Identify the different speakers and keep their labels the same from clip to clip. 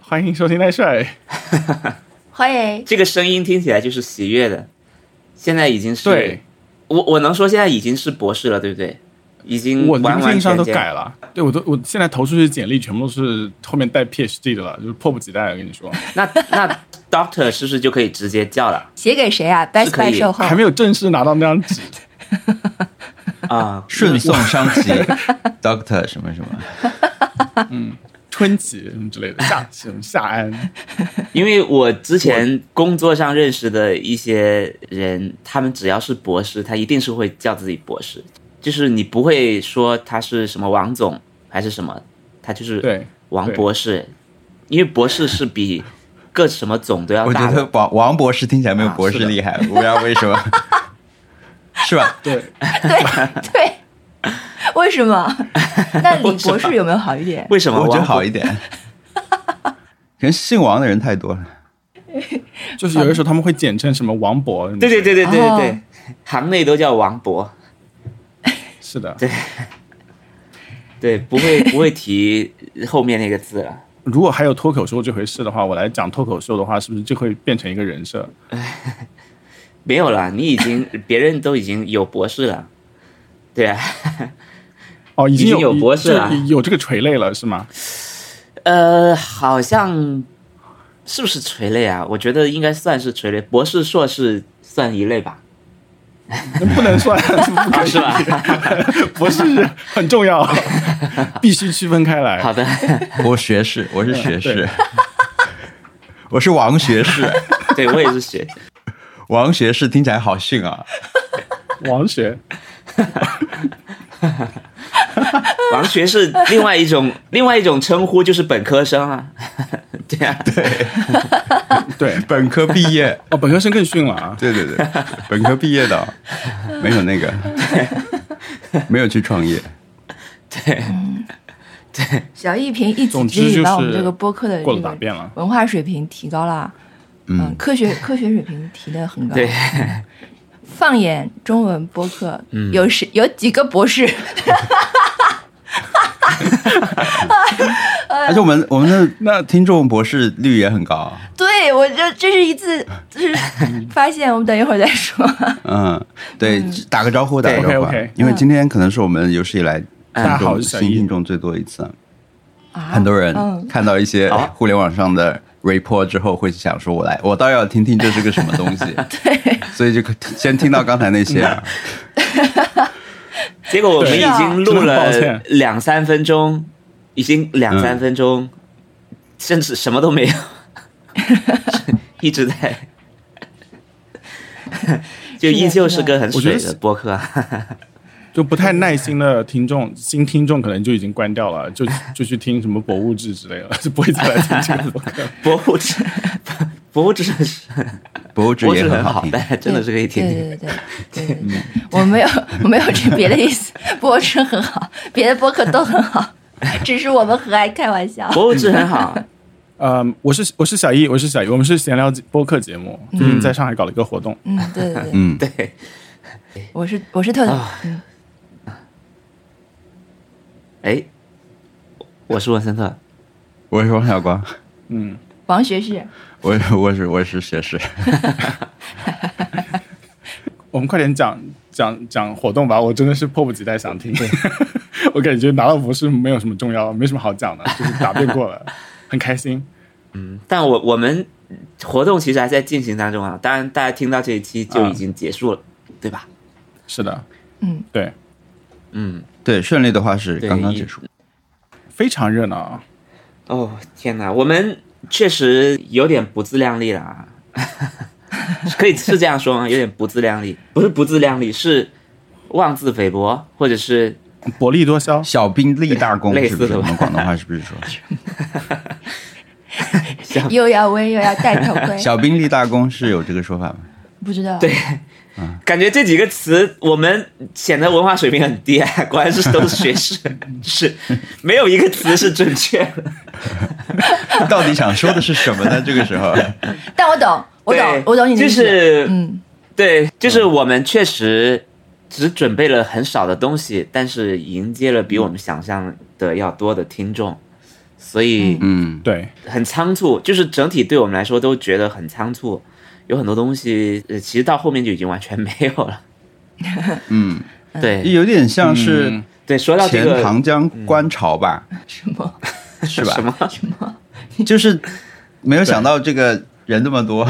Speaker 1: 欢迎收听赖帅。
Speaker 2: 欢迎，
Speaker 3: 这个声音听起来就是喜悦的。现在已经是，
Speaker 1: 对，
Speaker 3: 我我能说现在已经是博士了，对不对？已经
Speaker 1: 我
Speaker 3: 嗯完完全
Speaker 1: 硬
Speaker 3: 全
Speaker 1: 上都改了，对我都我现在投出去简历全部都是后面带 PhD 的了，就是迫不及待。我跟你 说，
Speaker 3: 那 那 Doctor 是不是就可以直接叫了
Speaker 2: 写给谁啊？Best
Speaker 3: 是可
Speaker 2: Buy
Speaker 3: 以
Speaker 2: 售后
Speaker 1: 还没有正式拿到那张纸，
Speaker 3: 啊？
Speaker 4: 顺送伤及 Doctor 什么什么，
Speaker 1: 春季什么之类的，下什么下安，
Speaker 3: 因为我之前工作上认识的一些人，他们只要是博士，他一定是会叫自己博士，就是你不会说他是什么王总还是什么，他就是
Speaker 1: 对，
Speaker 3: 王
Speaker 1: 对
Speaker 3: 博士，因为博士是比各什么总都要
Speaker 4: 我
Speaker 3: 大
Speaker 4: 觉
Speaker 3: 的
Speaker 4: 得。王王博士听起来没有博
Speaker 3: 啊是
Speaker 4: 士
Speaker 3: 的
Speaker 4: 厉害，我不知道 为什么，是吧？
Speaker 1: 对，
Speaker 2: 对对，为什么？那李博士有没有好一点？
Speaker 3: 为什么
Speaker 4: 我觉得
Speaker 3: 王
Speaker 4: 好一点，可能姓王的人太多了。
Speaker 1: 就是有的时候他们会简称什么王博，
Speaker 3: 对对，对对对对
Speaker 2: 哦
Speaker 3: 对，行内都叫王博，
Speaker 1: 是的。
Speaker 3: 对，不会不会提后面那个字了。
Speaker 1: 如果还有脱口秀这回事的话，我来讲脱口秀的话，是不是就会变成一个人设？
Speaker 3: 没有了，你已经 别人都已经有博士了，对啊，
Speaker 1: 哦，已
Speaker 3: 已
Speaker 1: 经
Speaker 3: 经有博士了
Speaker 1: 就有这个垂类了是吗？
Speaker 3: 呃，好像是不是垂类啊？我觉得应该算是垂类，博士、硕士算一类吧，
Speaker 1: 那不能 算，不可以
Speaker 3: 啊 是吧？
Speaker 1: 博士很重要，必须区分开来。
Speaker 3: 好的，
Speaker 4: 我学士，我是学
Speaker 1: 对
Speaker 4: 士，我是王学 士，
Speaker 3: 对我也是学，
Speaker 4: 王学士听起来好逊啊！
Speaker 1: 王学，
Speaker 3: 王学是另外一种另外一种称呼，就是本科生啊， 对啊，
Speaker 1: 对，
Speaker 4: 本科毕业，
Speaker 1: 哦，本科生更逊了啊。
Speaker 4: 对对对，本科毕业的啊，没 有那个，没有去创业。
Speaker 2: 小一平一己
Speaker 1: 总
Speaker 2: 之
Speaker 1: 之
Speaker 2: 力
Speaker 1: 就
Speaker 2: 把我们这
Speaker 1: 是
Speaker 2: 个播客的
Speaker 1: 过
Speaker 2: 这
Speaker 1: 了答
Speaker 2: 个
Speaker 1: 辩了。
Speaker 2: 文化水平提高了，嗯，科学科学水平提得很高。
Speaker 3: 对，
Speaker 2: 放眼中文播客，有是有几个博士？
Speaker 3: 哎
Speaker 4: 而且我们我们的那听众博士率也很高，啊
Speaker 2: 对我这这是一次，这是发现，我们等一会儿再说。
Speaker 4: 嗯，对，打个招呼，打个
Speaker 1: 对
Speaker 4: 招呼啊
Speaker 1: OK，OK，
Speaker 4: 因为今天可能是我们有史以来
Speaker 1: 大家
Speaker 4: 听
Speaker 1: 好我
Speaker 4: 众
Speaker 1: 是小
Speaker 4: 新
Speaker 1: 易
Speaker 4: 听众最多一次啊，
Speaker 2: 啊
Speaker 4: 很多人
Speaker 2: 嗯，
Speaker 4: 看到一些
Speaker 3: 好啊
Speaker 4: 互联网上的 report 之后，会想说：“我来，我倒要听听这是个什么东西。” 对，所以就先听到刚才那些啊，
Speaker 3: 结果我们
Speaker 1: 对
Speaker 3: 已经
Speaker 1: 是啊
Speaker 3: 录
Speaker 1: 真的很抱
Speaker 3: 了
Speaker 1: 歉嗯
Speaker 3: 两三分钟，已经两三分钟，甚至什么都 没有，一直在。就依旧是个很
Speaker 1: 我觉
Speaker 3: 水
Speaker 1: 得
Speaker 3: 的播客啊，
Speaker 1: 就不太耐心的听众，新听众可能就已经关掉了，就就去听什么博物志之类的， 就不会再来听 这个播客。
Speaker 3: 博物志，博物志是
Speaker 4: 博物志
Speaker 3: 博物
Speaker 4: 也
Speaker 3: 志
Speaker 4: 很
Speaker 3: 很
Speaker 4: 好
Speaker 3: 好
Speaker 4: 听，。
Speaker 3: 但真的是可以听
Speaker 2: 对
Speaker 3: 听。嗯
Speaker 2: 对对对 对对对，我没有我没有这别的意思，播客很好，别的播客都很好，只是我们很爱开玩笑。
Speaker 3: 博物志很好，
Speaker 1: 嗯，我是我是小易，我是小易，我们是闲聊播客节目，最近在上海搞了一个活动，
Speaker 2: 嗯，对对对，
Speaker 4: 嗯，
Speaker 3: 对，
Speaker 2: 我是我是特特，
Speaker 3: 啊
Speaker 2: 嗯，
Speaker 3: 哎，我是文森特，
Speaker 4: 我是王小光，
Speaker 1: 嗯，
Speaker 2: 王学士，
Speaker 4: 我我是我是学士，
Speaker 1: 我们快点讲讲讲活动吧，我真的是迫不及待想听。 我感觉拿到博士没有什么重要，没什么好讲的，就是答辩过了，很开心。
Speaker 3: 但我我们活动其实还在进行当中啊，当然大家听到这一期
Speaker 1: 啊
Speaker 3: 就已经结束了，对吧？
Speaker 1: 是的，
Speaker 2: 嗯，
Speaker 1: 对，
Speaker 3: 嗯，
Speaker 4: 对，顺利的话是
Speaker 3: 对
Speaker 4: 刚刚结束。
Speaker 1: 非常热闹啊。
Speaker 3: 哦天哪，我们确实有点不自量力了啊， 可以是这样说吗？有点不自量力，不是不自量力，是妄自菲薄，或者是
Speaker 1: 薄利多销，
Speaker 4: 小兵立大功，
Speaker 3: 类
Speaker 4: 是不
Speaker 3: 似
Speaker 4: 是？
Speaker 3: 的
Speaker 4: 我
Speaker 3: 吧
Speaker 4: 们广东话是不是 说
Speaker 2: 又要威又要戴头盔，
Speaker 4: 小兵立大功是有这个说 法吗？
Speaker 2: 不知道
Speaker 3: 对感觉这几个词，我们显得文化水平很低啊，果然是都是学士， 是没有一个词是准确的。
Speaker 4: 到底想说的是什么呢？这个时候，
Speaker 2: 但我懂，我懂
Speaker 3: 对，
Speaker 2: 我懂你的
Speaker 3: 就
Speaker 2: 意思，
Speaker 3: 是
Speaker 2: 嗯，
Speaker 3: 对，就是我们确实只准备了很少的东西，但是迎接了比我们想象的要多的听众，所以
Speaker 4: 嗯，
Speaker 1: 对，
Speaker 3: 很仓促，就是整体对我们来说都觉得很仓促，有很多东西，呃，其实到后面就已经完全 没有了。嗯，对
Speaker 4: 有点像
Speaker 1: 嗯
Speaker 4: 是
Speaker 3: 对，说到这
Speaker 4: 前
Speaker 3: 个
Speaker 4: 唐江观潮吧，
Speaker 2: 什么？
Speaker 4: 是吧
Speaker 3: 什？ 么，
Speaker 4: 就是没有想到这个人这么多，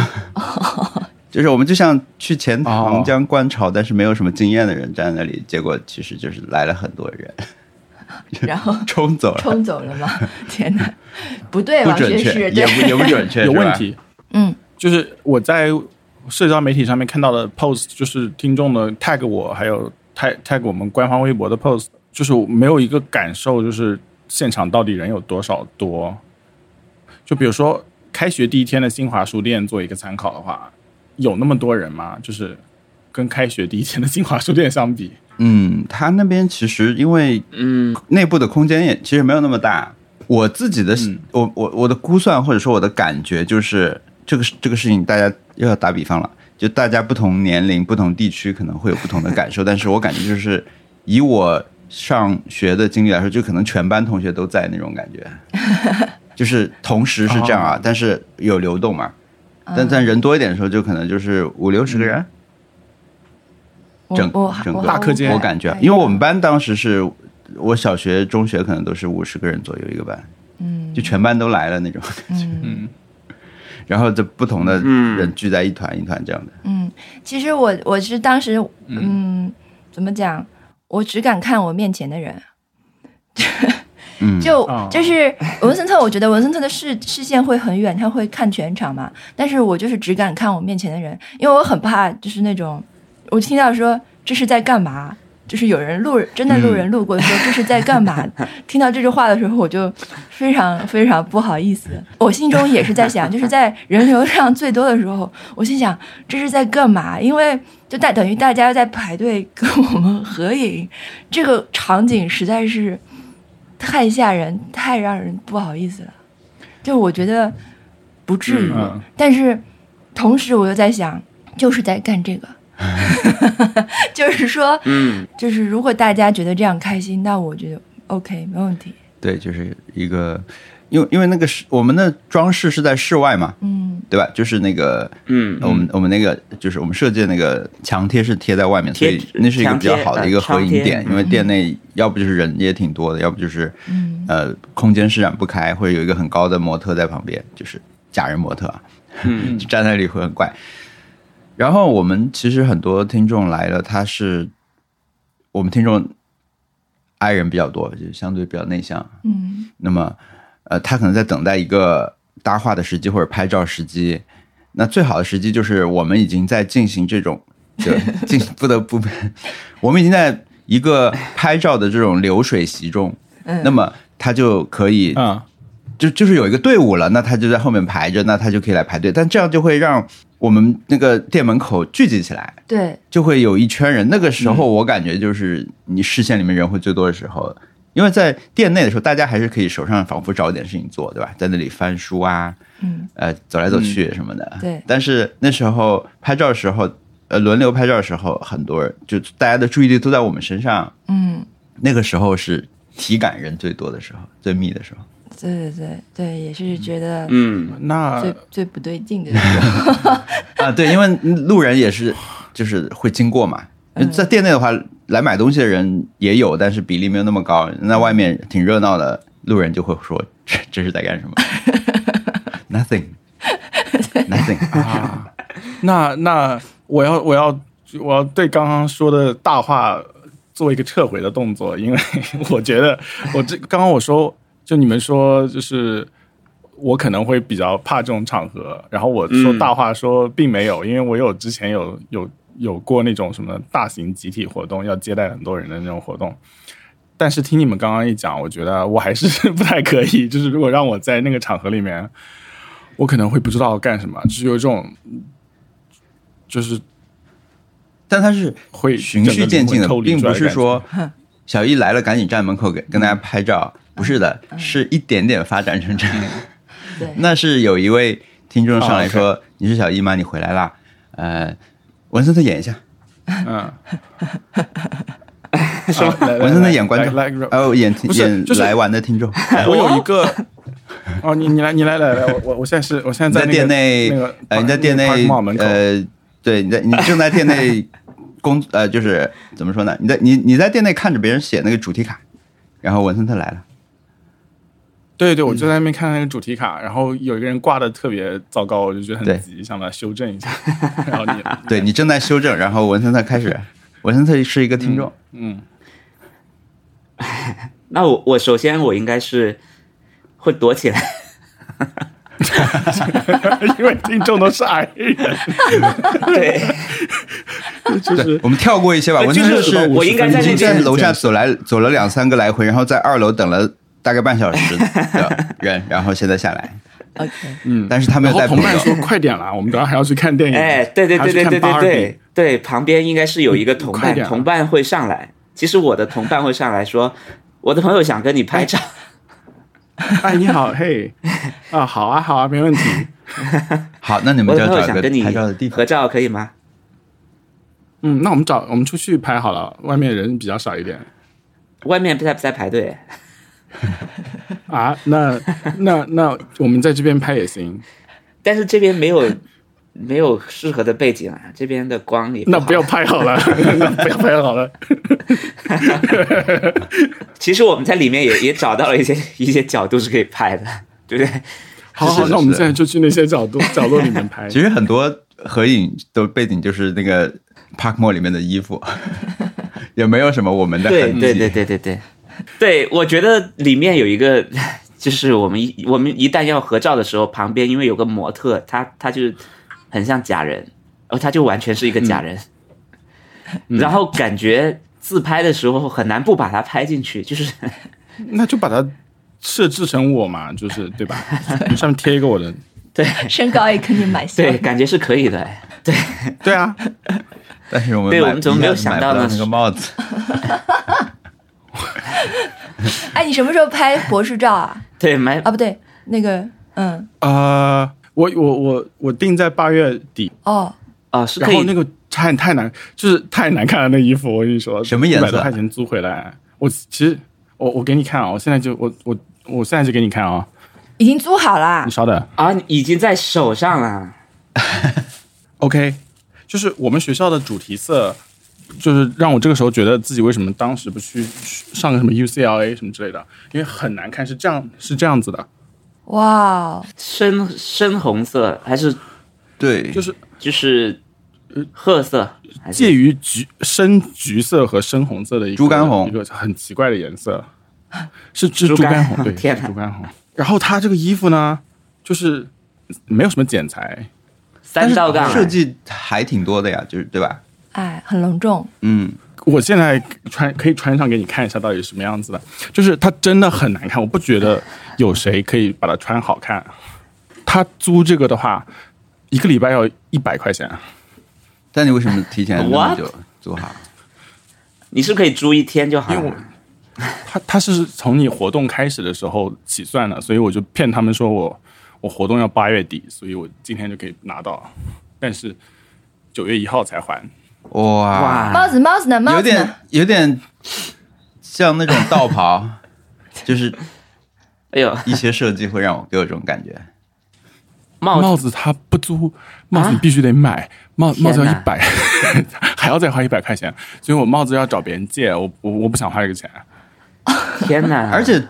Speaker 4: 就是我们就像去钱塘江观潮，但是没有什么经验的人站在那里，结果其实就是来了很多人，
Speaker 2: 然后
Speaker 4: 冲走了，
Speaker 2: 冲走了吗？ 天哪，不对，
Speaker 4: 不
Speaker 2: 王
Speaker 4: 准
Speaker 2: 学
Speaker 4: 确，
Speaker 2: 士，
Speaker 4: 也不
Speaker 2: 对，
Speaker 4: 也不准确，
Speaker 1: 有
Speaker 4: 是吧
Speaker 1: 问。题。
Speaker 2: 嗯，
Speaker 1: 就是我在社交媒体上面看到的 post，就是听众的 tag 我，还有 tag tag 我们官方微博的 post，就是我没有一个感受，就是现场到底人有多少多。就比如说开学第一天的新华书店做一个参考的话，有那么多人吗？就是跟开学第一天的新华书店相比，
Speaker 4: 嗯，他那边其实因为
Speaker 3: 嗯，
Speaker 4: 内部的空间也其实没有那么大。我自己的，我我我的估算或者说我的感觉就是，这个这个事情大家又要打比方了，就大家不同年龄、不同地区可能会有不同的感受，但是我感觉就是以我上学的经历来说，就可能全班同学都在那种感觉，就是同时是这样啊，但是有流动嘛，但但人多一点的时候，就可能就是五六十个人，
Speaker 2: 我
Speaker 4: 整
Speaker 2: 我
Speaker 4: 整个
Speaker 2: 我
Speaker 1: 大课间
Speaker 4: 我感
Speaker 2: 哎
Speaker 4: 觉，因为我们班当时是我小学、中学可能都是五十个人左右一个班，嗯，就全班都来了那种感觉，
Speaker 1: 嗯，
Speaker 4: 然后就不同的人聚在一团一团这样的，
Speaker 2: 其实我我是当时，嗯，怎么讲？我只敢看我面前的人。
Speaker 4: 嗯
Speaker 2: 就
Speaker 1: 哦
Speaker 2: 就是文森特，我觉得文森特的视视线会很远，他会看全场嘛。但是我就是只敢看我面前的人，因为我很怕就是那种，我听到说这是在干嘛，就是有人路真的路人路过说这是在干嘛，听到这句话的时候，我就非常非常不好意思。我心中也是 在想，就是在人流量最多的时候，我心想这是在干嘛？因为就大等于大家在排队跟我们合影，这个场景实在是太吓人，太让人不好意思了。就我觉得不至于，
Speaker 1: 嗯嗯
Speaker 2: 但是同时我又在想，就是在干这 个。就是说，
Speaker 3: 嗯，
Speaker 2: 就是如果大家觉得这样开心，那我觉得 OK 没问题。
Speaker 4: 对，就是一个，因为因为那个是我们的装饰是在室外嘛，
Speaker 2: 嗯，
Speaker 4: 对吧？就是那个，
Speaker 3: 嗯
Speaker 4: 我们我们那个就是我们设计的那个墙贴是贴在外面，所
Speaker 3: 贴
Speaker 4: 以那是一个比较好的一个合
Speaker 3: 墙
Speaker 4: 影
Speaker 3: 贴
Speaker 4: 点，
Speaker 3: 嗯
Speaker 4: 因为店内要不就是人也挺多的，要不就是呃空间施展不开，会有一个很高的模特在旁边，就是假人模特啊，
Speaker 3: 嗯
Speaker 4: 就站在那里会很怪。然后我们其实很多听众来了，他是我们听众 i 人比较多，就相对比较内向，
Speaker 2: 嗯
Speaker 4: 那么，呃，他可能在等待一个搭话的时机或者拍照时机。那最好的时机就是我们已经在进行这种， 就进不得不， 我们已经在一个拍照的这种流水席中。
Speaker 2: 嗯
Speaker 4: 那么他就可以，
Speaker 1: 啊、
Speaker 4: 就就是有一个队伍了，那他就在后面排着，那他就可以来排队。但这样就会让我们那个店门口聚集起来，
Speaker 2: 对，
Speaker 4: 就会有一圈人。那个时
Speaker 2: 嗯
Speaker 4: 候我感觉就是你视线里面人会最多的时候，因为在店内的时候，大家还是可以手上仿佛找一点事情做，对吧？在那里翻书啊，
Speaker 2: 嗯，
Speaker 4: 呃，走来走去什么的。
Speaker 2: 对
Speaker 4: 但是那时候拍照的时候，呃，轮流拍照的时候，很多人就大家的注意力都在我们身上。
Speaker 2: 嗯，
Speaker 4: 那个时候是体感人最多的时候，最密的时候。
Speaker 2: 对对对对，也是觉得
Speaker 3: 嗯，
Speaker 1: 那
Speaker 2: 最、最不对劲的时候。
Speaker 4: 啊，对，因为路人也是就是会经过嘛。
Speaker 1: 嗯
Speaker 4: 在店内的话，来买东西的人也有，但是比例没有那么高。那外面挺热闹的，路人就会说：“这这是在干 什么？”Nothing。Nothing，
Speaker 1: 啊， 那那我要我要我要对刚刚说的大话做一个撤回的动作，因为 我觉得我这刚刚我说就你们说就是我可能会比较怕这种场合，然后我说
Speaker 3: 嗯
Speaker 1: 大话说并没有，因为我有之前有有有过那种什么大型集体活动要接待很多人的那种活动。但是听你们刚刚一讲，我觉得我还是 不太可以。就是如果让我在那个场合里面，我可能会不知道干什么，就是有一种，就是
Speaker 4: 但他是
Speaker 1: 会
Speaker 4: 循序渐进的
Speaker 1: 整个灵魂抽，离
Speaker 4: 并
Speaker 1: 出来的
Speaker 4: 不 是
Speaker 1: 感觉
Speaker 4: 说 小易来了赶紧站门口给跟大家拍照，
Speaker 1: 嗯
Speaker 4: 不是的，是一点点发展成这样。
Speaker 2: 对，
Speaker 4: 那是有一位听众
Speaker 1: 哦
Speaker 4: 上来说：“你是小易吗？你回来啦？”呃，文森特演一下，
Speaker 1: 嗯，什么？来来
Speaker 4: 文森特
Speaker 1: 来
Speaker 4: 演观众
Speaker 1: 来来，
Speaker 4: 哦，演
Speaker 1: 不是
Speaker 4: 演
Speaker 1: 就是
Speaker 4: 来玩的听众，
Speaker 1: 我有一个，哦，你你来你来来来，我我我现在是我现在
Speaker 4: 你在
Speaker 1: 在那个
Speaker 4: 店内
Speaker 1: 那个，
Speaker 4: 呃，你在店内
Speaker 1: Park Mall 门口，
Speaker 4: 呃，对，你在你正在 店内工，呃，就是怎么说呢？你在你你在店内看着别人写那个主题卡，然后文森特来了，
Speaker 1: 对对，我
Speaker 4: 嗯
Speaker 1: 就在那边看那个主题卡，然后有一个人挂的特别糟糕，我就觉得
Speaker 4: 对
Speaker 1: 很急，想把它修正一下。然后你
Speaker 4: 对你正在修正，然后文森特开始，文森特是一个听众，
Speaker 1: 嗯，
Speaker 3: 那我我首先我应该是会躲起 来，
Speaker 1: 因为听众都是矮人，
Speaker 3: 对，
Speaker 1: 嗯就是哎
Speaker 4: 对，我们跳过一些吧。
Speaker 3: 呃
Speaker 4: 文
Speaker 3: 就
Speaker 4: 森特
Speaker 3: 是
Speaker 4: 是
Speaker 3: 我应该在
Speaker 4: 已
Speaker 3: 那
Speaker 4: 经
Speaker 3: 边
Speaker 4: 在楼下走来走了两三个来回，然后在二楼等了大概半小 时的人，然后现在下来，
Speaker 2: OK，
Speaker 4: 但是他没
Speaker 1: 嗯然
Speaker 4: 有
Speaker 1: 后
Speaker 4: 哦带朋
Speaker 1: 同伴说
Speaker 4: 友。：“
Speaker 1: 快点啦，我们等下还要去看电影。”
Speaker 3: 哎，对对对对对对对对，旁边应该是有一
Speaker 4: 嗯
Speaker 3: 个同
Speaker 1: 快
Speaker 3: 伴，
Speaker 1: 点啊
Speaker 3: 同伴会上来。其实我的同伴会上来说，我的朋友想跟你拍
Speaker 4: 哎
Speaker 3: 照，
Speaker 1: 对。哎，你好，嘿，啊，好啊，好啊，没问题。
Speaker 4: 好，那你
Speaker 3: 我
Speaker 4: 们就
Speaker 3: 的
Speaker 4: 要
Speaker 3: 朋友
Speaker 4: 找
Speaker 3: 想
Speaker 4: 一
Speaker 3: 跟你
Speaker 4: 个拍照的地
Speaker 3: 合
Speaker 4: 方。
Speaker 3: 照，可以吗？
Speaker 1: 嗯，那我们找我们出去拍好了，外面人比较少一点
Speaker 3: 外面在在排队，
Speaker 1: 啊。那那那我们在这边拍也行，
Speaker 3: 但是这边没有 没有适合的背景啊，这边的光也
Speaker 1: 那
Speaker 3: 好
Speaker 1: 不要。拍好 了，那不要拍好了。
Speaker 3: 其实我们在里面也也 找到了一些一些角度是可以拍的，对不对？
Speaker 1: 好好，
Speaker 4: 是
Speaker 1: 那我们
Speaker 4: 是
Speaker 1: 现在就去那些角度 角落里面拍。
Speaker 4: 其实很多合影的背景就是那个 Park Mall 里面的 衣服，也没有什么我们的
Speaker 3: 对
Speaker 4: 痕迹。
Speaker 3: 对对对对对，对我觉得里面有一个，就是我们一我们一旦要合照的时候，旁边因为有个模特，他他就很像假人，然后他就完全是一个假人，
Speaker 1: 嗯
Speaker 3: 然后感觉自拍的时候很难不把他拍进去，就是
Speaker 1: 那就把它设置成我嘛，就是对 吧？上面贴一个我的，
Speaker 2: 身高也肯定蛮像。
Speaker 3: 对， 感觉是可以的。哎
Speaker 1: 对啊，
Speaker 4: 但是我们
Speaker 3: 对
Speaker 4: 买
Speaker 3: 我们怎么没有
Speaker 4: 一下
Speaker 3: 想
Speaker 4: 子
Speaker 3: 到
Speaker 4: 买不
Speaker 3: 呢
Speaker 4: 那个 帽子，
Speaker 2: 哎，你什么时候拍博士照啊？
Speaker 3: 对，蛮
Speaker 2: 啊，不对，那个，嗯，
Speaker 1: 呃，我我我我定在八月底，
Speaker 2: 哦，
Speaker 3: 哦，是
Speaker 1: 然
Speaker 3: 可以
Speaker 1: 后那个太太难，就是太难看了那衣服，我跟你说，
Speaker 4: 什么颜色
Speaker 1: 100多块钱租回来，我其实我我给你看啊，我现在就我我我现在就给你看啊，
Speaker 2: 已经租好啦
Speaker 1: 你。稍等
Speaker 3: 啊，你已经在手上了。
Speaker 1: ，OK，就是我们学校的主题色。就是让我这个时候觉得自己为什么当时不去上个什么 UCLA 什么之类的，因为很难看，是这样是这样子的，
Speaker 2: 哇，哦
Speaker 3: 深深红色还是
Speaker 4: 对，
Speaker 1: 就是
Speaker 3: 就是褐色，还
Speaker 1: 介
Speaker 3: 是
Speaker 1: 于橘深橘色和深红色的一个
Speaker 4: 猪肝红
Speaker 1: 一个很奇怪的颜色， 是是
Speaker 3: 猪
Speaker 1: 猪
Speaker 3: 肝
Speaker 1: 肝红，对，
Speaker 3: 天
Speaker 1: 是
Speaker 3: 哪
Speaker 1: 猪肝红。然后它这个衣服呢，就是没有什么剪裁，
Speaker 3: 三道杠啊？
Speaker 4: 设计还挺多的呀，就是对吧？
Speaker 2: 哎，很隆重，
Speaker 4: 嗯，
Speaker 1: 我现在穿可以穿上给你看一下到底是什么样子的，就是它真的很难看，我不觉得有谁可以把它穿好看。他租这个的话，一个礼拜要一百块钱，
Speaker 4: 但你为什么提前那么
Speaker 3: What？
Speaker 4: 久做好？
Speaker 3: 你是可以租一天就好
Speaker 1: 因为
Speaker 3: 了
Speaker 1: 我。他他是从你活动开始的时候起算的，所以我就骗他们说我我活动要八月底，所以我今天就可以拿到，但是九月一号才还。
Speaker 3: 哎
Speaker 4: 哇，
Speaker 2: 帽子，帽子呢？帽
Speaker 4: 有
Speaker 2: 子呢
Speaker 4: 点？有点像那种道袍， 就是
Speaker 3: 哎呦，
Speaker 4: 一些设计会让我给我这种感觉。
Speaker 3: 啊帽子
Speaker 1: 帽子他不租，帽子你必须得买，帽帽子要
Speaker 3: 啊天
Speaker 1: 一
Speaker 3: 哪
Speaker 1: 百， 还要再花一百块钱，所以我帽子要找别人借，我我我不想花这个钱。
Speaker 3: 天哪！
Speaker 4: 而且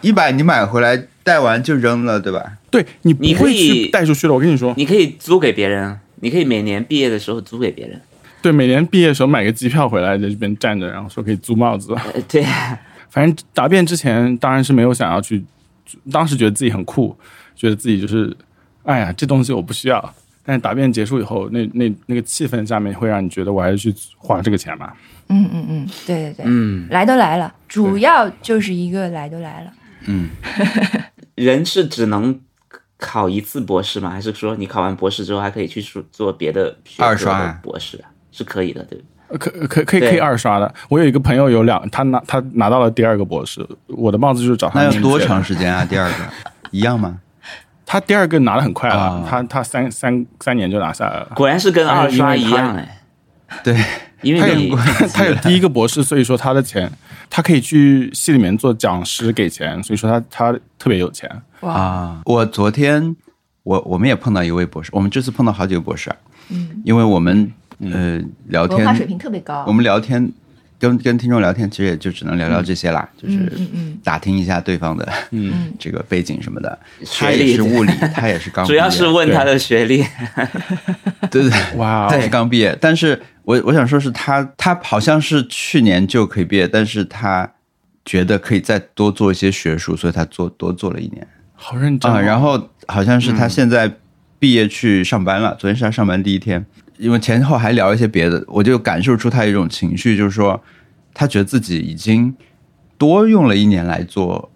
Speaker 4: 一百你买回来戴完就扔了，对吧？
Speaker 1: 对你不
Speaker 3: 你可
Speaker 1: 会
Speaker 3: 以
Speaker 1: 去带出去的，我跟你说，
Speaker 3: 你可以租给别人啊，你可以每年毕业的时候租给别人。
Speaker 1: 对，每年毕业的时候买个机票回来，在这边站着，然后说可以租帽子。
Speaker 3: 呃，对，
Speaker 1: 反正答辩之前当然是没有想要去，当时觉得自己很酷，觉得自己就是，哎呀，这东西我不需要。但是答辩结束以后，那那那个气氛下面会让你觉得我还是去花这个钱吧。
Speaker 2: 嗯嗯嗯，对对对，
Speaker 3: 嗯，
Speaker 2: 来都来了，主要就是一个来都来了。
Speaker 3: 人是只能考一次博士吗？还是说你考完博士之后还可以去做做别的学科
Speaker 4: 二刷
Speaker 3: 的
Speaker 4: 啊
Speaker 3: 博士啊？是可以的，对不对？
Speaker 1: 呃可可可以
Speaker 3: 对
Speaker 1: 可以二刷的。我有一个朋友有两，他拿他拿到了第二个博士，我的帽子就是找他
Speaker 4: 那要
Speaker 1: 面
Speaker 4: 多
Speaker 1: 借的
Speaker 4: 长时间啊？第二个 一样吗？
Speaker 1: 他第二个拿的很快了，
Speaker 4: 啊
Speaker 1: 他他三三三年就拿下来了。
Speaker 3: 果然是跟
Speaker 4: 哎
Speaker 1: 啊
Speaker 3: 二刷
Speaker 1: 因
Speaker 3: 一
Speaker 1: 为他
Speaker 3: 样哎，
Speaker 4: 对，
Speaker 3: 因为你
Speaker 1: 他有第一个博士，所以说他的钱，他可以去系里面做讲师给钱，所以说他他特别有钱。
Speaker 2: 哇，
Speaker 4: 啊！我昨天我我们也碰到一位博士，我们这次碰到好几个博士啊，
Speaker 2: 嗯，
Speaker 4: 因为我们呃聊
Speaker 2: 文化水
Speaker 4: 天，
Speaker 2: 平特别高
Speaker 4: 我。们聊天跟跟听众聊天，其实也就只能聊聊这些啦，就
Speaker 2: 嗯
Speaker 4: 是
Speaker 2: 嗯嗯
Speaker 4: 打听一下对方的
Speaker 2: 嗯，
Speaker 4: 这个背景什么的。
Speaker 3: 学
Speaker 4: 他也
Speaker 3: 历
Speaker 4: 是物理，他也 是刚毕
Speaker 3: 主
Speaker 4: 业，啊
Speaker 3: 要是问他的学历，
Speaker 4: 对对对，
Speaker 1: 哇
Speaker 4: 他也是刚毕业。但是我我想说是他，他好像是去年就可以毕业，但是他觉得可以再多做一些学术，所以他做多做了一年。
Speaker 1: 好认真、
Speaker 4: 啊、
Speaker 1: 哦
Speaker 4: 然后好像是他现在毕业去上班了，昨天是他上班第一天，因为前后还聊一些别的，我就感受出他一种情绪，就是说他觉得自己已经多用了一年来做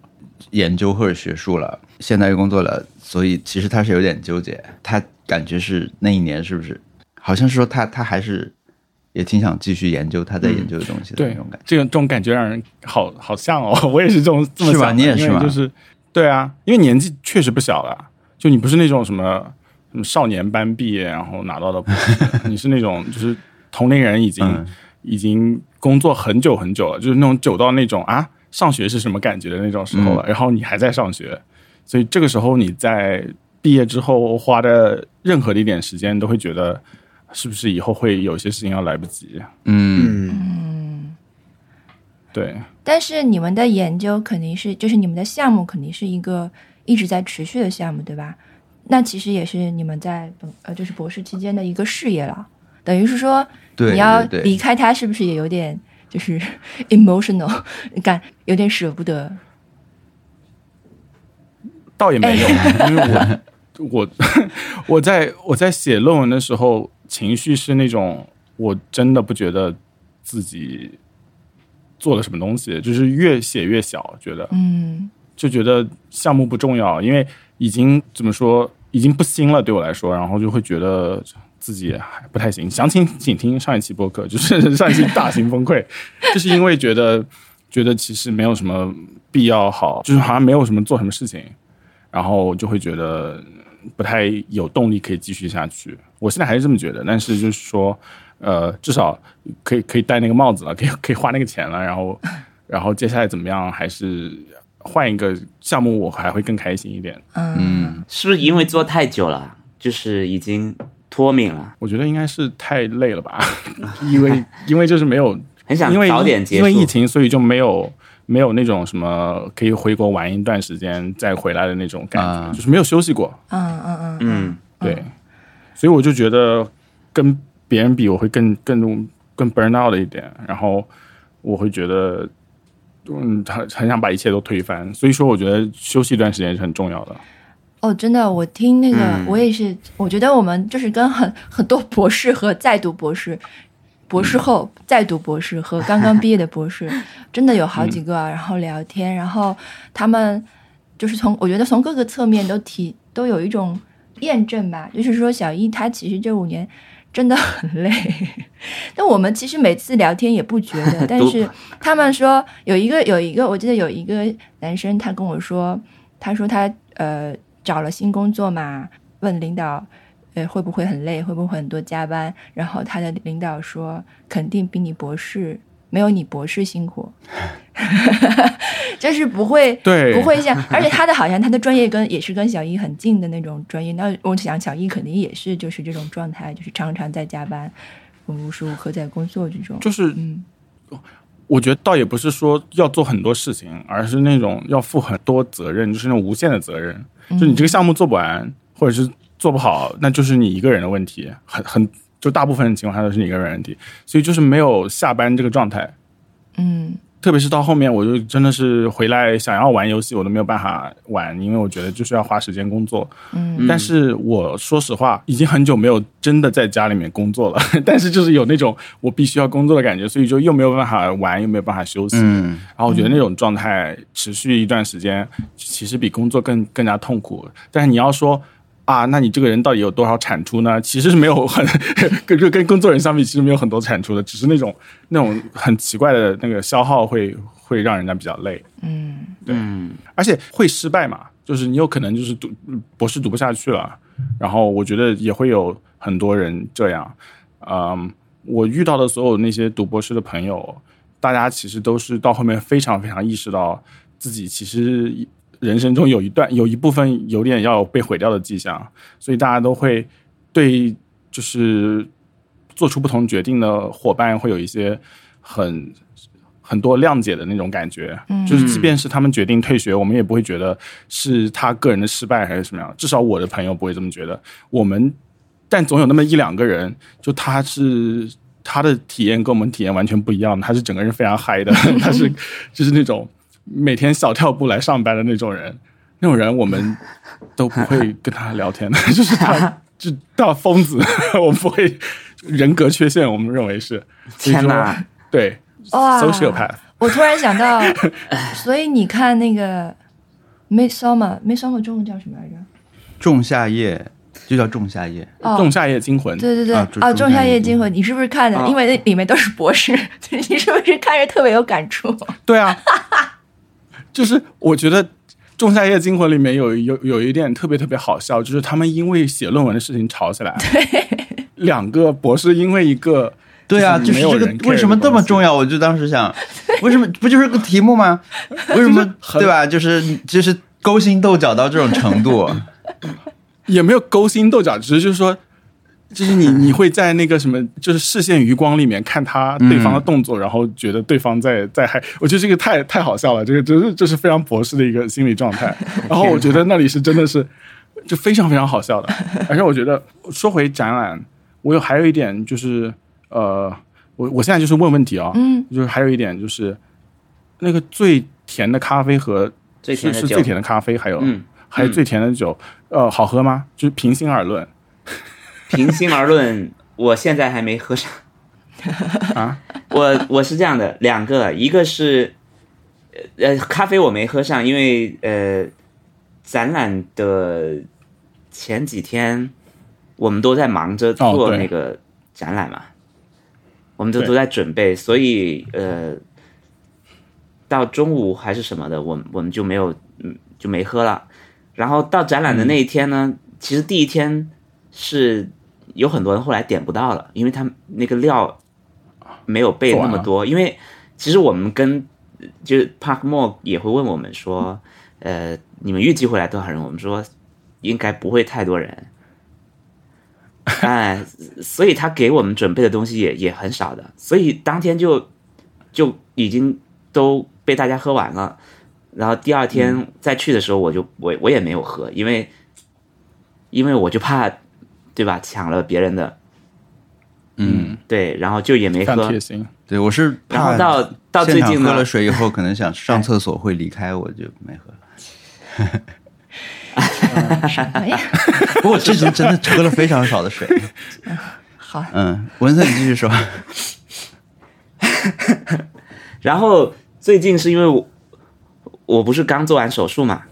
Speaker 4: 研究或者学术了，现在又工作了，所以其实他是有点纠结，他感觉是那一年是不是，好像是说他他还是也挺想继续研究他在研究的东西的那
Speaker 1: 对
Speaker 4: 种感觉。，
Speaker 1: 这种这种感觉让人好好像哦，我也是这种这么
Speaker 4: 是吧
Speaker 1: 想的，
Speaker 4: 你也是
Speaker 1: 因为
Speaker 4: 吧
Speaker 1: 就是对啊，因为年纪确实不小了，就你不是那种什么什么少年班毕业然后拿到的博士， 你是那种就是同龄人已经、
Speaker 4: 嗯
Speaker 1: 已经工作很久很久了，就是那种久到那种啊上学是什么感觉的那种时候
Speaker 4: 嗯
Speaker 1: 了，然后你还在上学，所以这个时候你在毕业之后花的任何的一点时间，都会觉得是不是以后会有些事情要来不及？
Speaker 4: 嗯，
Speaker 3: 嗯，
Speaker 1: 对，
Speaker 2: 但是你们的研究肯定是，就是你们的项目肯定是一个一直在持续的项目，对吧？那其实也是你们在本呃，就是博士期间的一个事业了，等于是说
Speaker 4: 对，
Speaker 2: 你要
Speaker 4: 对对
Speaker 2: 离开他，是不是也有点就是 emotional 感，有点舍不得？
Speaker 1: 倒也没有， 因为我我我 在我在写论文的时候，情绪是那种我真的不觉得自己做了什么东西，就是越写越小，觉得
Speaker 2: 嗯
Speaker 1: 就觉得项目不重要，因为已经怎么说，已经不新了对我来说，然后就会觉得自己还不太行。详情请听上一期播客，就是上一期大型崩溃，就是因为觉得觉得其实没有什么必要好，就是好像没有什么做什么事情，然后就会觉得不太有动力可以继续下去。我现在还是这么觉得，但是就是说，呃，至少可以可以戴那个帽子了， 可以可以花那个钱了，然后然后接下来怎么样，还是换一个项目，我还会更开心一点。
Speaker 2: 嗯
Speaker 3: 是不是因为做太久了，就是已经脱敏了，
Speaker 1: 我觉得应该是太累了吧， 因为因为就是没有
Speaker 3: 很想
Speaker 1: 因为
Speaker 3: 早点结
Speaker 1: 因
Speaker 3: 束
Speaker 1: 为？疫情，所以就没有没有那种什么可以回国玩一段时间再回来的那种感觉，
Speaker 4: 啊
Speaker 1: 就是没有休息过。
Speaker 2: 嗯嗯嗯，
Speaker 3: 嗯，
Speaker 1: 对，所以我就觉得跟别人比，我会更更更 burn out 一点，然后我会觉得。嗯，很很想把一切都推翻，所以说我觉得休息一段时间是很重要的。
Speaker 2: 哦，真的，我听那个，
Speaker 3: 嗯
Speaker 2: 我也是，我觉得我们就是跟很很多博士和在读博士、博
Speaker 3: 嗯
Speaker 2: 士后、在读博士和刚刚毕业的博 士，真的有好
Speaker 3: 嗯
Speaker 2: 几个啊、然后聊天，然后他们就是从我觉得从各个侧面都提都有一种验证吧，就是说小易他其实这五年真的很累， 但我们其实每次聊天也不觉得， 但
Speaker 3: 都
Speaker 2: 是他们说有一个有一个，我记得有一个男生他跟我说，他说他呃找了新工作嘛，问领导。呃，会不会很累？会不会很多加班？然后他的领导说，肯定比你博士没有你博士辛苦， 就是不会
Speaker 1: 对，
Speaker 2: 不会像，而且他的好像他的专业跟也是跟小易很近的那种专业。那我想小易肯定也是就是这种状态，就是常常在加班，无时无刻在工作这种。
Speaker 1: 就是
Speaker 2: 嗯
Speaker 1: 我觉得倒也不是说要做很多事情，而是那种要负很多责任，就是那种无限的责任。
Speaker 2: 嗯
Speaker 1: 就你这个项目做不完，或者是做不好，那就是你一个人的问题，很很就大部分情况下都是你一个人的问题，所以就是没有下班这个状态。
Speaker 2: 嗯
Speaker 1: 特别是到后面，我就真的是回来想要玩游戏，我都没有办法玩，因为我觉得就是要花时间工作。
Speaker 2: 嗯，
Speaker 1: 但是我说实话，已经很久没有真的在家里面工作了，但是就是有那种我必须要工作的感觉，所以就又没有办法玩，又没有办法休息。
Speaker 4: 嗯
Speaker 1: 然后我觉得那种状态持续一段时间，其实比工作更更加痛苦。但是你要说啊，那你这个人到底有多少产出呢？其实是没有很 跟跟跟工作人相比，其实没有很多产出的，只是那种那种很奇怪的那个消耗会会让人家比较累，
Speaker 3: 嗯，
Speaker 1: 而且会失败嘛，就是你有可能就是读博士读不下去了。然后我觉得也会有很多人这样，嗯，我遇到的所有那些读博士的朋友，大家其实都是到后面非常非常意识到自己其实人生中有一段有一部分有点要被毁掉的迹象，所以大家都会对就是做出不同决定的伙伴会有一些很很多谅解的那种感觉，就是即便是他们决定退学，我们也不会觉得是他个人的失败还是什么样，至少我的朋友不会这么觉得。我们但总有那么一两个人，就他是他的体验跟我们体验完全不一样的，他是整个人非常嗨的，他是就是那种每天小跳步来上班的那种人，那种人我们都不会跟他聊天的， 就是他就大疯子， 我们不会人格缺陷，我们认为是
Speaker 3: 天
Speaker 1: 哪
Speaker 3: 哪，
Speaker 1: 对
Speaker 2: 哇
Speaker 1: ，sociopath。
Speaker 2: 我突然想到，所以你看那个《Midsummer》，《Midsummer》中文叫什么来着？
Speaker 4: 仲夏夜就叫仲夏夜，
Speaker 1: 《
Speaker 2: 哦
Speaker 1: 仲，夏夜惊魂》
Speaker 2: 对对对，
Speaker 4: 啊
Speaker 2: 哦，
Speaker 4: 这
Speaker 2: 《仲夏夜
Speaker 4: 中间
Speaker 2: 惊魂》，你是不是看的？
Speaker 3: 啊
Speaker 2: 因为那里面都是博士， 你是不是看着特别有感触？
Speaker 1: 对啊，就是我觉得《仲夏夜惊魂》里面有有有一点特别特别好笑，就是他们因为写论文的事情吵起来，两个博士因为一个
Speaker 4: 对啊，
Speaker 1: 就是
Speaker 4: 就是
Speaker 1: 没有
Speaker 4: 这
Speaker 1: 人
Speaker 4: 个为什么这么重要？我就当时想，为什么不就是个题目吗？为 什么
Speaker 1: 很
Speaker 4: 对吧？就是就是勾心斗角到这种程度，
Speaker 1: 也没有勾心斗角，只是就是说。就是你， 你会在那个什么，就是视线余光里面看他对方的动作，然后觉得对方在在害。我觉得这个太太好笑了，这个真是这是非常博士的一个心理状态。然后我觉得那里是真的是就非常非常好笑的。而且我觉得说回展览，我有还有一点就是呃，我我现在就是问问题啊、
Speaker 2: 嗯，
Speaker 1: 就是还有一点就是那个最甜的咖啡和
Speaker 3: 最甜的
Speaker 1: 是是
Speaker 3: 酒
Speaker 1: 最甜的咖啡，还有、
Speaker 3: 嗯
Speaker 1: 还有最甜的酒，呃，好喝吗？就是平心而论，
Speaker 3: 平心而论，我现在还没喝上
Speaker 1: 啊。
Speaker 3: 我我是这样的，两个，一个是呃咖啡我没喝上，因为呃展览的前几天我们都在忙着
Speaker 1: 哦
Speaker 3: 做
Speaker 1: 对
Speaker 3: 那个展览嘛，我们都
Speaker 1: 对
Speaker 3: 都在准备，所以呃到中午还是什么的，我们我们就没有嗯就没喝了。然后到展览的那一天呢，其实第一天是有很多人后来点不到了，因为他们那个料没有备
Speaker 1: 做
Speaker 3: 那
Speaker 1: 完
Speaker 3: 么
Speaker 1: 了
Speaker 3: 多。因为其实我们跟就是 Park Mo 也会问我们说，呃，你们预计会来多少人？我们说应该不会太多人。哎，所以他给我们准备的东西也也很少的，所以当天就就已经都被大家喝完了。然后第二天再去的时候，我就我我也没有喝，因为因为我就怕对吧抢了别人的，
Speaker 4: 嗯，
Speaker 3: 对，然后就也没
Speaker 1: 非常
Speaker 3: 喝
Speaker 1: 贴。心。
Speaker 4: 对我是
Speaker 3: 然后
Speaker 4: 怕
Speaker 3: 到到最
Speaker 4: 现场
Speaker 3: 近
Speaker 4: 喝
Speaker 3: 呢
Speaker 4: 了，水以后，可能想上厕所会离开，我就没喝。
Speaker 2: 哎呀，
Speaker 4: 不过我这次真的喝了非常少 的水。
Speaker 2: 好，
Speaker 4: 嗯，文森，你继续说。
Speaker 3: 然后最近是因为我我不是刚做完手术嘛，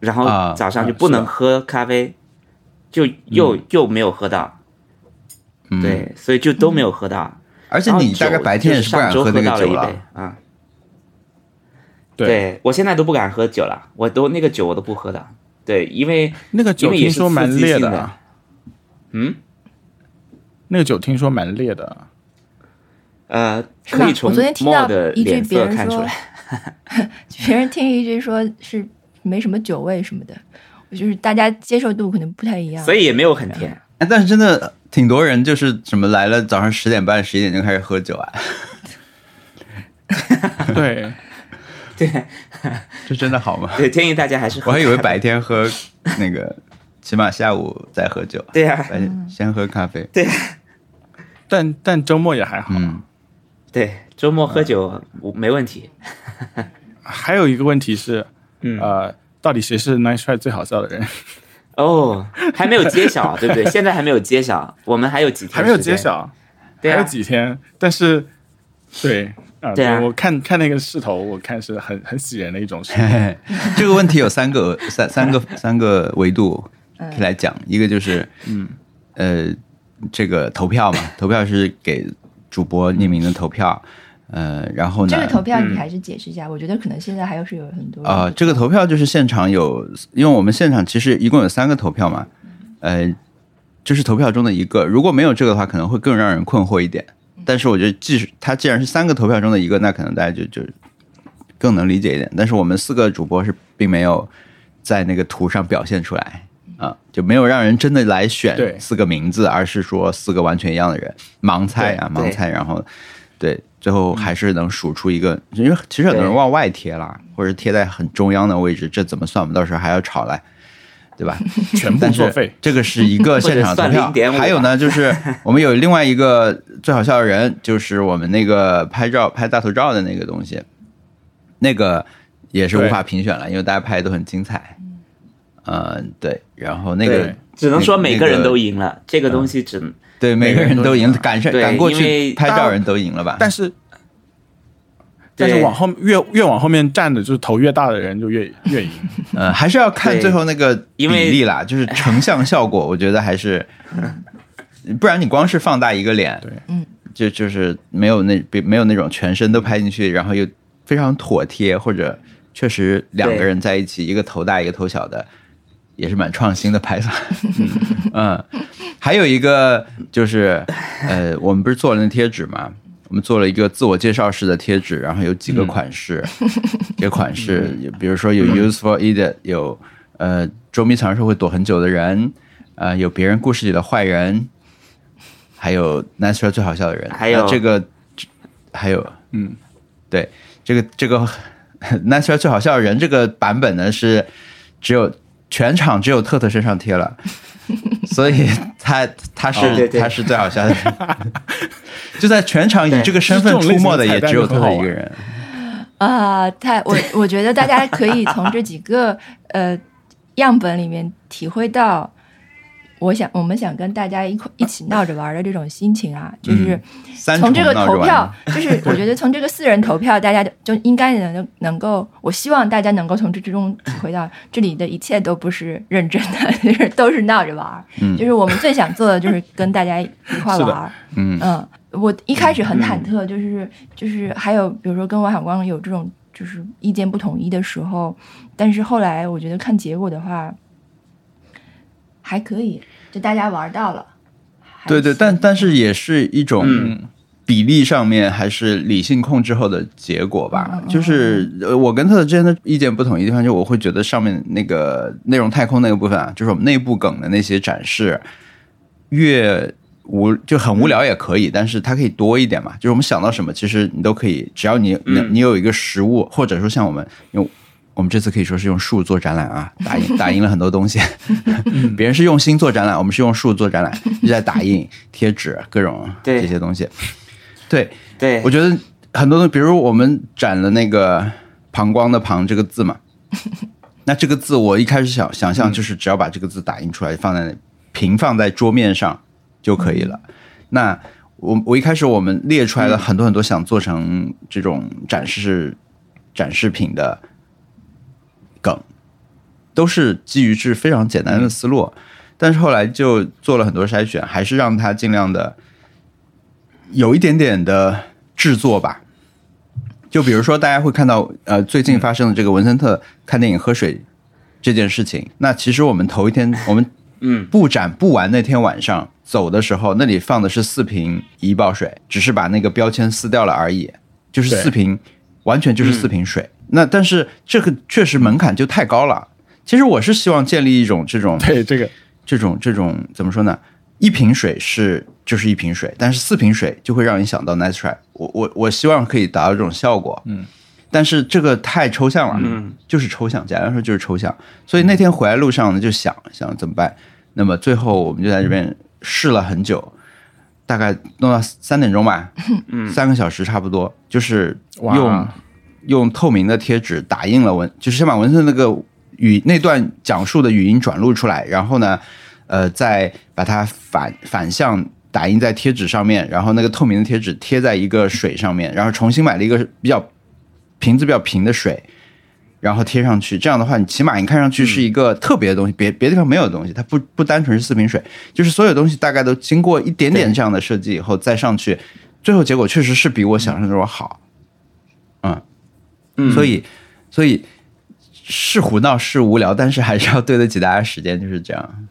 Speaker 3: 然后
Speaker 4: 啊
Speaker 3: 早上就
Speaker 1: 啊
Speaker 3: 不
Speaker 1: 是
Speaker 3: 能喝咖啡，就又又没有喝到，
Speaker 4: 嗯，
Speaker 3: 对，所以就都没有喝到。
Speaker 4: 而且
Speaker 3: 然后
Speaker 4: 你大概
Speaker 3: 酒
Speaker 4: 白天
Speaker 3: 就
Speaker 4: 也
Speaker 3: 是
Speaker 4: 不敢
Speaker 3: 上周
Speaker 4: 那个
Speaker 3: 到了
Speaker 4: 酒
Speaker 3: 一杯
Speaker 4: 了。
Speaker 3: 啊。
Speaker 1: 对
Speaker 3: 我现在都不敢喝酒了，我都那个酒我都不喝的。对，因为
Speaker 1: 那个
Speaker 3: 因
Speaker 1: 酒
Speaker 3: 为
Speaker 1: 听
Speaker 3: 也是
Speaker 1: 说蛮
Speaker 3: 刺激
Speaker 1: 烈
Speaker 3: 性
Speaker 1: 的
Speaker 3: 的
Speaker 1: 啊，
Speaker 3: 嗯
Speaker 1: 那个酒听说蛮烈的 啊。
Speaker 3: 呃，
Speaker 2: 是吧
Speaker 3: 可以从
Speaker 2: 我昨天听
Speaker 3: 莫
Speaker 2: 到
Speaker 3: 的
Speaker 2: 一句
Speaker 3: 脸
Speaker 2: 别
Speaker 3: 色
Speaker 2: 人
Speaker 3: 看出
Speaker 2: 说
Speaker 3: 来。
Speaker 2: 别人听一句说是没什么酒味什么的，我就是大家接受度可能不太一样。
Speaker 3: 所以也没有很甜。
Speaker 4: 哎，但是真的挺多人就是什么来了，早上十点半、十一点就开始喝酒啊，
Speaker 1: 对，
Speaker 4: 这真的好吗？
Speaker 3: 对，建议大家还 是喝
Speaker 4: 我还以为白天喝那个，起码下午再喝酒，
Speaker 3: 对啊，
Speaker 2: 嗯
Speaker 4: 白天先喝咖啡。
Speaker 1: 但但周末也还好。
Speaker 4: 嗯，
Speaker 3: 对，周末喝酒我没问题。
Speaker 1: 还有一个问题是，
Speaker 3: 嗯
Speaker 1: 呃，到底谁是 Nice Try 最好笑的 人？
Speaker 3: 哦，还没有揭晓，啊对不对？现在还没有揭晓，我们还有几天
Speaker 1: 还没有
Speaker 3: 时间
Speaker 1: 揭，晓，
Speaker 3: 对
Speaker 1: 还有
Speaker 3: 啊，
Speaker 1: 几天。但是，对啊，
Speaker 3: 对啊
Speaker 1: 我看看那个势头，我看是很很喜人的一种事。
Speaker 4: 嘿嘿这个问题有三个三三个三个维度
Speaker 2: 嗯
Speaker 4: 可以来讲，一个就是，嗯，呃，这个投票嘛，投票是给主播匿名的投票，呃，然后呢，
Speaker 2: 这个投
Speaker 3: 嗯
Speaker 2: 票你还是解释一下，我觉得可能现在还是有很多人
Speaker 4: 啊、这个投票就是现场有，因为我们现场其实一共有三个投票嘛，呃，这是投票中的一个。如果没有这个的话，可能会更让人困惑一点。但是我觉得，即使它既然是三个投票中的一个，那可能大家就就更能理解一点。但是我们四个主播是并没有在那个图上表现出来啊，就没有让人真的来
Speaker 1: 对
Speaker 4: 选四个名字，而是说四个完全一样的人，盲猜啊，
Speaker 3: 对
Speaker 4: 盲猜，然后对，最后还
Speaker 3: 嗯
Speaker 4: 是能数出一个。因为其实很多人
Speaker 3: 对
Speaker 4: 往外贴啦，
Speaker 3: 嗯
Speaker 4: 或者贴在很中央的位置，这怎么算？我们到时候还要吵来，对 吧？
Speaker 1: 全部
Speaker 4: 但
Speaker 1: 作
Speaker 4: 是
Speaker 1: 废。
Speaker 4: 这个是一个现场投
Speaker 3: 或者算
Speaker 4: 票
Speaker 3: 0.5，吧
Speaker 4: 还 有呢，就是我们有另外一个最好笑的人，就是我们那个拍照拍大头照的那个东西，那个也是无法评选了，因为大家拍的都很精彩。嗯，对，然后那个
Speaker 1: 对
Speaker 3: 只能说
Speaker 4: 那
Speaker 3: 每个人
Speaker 4: 那个
Speaker 3: 都赢了，这个东西
Speaker 1: 嗯
Speaker 3: 只能
Speaker 4: 对每个人都赢，
Speaker 1: 每个人都赢了
Speaker 4: 赶上
Speaker 3: 对
Speaker 4: 赶过
Speaker 3: 因为
Speaker 4: 去拍照人都赢了吧？
Speaker 1: 但是，但是
Speaker 3: 对
Speaker 1: 往后越越往后面站的，就是头越大的人就越 越赢。
Speaker 4: 呃，还是要看
Speaker 3: 对
Speaker 4: 最后那个比
Speaker 3: 因为
Speaker 4: 例啦，就是成像效果，我觉得还是，不然你光是放大一个脸，
Speaker 1: 对
Speaker 2: 嗯，
Speaker 4: 就就是没有那比没有那种全身都拍进去，然后又非常妥帖，或者确实两个
Speaker 3: 对
Speaker 4: 人在一起，一个头大一个头小的，也是蛮创新的拍法。嗯，还有一个就是，呃，我们不是做了那贴纸吗？我们做了一个自我介绍式的贴纸，然后有几
Speaker 3: 嗯
Speaker 4: 个款式，这个款式，有比如说有 useful idiot，有呃捉迷藏时候会躲很久的人，呃，有别人故事里的坏人，还有 nice try 最好笑的人，
Speaker 3: 还有
Speaker 4: 那这个，还有
Speaker 1: 嗯，
Speaker 4: 对，这个这个 nice try 最好笑的人这个版本呢是只有全场只有特特身上贴了。所以他他是、
Speaker 3: 哦对对
Speaker 4: 他是最好笑的人，就在全场以这个身份出没的也只有特特一个人。
Speaker 2: 啊，太我我觉得大家可以从这几个呃样本里面体会到，我想我们想跟大家一块一起闹着玩儿的这种心情啊，
Speaker 3: 嗯
Speaker 2: 就是
Speaker 4: 三重
Speaker 2: 从这个
Speaker 4: 闹着啊
Speaker 2: 投
Speaker 4: 玩
Speaker 2: 票，就是我觉得从这个四人投票，大家就应该能能够，我希望大家能够从这之中体会到，这里的一切都不是认真的，就是都是闹着玩儿。
Speaker 4: 嗯
Speaker 2: 就是我们最想做的就是跟大家一块
Speaker 1: 是的
Speaker 2: 玩儿。
Speaker 4: 嗯
Speaker 2: 嗯，我一开始很忐忑，就是就是还有比如说跟王小光有这种就是意见不统一的时候，但是后来我觉得看结果的话还可以，就大家玩到了。还
Speaker 4: 对对，
Speaker 2: 行
Speaker 4: 但但是也是一种
Speaker 1: 嗯
Speaker 4: 比例上面还是理性控制后的结果吧。就是呃我跟特特之间的意见不统一的地方，就我会觉得上面那个内容太空那个部分啊，就是我们内部梗的那些展示，越无就很无聊也可以，但是它可以多一点嘛。就是我们想到什么，其实你都可以，只要你能你有一个实物，或者说像我们用。我们这次可以说是用树做展览啊，打印打印了很多东西。 别人是用心做展览，我们是用树做展览，就在打印、贴纸各种
Speaker 3: 对
Speaker 4: 这些东西。对，
Speaker 3: 对
Speaker 4: 我觉得很多东西，比如我们展了那个“膀胱”的“膀”这个字嘛，那这个字我一开始想想象就是只要把这个字打印出来，放在那平放在桌面上就可以了。那我我一开始我们列出来了很多很多想做成这种展示展示品的梗，都是基于是非常简单的思路，但是后来就做了很多筛选，还是让它尽量的有一点点的制作吧。就比如说，大家会看到，呃，最近发生的这个文森特看电影喝水这件事情，那其实我们头一天，我们
Speaker 3: 嗯
Speaker 4: 布展布完那天晚上走的时候，那里放的是四瓶怡宝水，只是把那个标签撕掉了而已，就是四瓶，完全就是四瓶水。那但是这个确实门槛就太高了。其实我是希望建立一种这种
Speaker 1: 对这个
Speaker 4: 这种这种怎么说呢？一瓶水是就是一瓶水，但是四瓶水就会让你想到 nice try。我我我希望可以达到这种效果，嗯，但是这个太抽象了，
Speaker 3: 嗯，
Speaker 4: 就是抽象，简单来说就是抽象。所以那天回来路上呢，就想想怎么办。那么最后我们就在这边试了很久，大概弄到三点钟吧，嗯，三个小时差不多，就是
Speaker 1: 哇
Speaker 4: 用用透明的贴纸打印了文，就是先把文森那个语那段讲述的语音转录出来，然后呢，呃，再把它反反向打印在贴纸上面，然后那个透明的贴纸贴在一个水上面，然后重新买了一个比较瓶子比较平的水，然后贴上去。这样的话，你起码你看上去是一个特别的东西，别别地方没有的东西，它不不单纯是四瓶水，就是所有东西大概都经过一点点这样的设计以后再上去，最后结果确实是比我想象中好。
Speaker 3: 嗯
Speaker 4: 所以，所以是胡闹是无聊，但是还是要对得起大家时间，就是这样。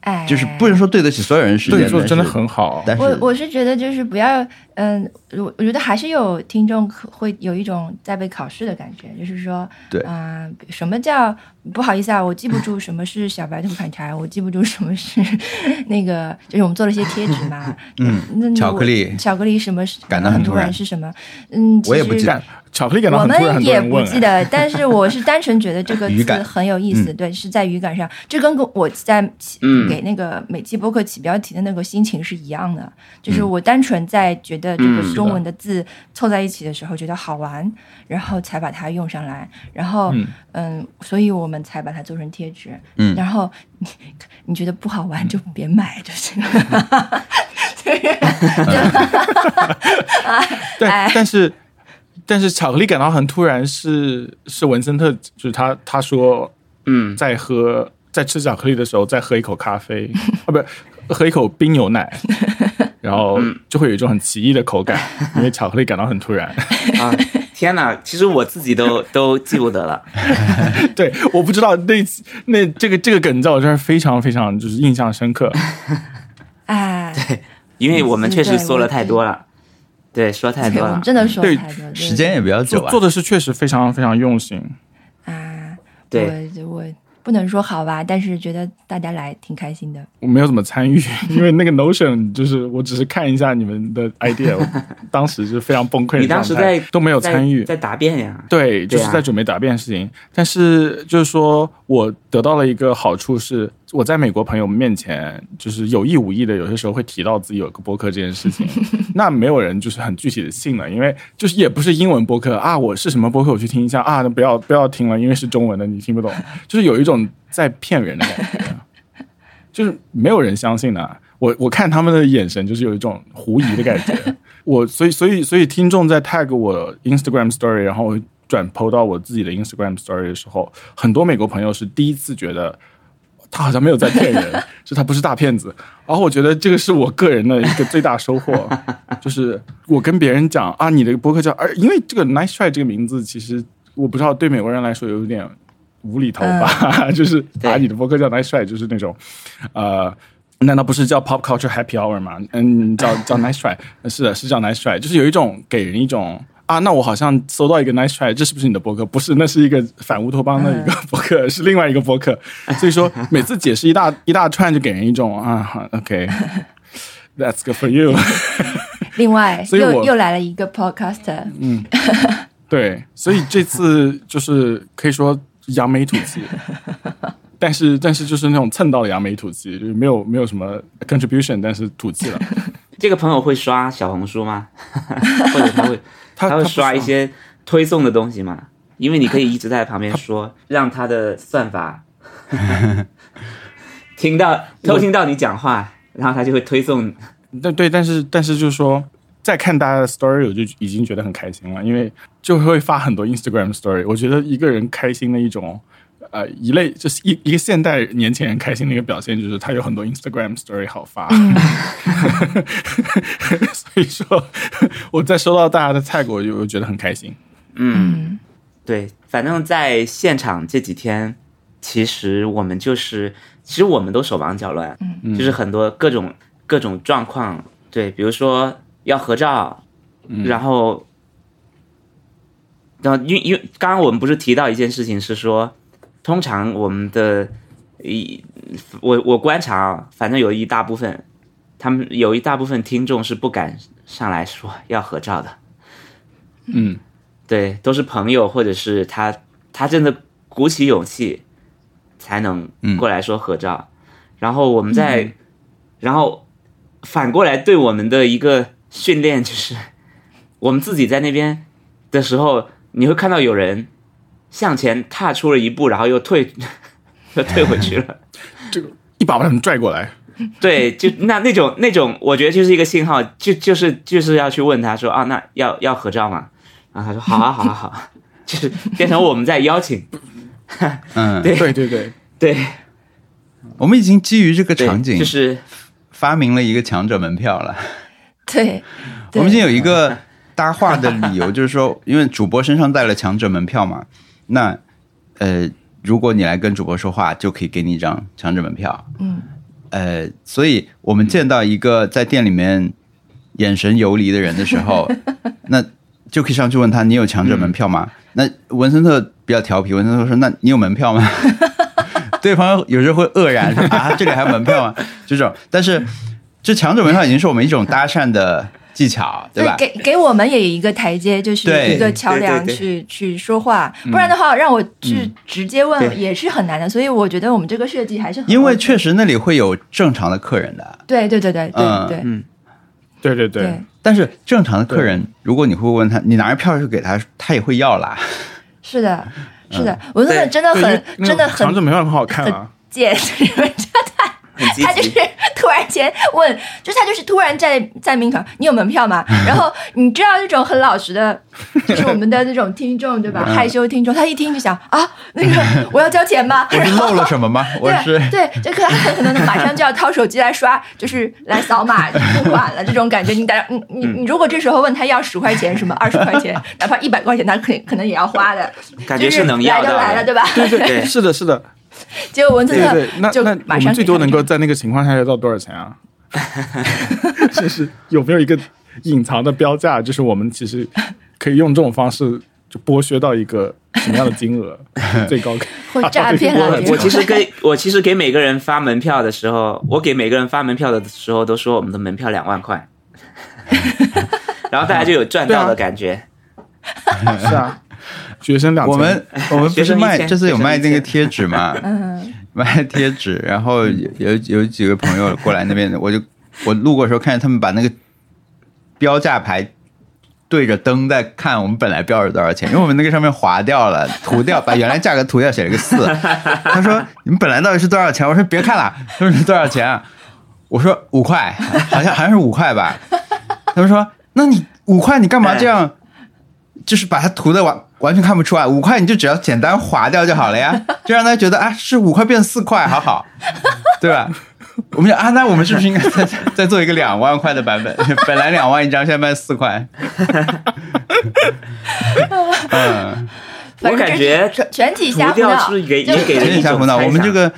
Speaker 2: 哎，
Speaker 4: 就是不能说对得起所有人时间，
Speaker 1: 对，做的真的
Speaker 4: 但是
Speaker 1: 很好。
Speaker 4: 但是
Speaker 2: 我我是觉得就是不要，嗯，我我觉得还是有听众可会有一种在被考试的感觉，就是说，
Speaker 4: 对
Speaker 2: 啊、什么叫不好意思啊，我记不住什么是小白兔砍柴，我记不住什么是那个，就是我们做了一些贴纸嘛，嗯，那
Speaker 4: 巧克力
Speaker 2: 巧克力什么是
Speaker 4: 感到很
Speaker 2: 很
Speaker 4: 突然
Speaker 2: 是什么，嗯，
Speaker 4: 我也不
Speaker 2: 其实
Speaker 4: 记得
Speaker 1: 感巧克力感到
Speaker 2: 我
Speaker 1: 很突然，
Speaker 2: 们
Speaker 1: 很多
Speaker 2: 也
Speaker 1: 人
Speaker 2: 不
Speaker 1: 问。啊
Speaker 2: 记得，但是我是单纯觉得这个
Speaker 4: 语
Speaker 2: 字
Speaker 4: 感
Speaker 2: 很有意
Speaker 1: 嗯
Speaker 2: 思，对，是在语感上，这跟我在起
Speaker 3: 嗯
Speaker 2: 给那个每期播客起标题的那个心情是一样的，就是
Speaker 1: 嗯
Speaker 2: 我单纯在觉得这
Speaker 3: 嗯是
Speaker 2: 个
Speaker 3: 的
Speaker 2: 中文的字凑在一起的时候觉得好玩，然后才把它用上来，然后
Speaker 1: 嗯
Speaker 2: 嗯，所以我们才把它做成贴纸，
Speaker 4: 嗯
Speaker 2: 然后 你你觉得不好玩就别买就行了，
Speaker 1: 对
Speaker 2: 哎，
Speaker 1: 但是但是巧克力感到很突然是是文森特，就是他他说
Speaker 3: 嗯，
Speaker 1: 在喝在吃巧克力的时候再喝一口咖啡啊，不是喝一口冰牛 奶，然后就会有一种很奇异的口感，因为巧克力感到很突然。
Speaker 3: 啊，天哪！其实我自 己都都记不得了。
Speaker 1: 对，我不知道那那这个这个梗在我这儿非常非常就是印象深 刻。
Speaker 2: 哎，
Speaker 3: 因为我们确实说了太多了，对，说太多
Speaker 2: 我
Speaker 3: 了
Speaker 2: 们，真的说了
Speaker 1: 对
Speaker 2: 太多了，
Speaker 4: 时间也比较久
Speaker 1: 做
Speaker 4: 啊
Speaker 1: 做。的是确实非常非常用心。
Speaker 2: 啊，
Speaker 3: 对，
Speaker 2: 我我不能说好吧，但是觉得大家来挺开心的。
Speaker 1: 我没有怎么参与， 因为那个 Notion 就是我只是看一下你们的 idea，我当时是非常崩溃的
Speaker 3: 你当
Speaker 1: 状
Speaker 3: 时
Speaker 1: 态
Speaker 3: 在，
Speaker 1: 都没有
Speaker 3: 在
Speaker 1: 参与。
Speaker 3: 在答辩呀，
Speaker 1: 对，就
Speaker 3: 对啊
Speaker 1: 是在准备答辩的事情。但是就是说我得到了一个好处是，我在美国朋友面前，就是有意无意的，有些时候会提到自己有个播客这件事情。那没有人就是很具体的信了，因为就是也不是英文播客啊，我是什么播客我去听一下啊，那不要不要听了，因为是中文的你听不懂，就是有一种在骗人的感觉，啊就是没有人相信的、啊我我看他们的眼神，就是有一种狐疑的感觉。我所以所以所以听众在 tag 我 Instagram story，然后转 PO 到我自己的 Instagram story 的时候，很多美国朋友是第一次觉得他好像没有在骗人， 就他不是大骗子。然后我觉得这个是我个人的一个最大收获，就是我跟别人讲啊，你的博客叫，而因为这个 Nice Try 这个名字，其实我不知道对美国人来说有点无厘头吧， 就是把
Speaker 3: 对
Speaker 1: 你的博客叫 Nice Try，就是那种，呃。难道不是叫 Pop Culture Happy Hour 吗？嗯，叫叫 Nice Try，是的，是叫 Nice Try，就是有一种给人一种啊，那我好像搜到一个 Nice Try，这是不是你的博客？不是，那是一个反乌托邦的一个博客，是另外一个博客。所以说每次解释一大一大串，就给人一种啊，OK，That's、good for you。
Speaker 2: 另外，
Speaker 1: 所以
Speaker 2: 又
Speaker 1: 我
Speaker 2: 又来了一个 podcaster，
Speaker 1: 对，所以这次就是可以说扬眉吐气，但是但是就是那种蹭到了扬眉吐气，就是没有没有什么 contribution，但是吐气了。
Speaker 3: 这个朋友会刷小红书吗？ 或者他会
Speaker 1: 他
Speaker 3: 会
Speaker 1: 不
Speaker 3: 刷一些推送的东西吗？因为你可以一直在旁边说，让他的 算法听到偷听到你讲话，然后他就会推送。
Speaker 1: 但对，但是但是就是说，在看大家的 story，我就已经觉得很开心了，因为就会发很多 Instagram story。我觉得一个人开心的一种，呃，一类就是一一个现代年轻人开心的一个表现，就是他有很多 Instagram story 好发。
Speaker 2: 嗯
Speaker 1: 所以说，我在收到大家的菜果，我就我觉得很开心。
Speaker 2: 嗯，
Speaker 3: 对，反正在现场这几天，其实我们就是，其实我们都手忙脚乱，嗯，就是很多各种各种状况，对，比如说要合照，然后，然后因为因为刚刚我们不是提到一件事情是说，通常我们的一我我观察啊，反正有一大部分，他们有一大部分听众是不敢上来说要合照的，
Speaker 1: 嗯，
Speaker 3: 对，都是朋友或者是他，他真的鼓起勇气才能过来说合照。然后我们再，然后反过来对我们的一个训练就是，我们自己在那边的时候，你会看到有人向前踏出了一步，然后又退， 又退回去了。
Speaker 1: 这个一把把他们拽过来。
Speaker 3: 对，就那那种那种，我觉得就是一个信号，就就是就是要去问他说啊，那要要合照吗？然后他说好啊，好啊，好啊， 就是变成我们在邀请，
Speaker 4: 嗯，
Speaker 3: 对
Speaker 1: 对对对，
Speaker 3: 对
Speaker 4: 我们已经基于这个
Speaker 3: 对，
Speaker 4: 场景
Speaker 3: 就是
Speaker 4: 发明了一个强者门票了。
Speaker 2: 对，
Speaker 4: 我
Speaker 2: 对
Speaker 4: 们已经有一个搭话的理由，就是说，因为主播身上带了强者门票嘛，那呃，如果你来跟主播说话，就可以给你一张强者门票。
Speaker 2: 嗯，
Speaker 4: 呃，所以我们见到一个在店里面眼神游离的人的时候，那就可以上去问他：“你有强者门票吗？”那文森特比较调皮，文森特说：“那你有门票吗？”对方有时候会愕然说：“啊，这里还有门票吗？”这种，但是这强者门票已经是我们一种搭讪的技巧，
Speaker 2: 所
Speaker 4: 对
Speaker 2: 以
Speaker 4: 吧？
Speaker 2: 给给我们也一个台阶，就是
Speaker 4: 对
Speaker 2: 一个桥梁
Speaker 3: 对对对
Speaker 2: 去去说话，不然的话让我去直接
Speaker 3: 对
Speaker 2: 问也是很难的。所以我觉得我们这个设计还是很
Speaker 4: 因为
Speaker 2: OK
Speaker 4: 确实那里会有正常的客人的，
Speaker 2: 对对对对对
Speaker 4: 嗯
Speaker 2: 对
Speaker 1: 对对
Speaker 2: 对
Speaker 1: 对，
Speaker 4: 但是正常的客人，如果你会问他，你拿着票去给他，他也会 要啦。
Speaker 2: 是的，是的，文森特真的
Speaker 1: 对因为
Speaker 2: 很
Speaker 1: 那个
Speaker 2: 真的
Speaker 1: 长
Speaker 2: 很
Speaker 1: 者门票很好看啊，
Speaker 2: 贱， 你们知道他
Speaker 3: 很 积
Speaker 2: 他就是
Speaker 3: 极。
Speaker 2: 突然间问，就是他就是突然在在门口，你有门票吗？然后你知道那种很老实的，就是我们的那种听众对吧？害羞听众，他一听就想啊，那个我要交钱吗？
Speaker 4: 我
Speaker 2: 然
Speaker 4: 是
Speaker 2: 后
Speaker 4: 漏了什么 吗？我是
Speaker 2: 对对，这可他很可能马上就要掏手机来刷，就是来扫码付款了这种感觉。你打你你你，如果这时候问他要十块钱，什么二十块钱，哪怕一百块钱，他可可能也要花的，
Speaker 3: 感觉
Speaker 2: 就是
Speaker 3: 能
Speaker 2: 来
Speaker 3: 要的
Speaker 2: 都来了，对吧？
Speaker 3: 对
Speaker 1: 是的，是的，
Speaker 2: 结果文森
Speaker 1: 对
Speaker 2: 特
Speaker 1: 对对。那
Speaker 2: 就
Speaker 1: 那
Speaker 2: 马
Speaker 1: 我
Speaker 2: 上
Speaker 1: 们最
Speaker 2: 给
Speaker 1: 多
Speaker 2: 他
Speaker 1: 能
Speaker 2: 一
Speaker 1: 够
Speaker 2: 个
Speaker 1: 在那个情况下要到多少钱啊？ 就是有没有一个隐藏的标价？就是我们其实可以用这种方式就剥削到一个什么样的金 额最高可以？
Speaker 2: 会诈骗
Speaker 1: 我
Speaker 2: 了
Speaker 1: 对
Speaker 2: 别人，
Speaker 3: 啊我 其实给我其实给每个人发门票的时候，我给每个人发门票的时候都说我们的门票两万块， 然后大家就有赚到的感觉。
Speaker 4: 啊
Speaker 1: 是啊，学生两千
Speaker 4: 我们我们不
Speaker 3: 学
Speaker 4: 是
Speaker 3: 生一
Speaker 4: 卖
Speaker 3: 千
Speaker 4: 这次有卖那个
Speaker 3: 学生一千
Speaker 4: 贴 纸嘛，
Speaker 2: 嗯，
Speaker 4: 卖贴纸，然后有有有几个朋友过来那边，我就我路过的时候看见他们把那个标价牌对着灯在看，我们本来标是多少钱，因为我们那个上面划掉了， 涂掉，把原来价格涂掉，写了个四。他说你们本来到底是多少钱？我说别看了，他说多少钱啊？我说五块，好像好像是五块吧。他们说那你五块你干嘛这样？就是把它涂的完完全看不出来，五块你就只要简单划掉就好了呀，就让他觉得啊是五块变四块，好 好，对吧？我们想啊，那我们是不是应该再再做一个两万块的版本？ 本来两万一张，现在卖四块。嗯，
Speaker 2: 反正
Speaker 3: 我感觉
Speaker 2: 这是全体
Speaker 3: 涂
Speaker 2: 瞎胡
Speaker 3: 掉
Speaker 2: 闹，
Speaker 3: 是给
Speaker 2: 就
Speaker 3: 也给
Speaker 4: 有
Speaker 3: 人
Speaker 4: 点
Speaker 3: 一
Speaker 4: 瞎
Speaker 3: 种
Speaker 4: 胡闹。
Speaker 3: 猜
Speaker 4: 我们
Speaker 3: 想
Speaker 4: 这个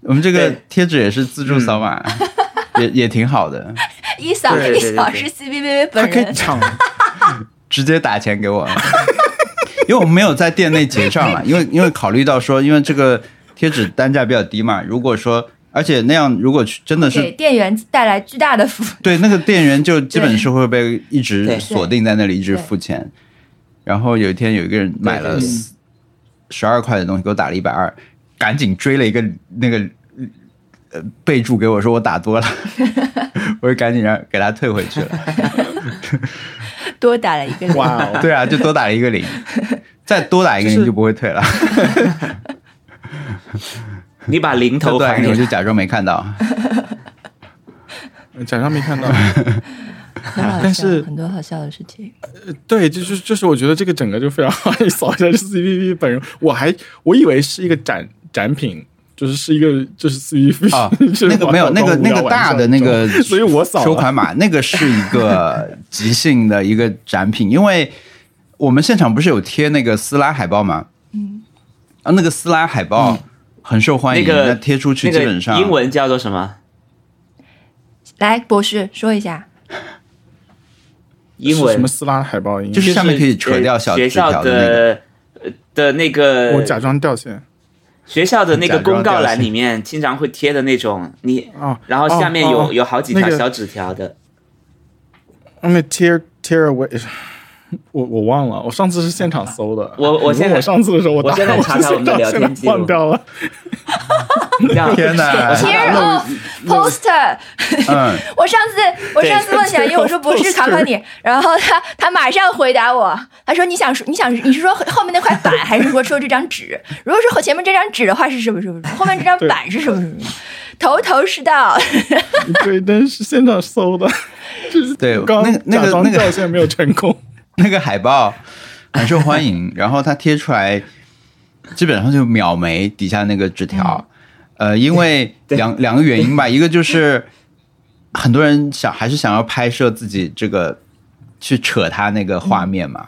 Speaker 4: 我们这个
Speaker 3: 对嗯
Speaker 4: 贴纸也是自助扫码，也也挺好的，
Speaker 2: 一扫
Speaker 3: 对
Speaker 2: 一
Speaker 3: 对对
Speaker 2: 扫
Speaker 3: 对
Speaker 2: 是 C B B B
Speaker 1: 他
Speaker 2: 本
Speaker 1: 可以
Speaker 2: 人，
Speaker 1: 抢，
Speaker 4: 直接打钱给我，因为我们没有在店内结账了，因为因为考虑到说，因为这个贴纸单价比较低嘛，如果说而且那样如果去真的
Speaker 2: 给
Speaker 4: 是。
Speaker 2: 店员带来巨大的福利。
Speaker 4: 对，那个店员就基本
Speaker 2: 对
Speaker 4: 是会被一直
Speaker 3: 对
Speaker 4: 锁定在那里，一直付钱。然后有一天有一个人买了
Speaker 3: 对对
Speaker 4: 十二块的东西，给我打了一百二，赶紧追了一个那个呃备注给我说我打 多了，我就赶紧让给他退回去了。
Speaker 2: 多打了一个零。
Speaker 1: 哇 哦！
Speaker 4: 对啊，就多打了一个零，再多打一个
Speaker 1: 就
Speaker 4: 零
Speaker 1: 是
Speaker 4: 就不会退了，
Speaker 3: 你把零
Speaker 4: 再
Speaker 3: 头
Speaker 4: 多打
Speaker 3: 还
Speaker 4: 一个
Speaker 3: 给
Speaker 4: 零
Speaker 3: 他
Speaker 4: 啊就假装没看到。
Speaker 1: 假装没看到。
Speaker 2: 很好笑
Speaker 1: 但是
Speaker 2: 很多好笑的事情，
Speaker 1: 对，就是就是，我觉得这个整个就非常好，一扫一下就是 C P P 本人，我还我以为是一个展展品。就是是一个，就是 C P，
Speaker 4: 啊
Speaker 1: 就是
Speaker 4: 那个没有，
Speaker 1: 玩
Speaker 4: 那
Speaker 1: 搞
Speaker 4: 个
Speaker 1: 无
Speaker 4: 那
Speaker 1: 聊
Speaker 4: 个
Speaker 1: 玩
Speaker 4: 大
Speaker 1: 笑，
Speaker 4: 的那个
Speaker 1: 所以我扫
Speaker 4: 收
Speaker 1: 了
Speaker 4: 款码，那个是一个即兴的一个展品，因为我们现场不是有贴那个撕拉海报吗？嗯，啊，那个撕拉海报很受欢
Speaker 3: 那
Speaker 4: 迎，
Speaker 3: 个
Speaker 4: 那贴出去
Speaker 3: 那个
Speaker 4: 基本上
Speaker 3: 英文叫做什么？
Speaker 2: 来博士说 一下，
Speaker 3: 英
Speaker 1: 是什
Speaker 3: 文
Speaker 1: 么撕拉海报音，
Speaker 4: 就是下面可以扯掉小
Speaker 3: 学
Speaker 4: 纸条
Speaker 3: 校
Speaker 4: 的那个
Speaker 3: 的呃的那个
Speaker 1: 我假装掉线
Speaker 3: 学校的那个
Speaker 4: 假装
Speaker 3: 公告
Speaker 4: 掉线
Speaker 3: 栏里面经常会贴的那种你，
Speaker 1: 哦，
Speaker 3: 然后下面有、
Speaker 1: 哦哦
Speaker 3: 有好几
Speaker 1: 那
Speaker 3: 条
Speaker 1: 个
Speaker 3: 小纸条的，
Speaker 1: 那 tear tear away，我我忘了，我上次是现场搜的。
Speaker 3: 我我
Speaker 1: 你问
Speaker 3: 现在
Speaker 1: 我上次的时候，我
Speaker 3: 我
Speaker 1: 打
Speaker 3: 现在
Speaker 1: 我
Speaker 3: 查
Speaker 1: 是
Speaker 3: 查我们的
Speaker 1: 现
Speaker 3: 聊
Speaker 1: 场
Speaker 3: 天记录
Speaker 1: 换掉 了。
Speaker 3: 这样
Speaker 4: 天
Speaker 1: 啊
Speaker 4: 哪！
Speaker 2: Tear of poster。
Speaker 4: 嗯，
Speaker 2: 我上次我上次问小姨，我说博士考考你，然后他他马上回答我，他说你想说你想你是说后面那块板，还是说说这张纸？如果说前面这张纸的话是什么什么什么，后面这张板是什么什么什么，头头是道。
Speaker 1: 对，但是现场搜的，就是
Speaker 4: 对
Speaker 1: 刚
Speaker 4: 那个那个
Speaker 1: 假装
Speaker 4: 那个
Speaker 1: 掉线没有成 功。
Speaker 4: 那个海报很受欢迎， 然后它贴出来基本上就秒没底下那个纸条，呃，因为两两个原因吧，一个就是很多人想还是想要拍摄自己这个去扯它那个画面嘛，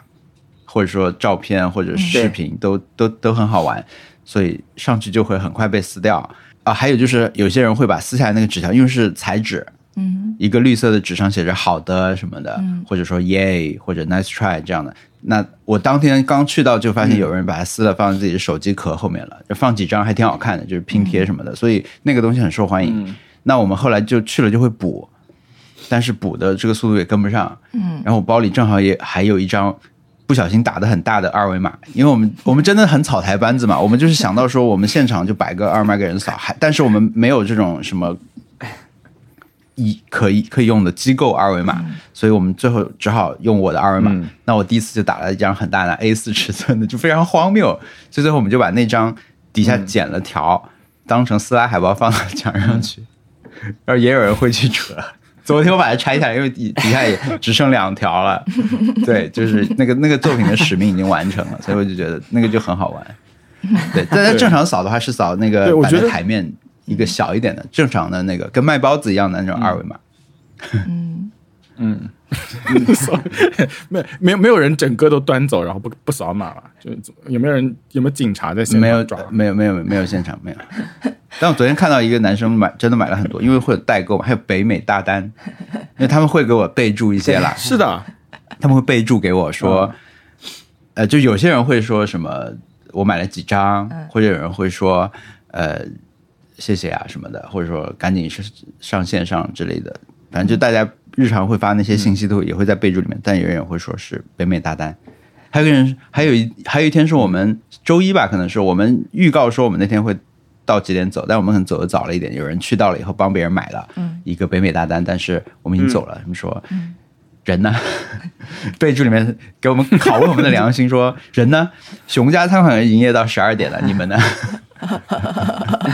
Speaker 4: 或者说照片或者视频都都都很好玩，所以上去就会很快被撕掉。啊，还有就是有些人会把撕下来那个纸条，因为是彩纸，
Speaker 2: 嗯，
Speaker 4: 一个绿色的纸上写着“好的”什么的，或者说 “yay” 或者 “nice try” 这样的。那我当天刚去到就发现有人把它撕了，放在自己的手机壳后面了，就放几张还挺好看的，就是拼贴什么的，所以那个东西很受欢迎。那我们后来就去了就会补，但是补的这个速度也跟不上。嗯，然后我包里正好也还有一张不小心打的很大的二维码，因为我们我们真的很草台班子嘛，我们就是想到说我们现场就摆个二维码给人扫，还但是我们没有这种什么以可以可以用的机构二维码，所以我们最后只好用我的二维码。那我第一次就打了一张很大的 A 四尺寸的，就非常荒谬，所以最后我们就把那张底下剪了条，当成撕拉海报放到墙上去，然后也有人会去折。昨天我把它拆下来，因为底底下也只剩两条了。对，就是那个那个作品的使命已经完成了，所以我就觉得那个就很好玩。对，但它正常扫的话是扫那
Speaker 1: 对
Speaker 4: 个
Speaker 1: 我
Speaker 4: 摆
Speaker 1: 觉
Speaker 4: 在
Speaker 1: 得
Speaker 4: 台面一个小一点的正常的那个跟卖包子一样的那种二维码。嗯
Speaker 1: 没没有没有人整个都端走，然后不不扫码了，就怎么有没有人有没有警察在现场
Speaker 4: 没有
Speaker 1: 抓？
Speaker 4: 没有没有没有现场没有。但我昨天看到一个男生买，真的买了很多，因为会有代购嘛，还有北美大单，因为他们会给我备注一些啦，
Speaker 1: 是的，
Speaker 4: 他们会备注给我说，呃，就有些人会说什么我买了几张，或者有人会说呃谢谢啊什么的，或者说赶紧是上线上之类的，反正就大家日常会发那些信息都也会在备注里面，但有人也会说是北美大单。还有一个人，还有一还有一天是我们周一吧，可能是我们预告说我们那天会到几点走，但我们可能走的早了一点，有人去到了以后帮别人买了一个北美大单，但是我们已经走了，他们说。人呢？备注里面给我们拷问我们的良心说，人呢？熊家餐馆营业到十二点了，你们呢？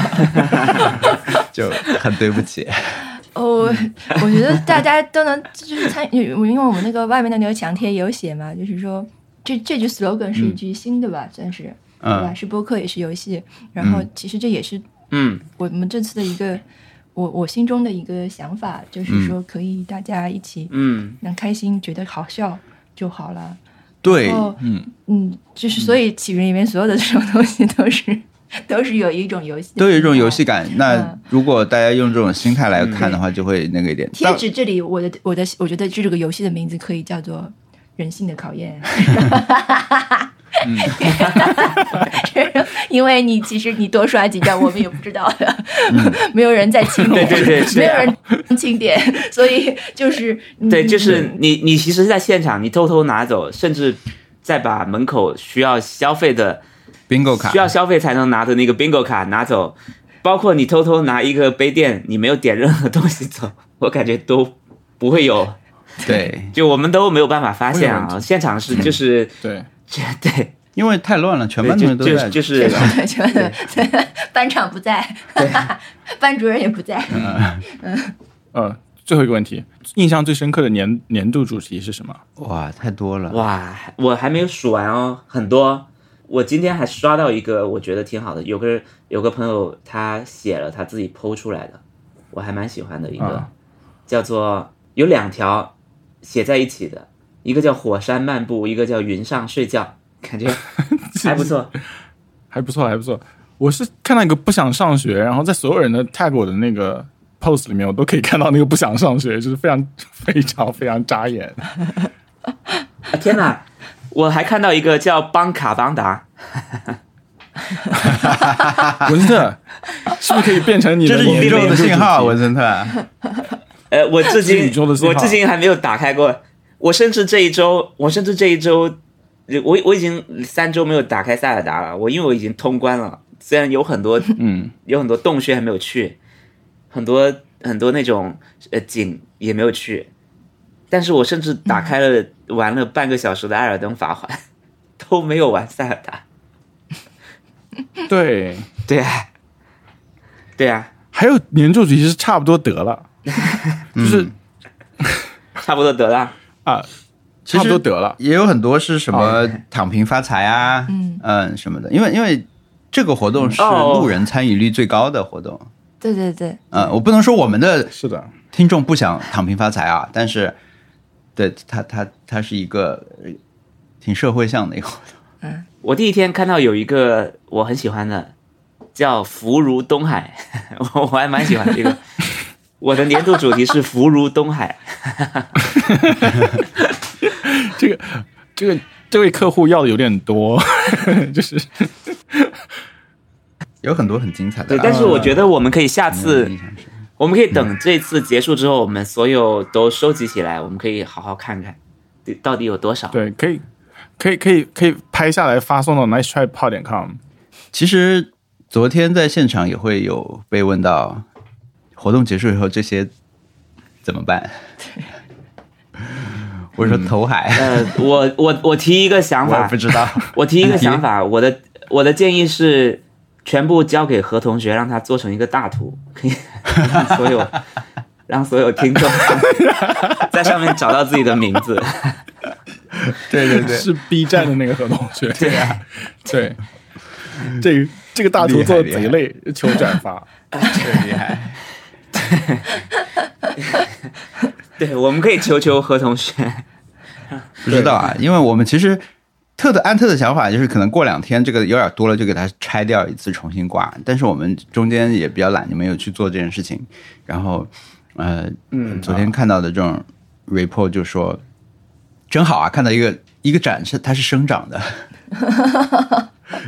Speaker 4: 就很对不起，
Speaker 2: 哦，
Speaker 4: 嗯
Speaker 2: 我觉得大家都能就是参与，因为我们那个外面的那个墙贴也有写嘛，就是说这这句 slogan 是一句新的吧，算是对吧？
Speaker 4: 嗯
Speaker 2: 是播客也是游戏，然后其实这也是
Speaker 3: 嗯，
Speaker 2: 我们这次的一个我我心中的一个想法，
Speaker 4: 嗯
Speaker 2: 就是说可以大家一起
Speaker 3: 嗯，
Speaker 2: 能开心，觉得好笑就好了。
Speaker 4: 对
Speaker 2: 然，后嗯，就是所以起源里面所有的这种东西都是 都是有一种游戏，
Speaker 4: 都有一种游戏。感。那
Speaker 2: 嗯
Speaker 4: 如果大家用这种心态来看的话，就会那个一点。
Speaker 2: 贴
Speaker 4: 但
Speaker 2: 纸这里，我的我的我觉得这个游戏的名字可以叫做《人性的考验》 因为你其实你多刷几张，我们也不知道的，没有人在清，
Speaker 3: 对对对是
Speaker 2: 没有
Speaker 3: 啊
Speaker 2: 人清点，所以就是
Speaker 3: 对，
Speaker 2: 嗯
Speaker 3: 就是你你其实是在现场，你偷偷拿走，甚至再把门口需要消费的、
Speaker 4: bingo 卡
Speaker 3: 需要消费才能拿的那个 bingo 卡拿走，包括你偷偷拿一个杯垫，你没有点任何东西走，我感觉都不会有，
Speaker 4: 对，
Speaker 3: 就我们都没有办法发现
Speaker 1: 不会有
Speaker 3: 啊。现场是就是
Speaker 1: 对，
Speaker 3: 这对
Speaker 4: 因为太乱了，全
Speaker 3: 对，
Speaker 4: 班同
Speaker 3: 就
Speaker 4: 学都在
Speaker 3: 就就是啊
Speaker 2: 对对对对对， 班长不在， 班主任也不在，
Speaker 1: 呃，最后一个问题，印象最深刻的年年度主题是什么？
Speaker 4: 哇，太多 了。
Speaker 3: 哇，我还没有数完哦，很多。我今天还刷到一个，我觉得挺好的，有个有个朋友他写了他自己剖出来的，我还蛮喜欢的一个，
Speaker 1: 啊
Speaker 3: 叫做有两条写在一起的，一个叫火山漫步，一个叫云上睡觉，感 觉还不错。
Speaker 1: 还不错，还不错。我是看到一个不想上学，然后在所有人的 tag 我的那个 post 里面，我都可以看到那个不想上学，就是非常非常非常扎眼。
Speaker 3: 啊天哪，我还看到一个叫邦卡邦达，
Speaker 1: 文特，是不是可以变成你
Speaker 4: 这
Speaker 1: 的
Speaker 4: 是宇
Speaker 1: 年
Speaker 4: 宙
Speaker 1: 年
Speaker 4: 的
Speaker 1: 度主
Speaker 4: 信号，
Speaker 1: 题
Speaker 4: 文森特。
Speaker 3: 呃，我至
Speaker 1: 是
Speaker 3: 今
Speaker 1: 宇宙的信号
Speaker 3: 我至今还没有打开过，我甚至这一周，我甚至这一周，我我已经三周没有打开塞尔达了，我因为我已经通关了，虽然有很多
Speaker 4: 嗯，
Speaker 3: 有很多洞穴还没有去，很多很多那种呃井也没有去，但是我甚至打开了、玩了半个小时的《艾尔登法环》， 都没有玩塞尔达，
Speaker 1: 对，
Speaker 3: 对啊，对啊，
Speaker 1: 还有年度主题是差不多得了，就是啊
Speaker 3: 差不多得了，
Speaker 1: 差不多得了。
Speaker 4: 也有很多是什
Speaker 3: 哦
Speaker 4: 么躺平发财啊，嗯什么的，因为因为这个活动是
Speaker 3: 哦
Speaker 4: 路人参与率最高的活动。
Speaker 2: 对对对，
Speaker 4: 呃，我不能说我们的
Speaker 1: 是的，
Speaker 4: 听众不想躺平发财啊，但是，对他他他是一个呃挺社会向的一个活动。
Speaker 3: 我第一天看到有一个我很喜欢的叫《福如东海》， 我我还蛮喜欢这 个。我的年度主题是“福如东海
Speaker 1: 这个这个这位客户要的有点多， 就是
Speaker 4: 有很多很精彩”，的
Speaker 3: 对。
Speaker 4: 啦。
Speaker 3: 但是我觉得我们可以下次
Speaker 4: 印象深
Speaker 3: 我们可以等这次结束之后，我们所有都收集起来，我们可以好好看看，对到底有多少。
Speaker 1: 对，可以可以可以可以拍下来发送到 nice try pod 点 com。
Speaker 4: 其实昨天在现场也会有被问到，活动结束以后这些怎么办？ 我说投海，
Speaker 3: 呃，我我我提一个想
Speaker 4: 我也
Speaker 3: 法
Speaker 4: 不，知 道。
Speaker 3: 我提一个想法，我的我的建议是，全部交给何同学，让他做成一个大图， 可以让所有让所有听众 在上面找到自己的名字。
Speaker 4: 对对对，
Speaker 1: 是 B 站的那个何 同学。
Speaker 3: 对啊，
Speaker 1: 对，这个这个大图做的贼
Speaker 4: 厉害
Speaker 1: 累，求转发。
Speaker 4: 很厉 害。
Speaker 3: 对，我们可以求求何同学。
Speaker 4: 不知道啊，因为我们其实特的安特的想法就是，可能过两天这个有点多了，就给它拆掉一次重新挂。但是我们中间也比较懒，就没有去做这件事情。然后，呃，
Speaker 1: 嗯
Speaker 4: 昨天看到的这种 report 就说，真好啊，看到一个一个展是它是生长 的。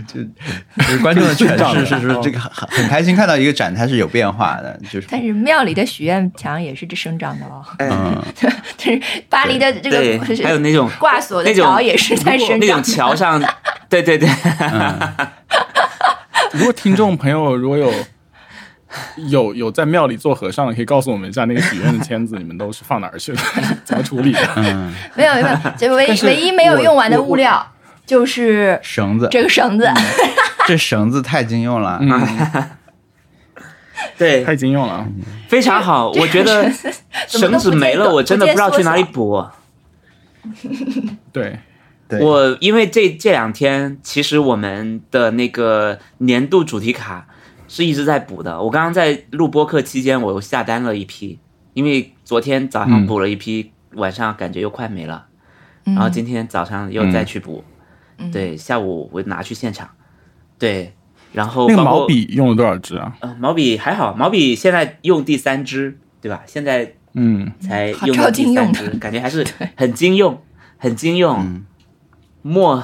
Speaker 4: 就就是观众的 哦诠释是说这个很很很开心看到一个展，它是有变化的，就是
Speaker 2: 但是庙里的许愿墙也是这生长的哦，
Speaker 4: 嗯，
Speaker 2: 就是巴黎的这
Speaker 3: 对
Speaker 2: 个是
Speaker 3: 还有那种
Speaker 2: 挂锁的
Speaker 3: 那种
Speaker 2: 桥也是在生
Speaker 3: 那
Speaker 2: 长
Speaker 3: 种
Speaker 2: 的。
Speaker 3: 桥上， 对对对，
Speaker 1: 如果听众朋友如果有有有在庙里做和尚的，可以告诉我们一下那个许愿的签字，你们都是放哪儿去 的，怎么处理的？
Speaker 2: 没有没有，就唯
Speaker 1: 但是
Speaker 2: 唯一没有用完的
Speaker 1: 我我
Speaker 2: 物料就是
Speaker 4: 绳子，
Speaker 2: 这个绳子。
Speaker 3: 嗯
Speaker 4: 这绳子太经用了，
Speaker 1: 嗯，
Speaker 3: 对，
Speaker 1: 太经用了啊。
Speaker 3: 非常好，我 觉得
Speaker 2: 怎
Speaker 3: 绳
Speaker 2: 么都
Speaker 3: 子
Speaker 2: 不
Speaker 3: 没
Speaker 2: 见
Speaker 3: 了，
Speaker 2: 短
Speaker 3: 我真的
Speaker 2: 不
Speaker 3: 不
Speaker 2: 见
Speaker 3: 知道去哪里
Speaker 2: 缩小
Speaker 3: 补。
Speaker 1: 对，
Speaker 4: 对
Speaker 3: 我因为这这两天，其实我们的那个年度主题卡是一直在补的。我刚刚在录播课期间，我又下单了一批，因为昨天早上补了一批，晚上感觉又快没了，
Speaker 1: 嗯
Speaker 3: 然后今天早上又再去补，啊
Speaker 2: 嗯
Speaker 3: 对，下午我拿去现场，对，然后
Speaker 1: 那个
Speaker 3: 包括
Speaker 1: 毛笔用了多少支啊？
Speaker 3: 呃，毛笔还好，毛笔现在用第三支，对吧？现在
Speaker 1: 嗯，
Speaker 3: 才
Speaker 2: 好
Speaker 3: 用
Speaker 2: 超
Speaker 3: 到
Speaker 2: 经
Speaker 3: 第
Speaker 2: 用
Speaker 3: 三
Speaker 2: 的
Speaker 3: 支，感觉还是很经用，很经
Speaker 1: 嗯
Speaker 3: 用。墨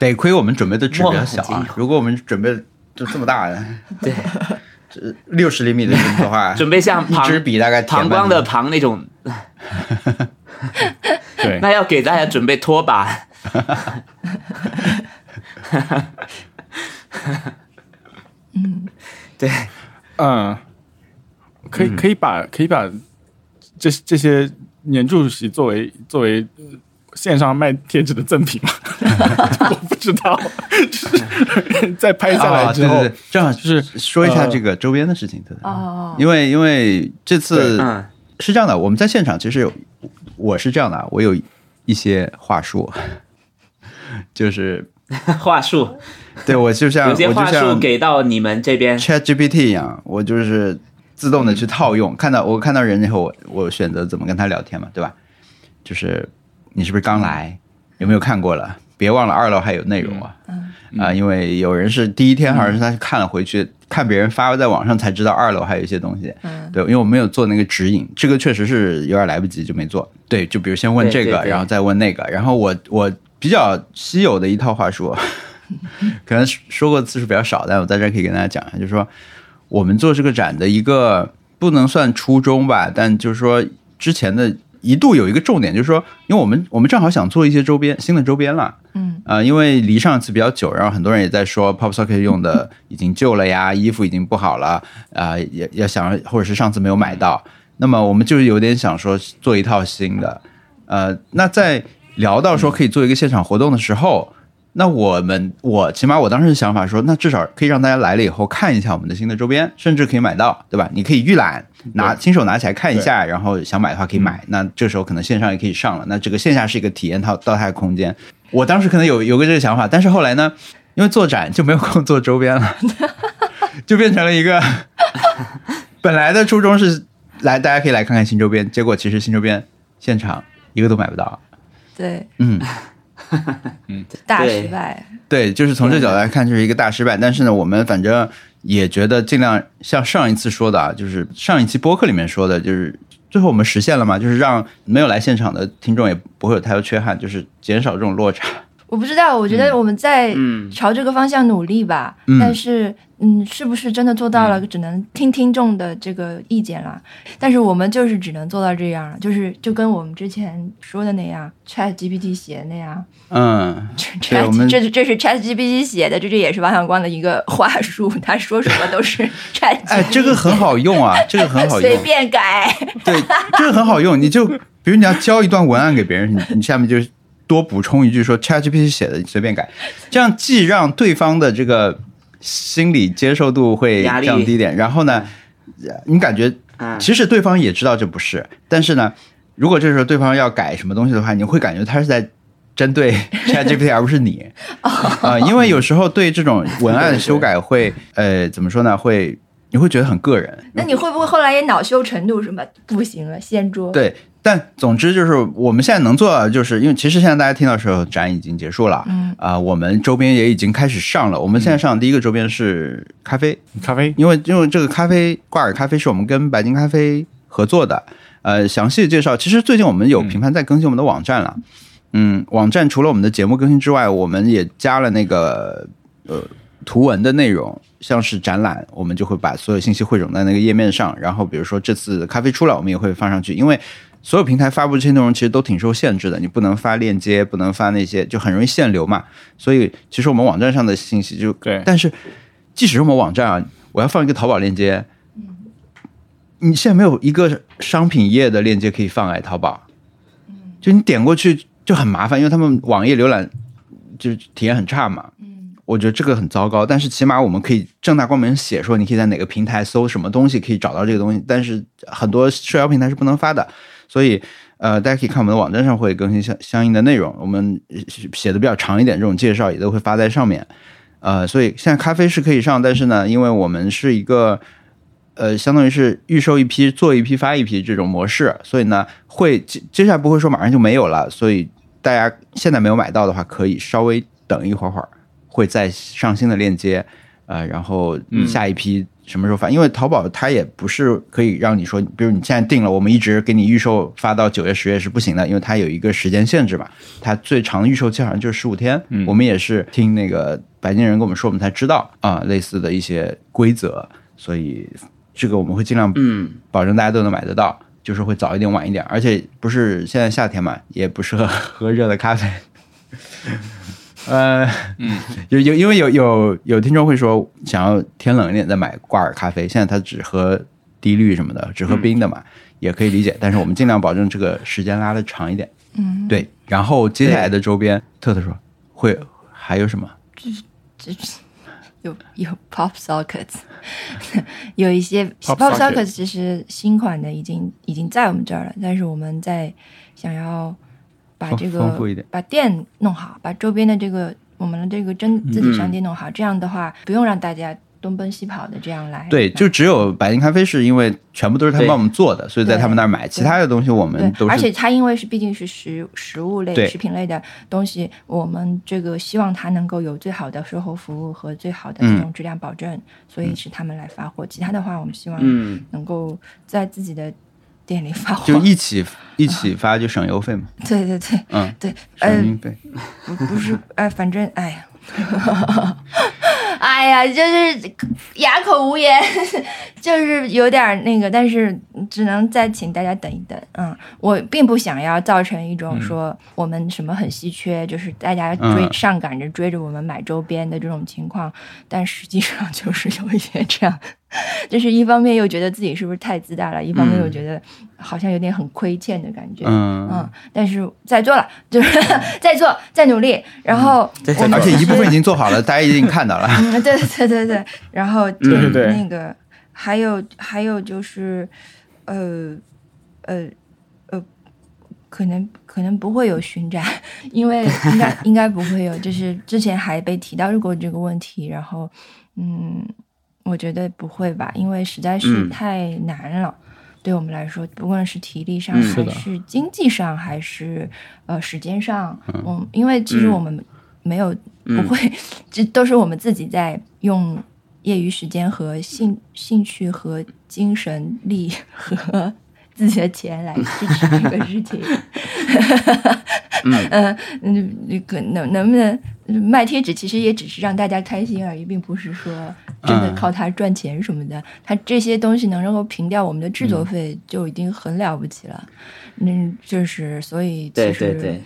Speaker 4: 得亏我们准备的纸比较小
Speaker 3: 哇很
Speaker 4: 啊
Speaker 3: 精，
Speaker 4: 如果我们准备就这么 大的，对，六十厘米的纸的话，
Speaker 3: 准备 像
Speaker 4: 一支
Speaker 3: 膀
Speaker 4: 笔大概
Speaker 3: 膀
Speaker 4: 填满
Speaker 3: 胱的膀那种，
Speaker 1: 对，
Speaker 3: 那要给大家准备拖把。
Speaker 1: 嗯，可
Speaker 4: 嗯
Speaker 1: 以可以把可以把这这些年度主席作为作为呃线上卖贴纸的赠品吗？ 我不知道， 就是在拍下来
Speaker 4: 啊，
Speaker 1: 之
Speaker 4: 对
Speaker 1: 后，
Speaker 4: 对对，正好
Speaker 1: 就是
Speaker 4: 说一下
Speaker 1: 呃
Speaker 4: 这个周边的事情，对
Speaker 2: 哦
Speaker 4: 因为因为这次
Speaker 3: 嗯，
Speaker 4: 是这样的，我们在现场其实有，我是这样的啊，我有一些话术， 就是
Speaker 3: 话术
Speaker 4: 对啊我就像
Speaker 3: 有
Speaker 4: 我
Speaker 3: 些
Speaker 4: 就
Speaker 3: 话术
Speaker 4: 像
Speaker 3: 给到你们这边，
Speaker 4: ChatGPT 一样，我就是自动的去套用。看到我看到人以后，我我选择怎么跟他聊天嘛，对吧？就是你是不是刚来？有没有看过了？别忘了二楼还有内容啊。嗯啊、因为有人是第一天，好像是他是看了回去，看别人发在网上才知道二楼还有一些东西。
Speaker 2: 嗯
Speaker 4: 对，因为我没有做那个指引，这个确实是有点来不及，就没做。对，就比如先问这个，
Speaker 3: 对对对
Speaker 4: 然后再问那个，然后我我比较稀有的一套话术， 可能说过次数比较少，但我在这儿可以跟大家讲一下，就是说我们做这个展的一个不能算初衷吧，但就是说之前的一度有一个重点，就是说，因为我们我们正好想做一些周边新的周边了，
Speaker 2: 嗯，
Speaker 4: 呃，因为离上次比较久，然后很多人也在说 Pop Socket 用的已经旧了呀，衣服已经不好了，啊，也也想或者是上次没有买到，那么我们就是有点想说做一套新的，呃，那在聊到说可以做一个现场活动的时候，那我们我起码我当时的想法说，那至少可以让大家来了以后看一下我们的新的周边，甚至可以买到，对吧？你可以预览，拿亲手拿起来看一下，然后想买的话可以买。那这时候可能线上也可以上了，那这个线下是一个体验到到它的空间。我当时可能有有个这个想法，但是后来呢，因为做展就没有空做周边了， 就变成了一个 本来的初衷是来大家可以来看看新周边，结果其实新周边现场一个都买不到。
Speaker 2: 对，
Speaker 4: 嗯，
Speaker 2: 大
Speaker 3: 对
Speaker 2: 失败。
Speaker 4: 对，就是从这角度来看，就是一个大失败。但是呢，我们反正也觉得尽量像上一次说的啊，就是上一期播客里面说的，就是最后我们实现了嘛，就是让没有来现场的听众也不会有太多缺憾，就是减少这种落差。
Speaker 2: 我不知道，我觉得我们在
Speaker 3: 嗯
Speaker 2: 朝这个方向努力吧。
Speaker 4: 嗯
Speaker 2: 但是，嗯，是不是真的做到
Speaker 3: 嗯
Speaker 2: 了，只能听听众的这个意见了。但是我们就是只能做到这样了，就是就跟我们之前说的那样，Chat GPT 写的那样。
Speaker 4: 嗯，对
Speaker 2: Chat
Speaker 4: 我们
Speaker 2: 这这是 Chat GPT 写的，这这也是王小光的一个话术，他说什么都 是 Chat。
Speaker 4: 哎，这个很好用啊，这个很 好用
Speaker 2: 随，便改，
Speaker 4: 对，这个很好用。你就比如你要教一段文案给别人，你你下面就是多补充一句说 ChatGPT 写的，你随便改，这样既让对方的这个心理接受度会
Speaker 3: 压力
Speaker 4: 降低一点，然后呢，你感觉
Speaker 3: 啊，
Speaker 4: 其实对方也知道这不是，但是呢，如果这时候对方要改什么东西的话，你会感觉他是在针对 ChatGPT 而不是你啊、因为有时候对这种文案修改会，呃，怎么说呢？会你会觉得很个人。
Speaker 2: 那你会不会后来也恼羞成怒什么？不行了，掀桌。
Speaker 4: 对，但总之就是我们现在能做到的，就是因为其实现在大家听到的时候，展已经结束了，
Speaker 2: 嗯
Speaker 4: 啊、我们周边也已经开始上了。我们现在上的第一个周边是咖啡，
Speaker 1: 咖啡
Speaker 4: 因为因为这个咖啡挂耳咖啡是我们跟白金咖啡合作的，呃，详细的介绍，其实最近我们有频繁在更新我们的网站了，嗯网站除了我们的节目更新之外，我们也加了那个呃图文的内容，像是展览，我们就会把所有信息汇总在那个页面上，然后比如说这次咖啡出来，我们也会放上去，因为。所有平台发布这些内容其实都挺受限制的，你不能发链接，不能发那些，就很容易限流嘛。所以其实我们网站上的信息就
Speaker 1: 对
Speaker 4: 但是即使是我们网站啊，我要放一个淘宝链接，你现在没有一个商品页的链接可以放哎，淘宝，就你点过去就很麻烦，因为他们网页浏览就是体验很差嘛。我觉得这个很糟糕，但是起码我们可以正大光明写说你可以在哪个平台搜什么东西，可以找到这个东西，但是很多社交平台是不能发的，所以呃，大家可以看我们的网站上会更新相相应的内容，我们呃写的比较长一点，这种介绍也都会发在上面。呃，所以现在咖啡是可以上，但是呢，因为我们是一个呃，相当于是预售一批做一批发一批这种模式，所以呢，会接接下来不会说马上就没有了，所以大家现在没有买到的话，可以稍微等一会儿会儿，会再上新的链接，呃，然后下一批什么时候发？因为淘宝它也不是可以让你说，比如你现在定了，我们一直给你预售发到九月、十月是不行的，因为它有一个时间限制嘛。它最长的预售期好像就是十五天。我们也是听那个白金人跟我们说，我们才知道啊、类似的一些规则，所以这个我们会尽量
Speaker 3: 嗯，
Speaker 4: 保证大家都能买得到，就是会早一点晚一点，而且不是现在夏天嘛，也不适合喝热的咖啡。呃，嗯，有有因为有有有听众会说想要天冷一点再买挂耳咖啡，现在他只喝低滤什么的，只喝冰的嘛，也可以理解。但是我们尽量保证这个时间拉的长一点。嗯，对。然后接下来的周边，特特说会还有什么？
Speaker 2: 有有 Pop Sockets，有一些
Speaker 1: Pop
Speaker 2: Pop
Speaker 1: Socket
Speaker 2: Sockets 其实新款的已经已经在我们这儿了，但是我们在想要把
Speaker 4: 丰
Speaker 2: 这
Speaker 4: 丰
Speaker 2: 个
Speaker 4: 富一点
Speaker 2: 把店弄好，把周边的这个我们的这个真自己商店弄好，这样的话不用让大家东奔西跑的这样来。
Speaker 4: 对，就只有百金咖啡是因为全部都是他们
Speaker 3: 对
Speaker 4: 帮我们做的，所以在他们那儿买。其他的东西我
Speaker 2: 对
Speaker 4: 们，都
Speaker 2: 而
Speaker 4: 是
Speaker 2: 且它因为是毕竟是食食物
Speaker 4: 对
Speaker 2: 类、食品类的东西，我们这个希望它能够有最好的售后服务和最好的
Speaker 4: 嗯
Speaker 2: 这种质量保证，所以是他们来发货。其他的话，我们希望
Speaker 3: 嗯
Speaker 2: 能够在自己的店里发货。
Speaker 4: 就一起一起发就省邮费嘛，
Speaker 2: 对对对
Speaker 4: 嗯，
Speaker 2: 对，呃
Speaker 4: 省，运费。
Speaker 2: 不不是，哎，反正哎呀。 哎呀，就是哑口无言， 就是有点儿那个，但是只能再请大家等一等。嗯，我并不想要造成一种说我们什么很稀缺，就是大家追
Speaker 4: 嗯
Speaker 2: 上赶着追着我们买周边的这种情况，但实际上就是 有一些这样，就是一方面又觉得自己是不是太自大了，一方面又觉得好像有点很亏欠的感觉。
Speaker 4: 嗯，
Speaker 2: 嗯，但是在做了，就是 在做，在努力，然后
Speaker 3: 在
Speaker 2: 我们
Speaker 4: 而且一部分已
Speaker 2: 是，
Speaker 4: 经做好了，大家已经看到了。
Speaker 2: 嗯对对对对，然后就
Speaker 1: 对对
Speaker 2: 那个还有还有就是，呃呃呃，可能可能不会有巡展，因为应该应该不会有，就是之前还被提到过这个问题，然后嗯，我觉得不会吧，因为实在是
Speaker 3: 嗯
Speaker 2: 太难了。对我们来说，不论是体力上，
Speaker 3: 嗯
Speaker 1: 是
Speaker 2: 还
Speaker 1: 的
Speaker 2: 是经济上，还是呃时间上，嗯，因为其实
Speaker 3: 嗯
Speaker 2: 我们没有不会， 这都是我们自己在用业余时间和兴兴趣和精神力和自己的钱来支持这个事情。 嗯嗯，你可能能不能卖贴纸，其实也只是让大家开心而已，并不是说真的
Speaker 4: 嗯
Speaker 2: 靠它赚钱什么的。它这些东西能够平掉我们的制作费，就已经很了不起了。嗯，就是所以其
Speaker 3: 对
Speaker 2: 实
Speaker 3: 对对，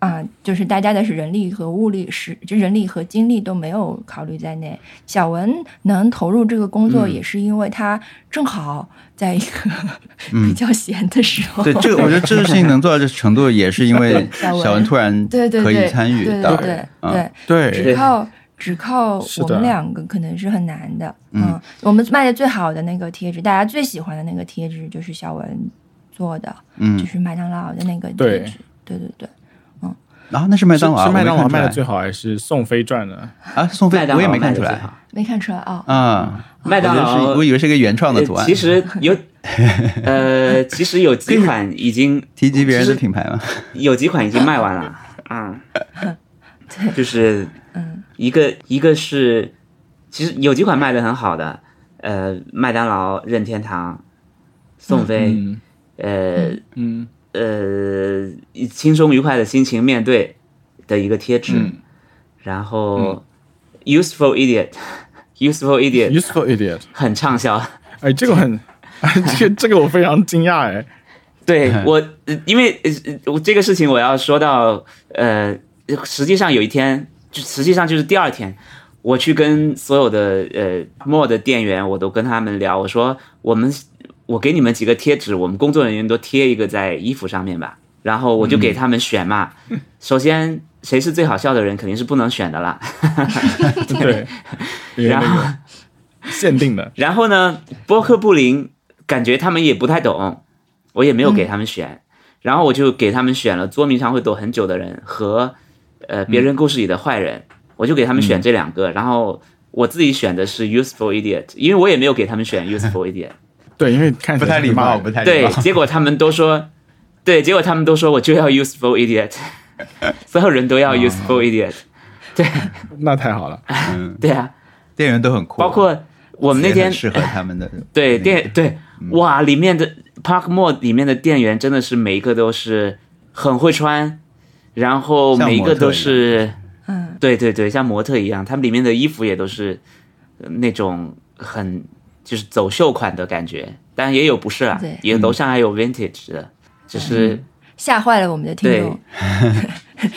Speaker 2: 啊，就是大家的是人力和物力是就人力和精力都没有考虑在内。小文能投入这个工作，
Speaker 3: 嗯
Speaker 2: 也是因为他正好在一个 比较闲的时候。
Speaker 4: 对这个，我觉得这个事情能做到这程度，也是因为
Speaker 2: 小文
Speaker 4: 小文突然
Speaker 2: 对对
Speaker 4: 可
Speaker 2: 对，
Speaker 4: 以参与
Speaker 2: 对
Speaker 4: 到
Speaker 2: 对，对
Speaker 4: 嗯
Speaker 2: 对，只
Speaker 1: 对，
Speaker 2: 靠只靠
Speaker 1: 是
Speaker 2: 我们
Speaker 1: 的
Speaker 2: 两个可能是很难的。嗯，我们卖的最好的那个贴纸，大家最喜欢的那个贴纸就是小文做的，就
Speaker 4: 嗯，
Speaker 2: 是麦当劳的那个贴
Speaker 1: 对
Speaker 2: 纸。对对对，
Speaker 4: 然后那是麦
Speaker 1: 是
Speaker 4: 当劳啊，
Speaker 1: 是麦当劳
Speaker 4: 我没看出来
Speaker 1: 卖的最好，还是宋飞赚的？
Speaker 4: 啊，宋
Speaker 3: 麦
Speaker 4: 飞
Speaker 3: 当
Speaker 4: 我也
Speaker 3: 劳
Speaker 4: 没
Speaker 3: 卖
Speaker 4: 看
Speaker 3: 的
Speaker 4: 出
Speaker 3: 最
Speaker 4: 来
Speaker 3: 好。
Speaker 2: 没看出来啊、
Speaker 4: 啊，
Speaker 3: 麦当
Speaker 4: 我觉得
Speaker 3: 劳
Speaker 4: 是我以为是个原创的图
Speaker 3: 呃
Speaker 4: 案，
Speaker 3: 其实有，呃，其实有几款已经
Speaker 4: 提及别人
Speaker 3: 其
Speaker 4: 的
Speaker 3: 实
Speaker 4: 品牌嘛，
Speaker 3: 有几款已经卖完了啊，
Speaker 2: 对
Speaker 3: 就是
Speaker 2: 嗯
Speaker 3: 一个一个是，其实有几款卖的很好的，呃，麦当劳、任天堂、宋飞，
Speaker 1: 嗯嗯
Speaker 3: 呃呃，以轻松愉快的心情面对的一个贴纸，
Speaker 1: 嗯
Speaker 3: 然后、Useful Idiot。Useful idiot
Speaker 1: ，useful idiot。
Speaker 3: 很畅销，
Speaker 1: 哎，这个很， 哎，这个这个我非常惊讶 哎。
Speaker 3: 对我，呃因为呃我这个事情我要说到，呃，实际上有一天，就实际上就是第二天，我去跟所有的呃墨的店员，我都跟他们聊，我说我们我给你们几个贴纸，我们工作人员都贴一个在衣服上面吧，然后我就给他们选嘛。首先，谁是最好笑的人肯定是不能选的啦，
Speaker 1: 对，有
Speaker 3: 然后
Speaker 1: 那个限定的，
Speaker 3: 然后呢，波克布林感觉他们也不太懂，我也没有给他们
Speaker 4: 嗯
Speaker 3: 选，然后我就给他们选了捉迷藏会躲很久的人和呃
Speaker 4: 嗯
Speaker 3: 别人故事里的坏人，我就给他们选这两个，然后我自己选的是 useful idiot，因为我也没有给他们选 useful idiot，
Speaker 1: 对，因为看起
Speaker 4: 不
Speaker 1: 来
Speaker 4: 太礼 貌，
Speaker 1: 是
Speaker 4: 不太礼
Speaker 3: 对
Speaker 4: 貌，。
Speaker 3: 结果他们都说，对，结果他们都说我就要 useful idiot，所有人都
Speaker 4: 啊
Speaker 3: 要 useful idiot，
Speaker 1: 那太好了。
Speaker 3: 对啊，
Speaker 4: 店员都很嗯酷，
Speaker 3: 包括我们那
Speaker 4: 也
Speaker 3: 天
Speaker 4: 很适合他们的。
Speaker 3: 对
Speaker 4: 那个
Speaker 3: 店对，哇，里面的 Park Mall 里面的店员真的是每一个都是很会穿，然后
Speaker 4: 像
Speaker 3: 每一
Speaker 4: 模
Speaker 3: 个
Speaker 4: 特
Speaker 3: 都
Speaker 4: 一样
Speaker 3: 是，
Speaker 2: 嗯，
Speaker 3: 对对对，像模特一样，他们里面的衣服也都是呃那种很就是走秀款的感觉，当然也有不是啊
Speaker 2: 对，嗯
Speaker 3: 也楼上还有 vintage 的，只是
Speaker 2: 吓坏了我们的听众。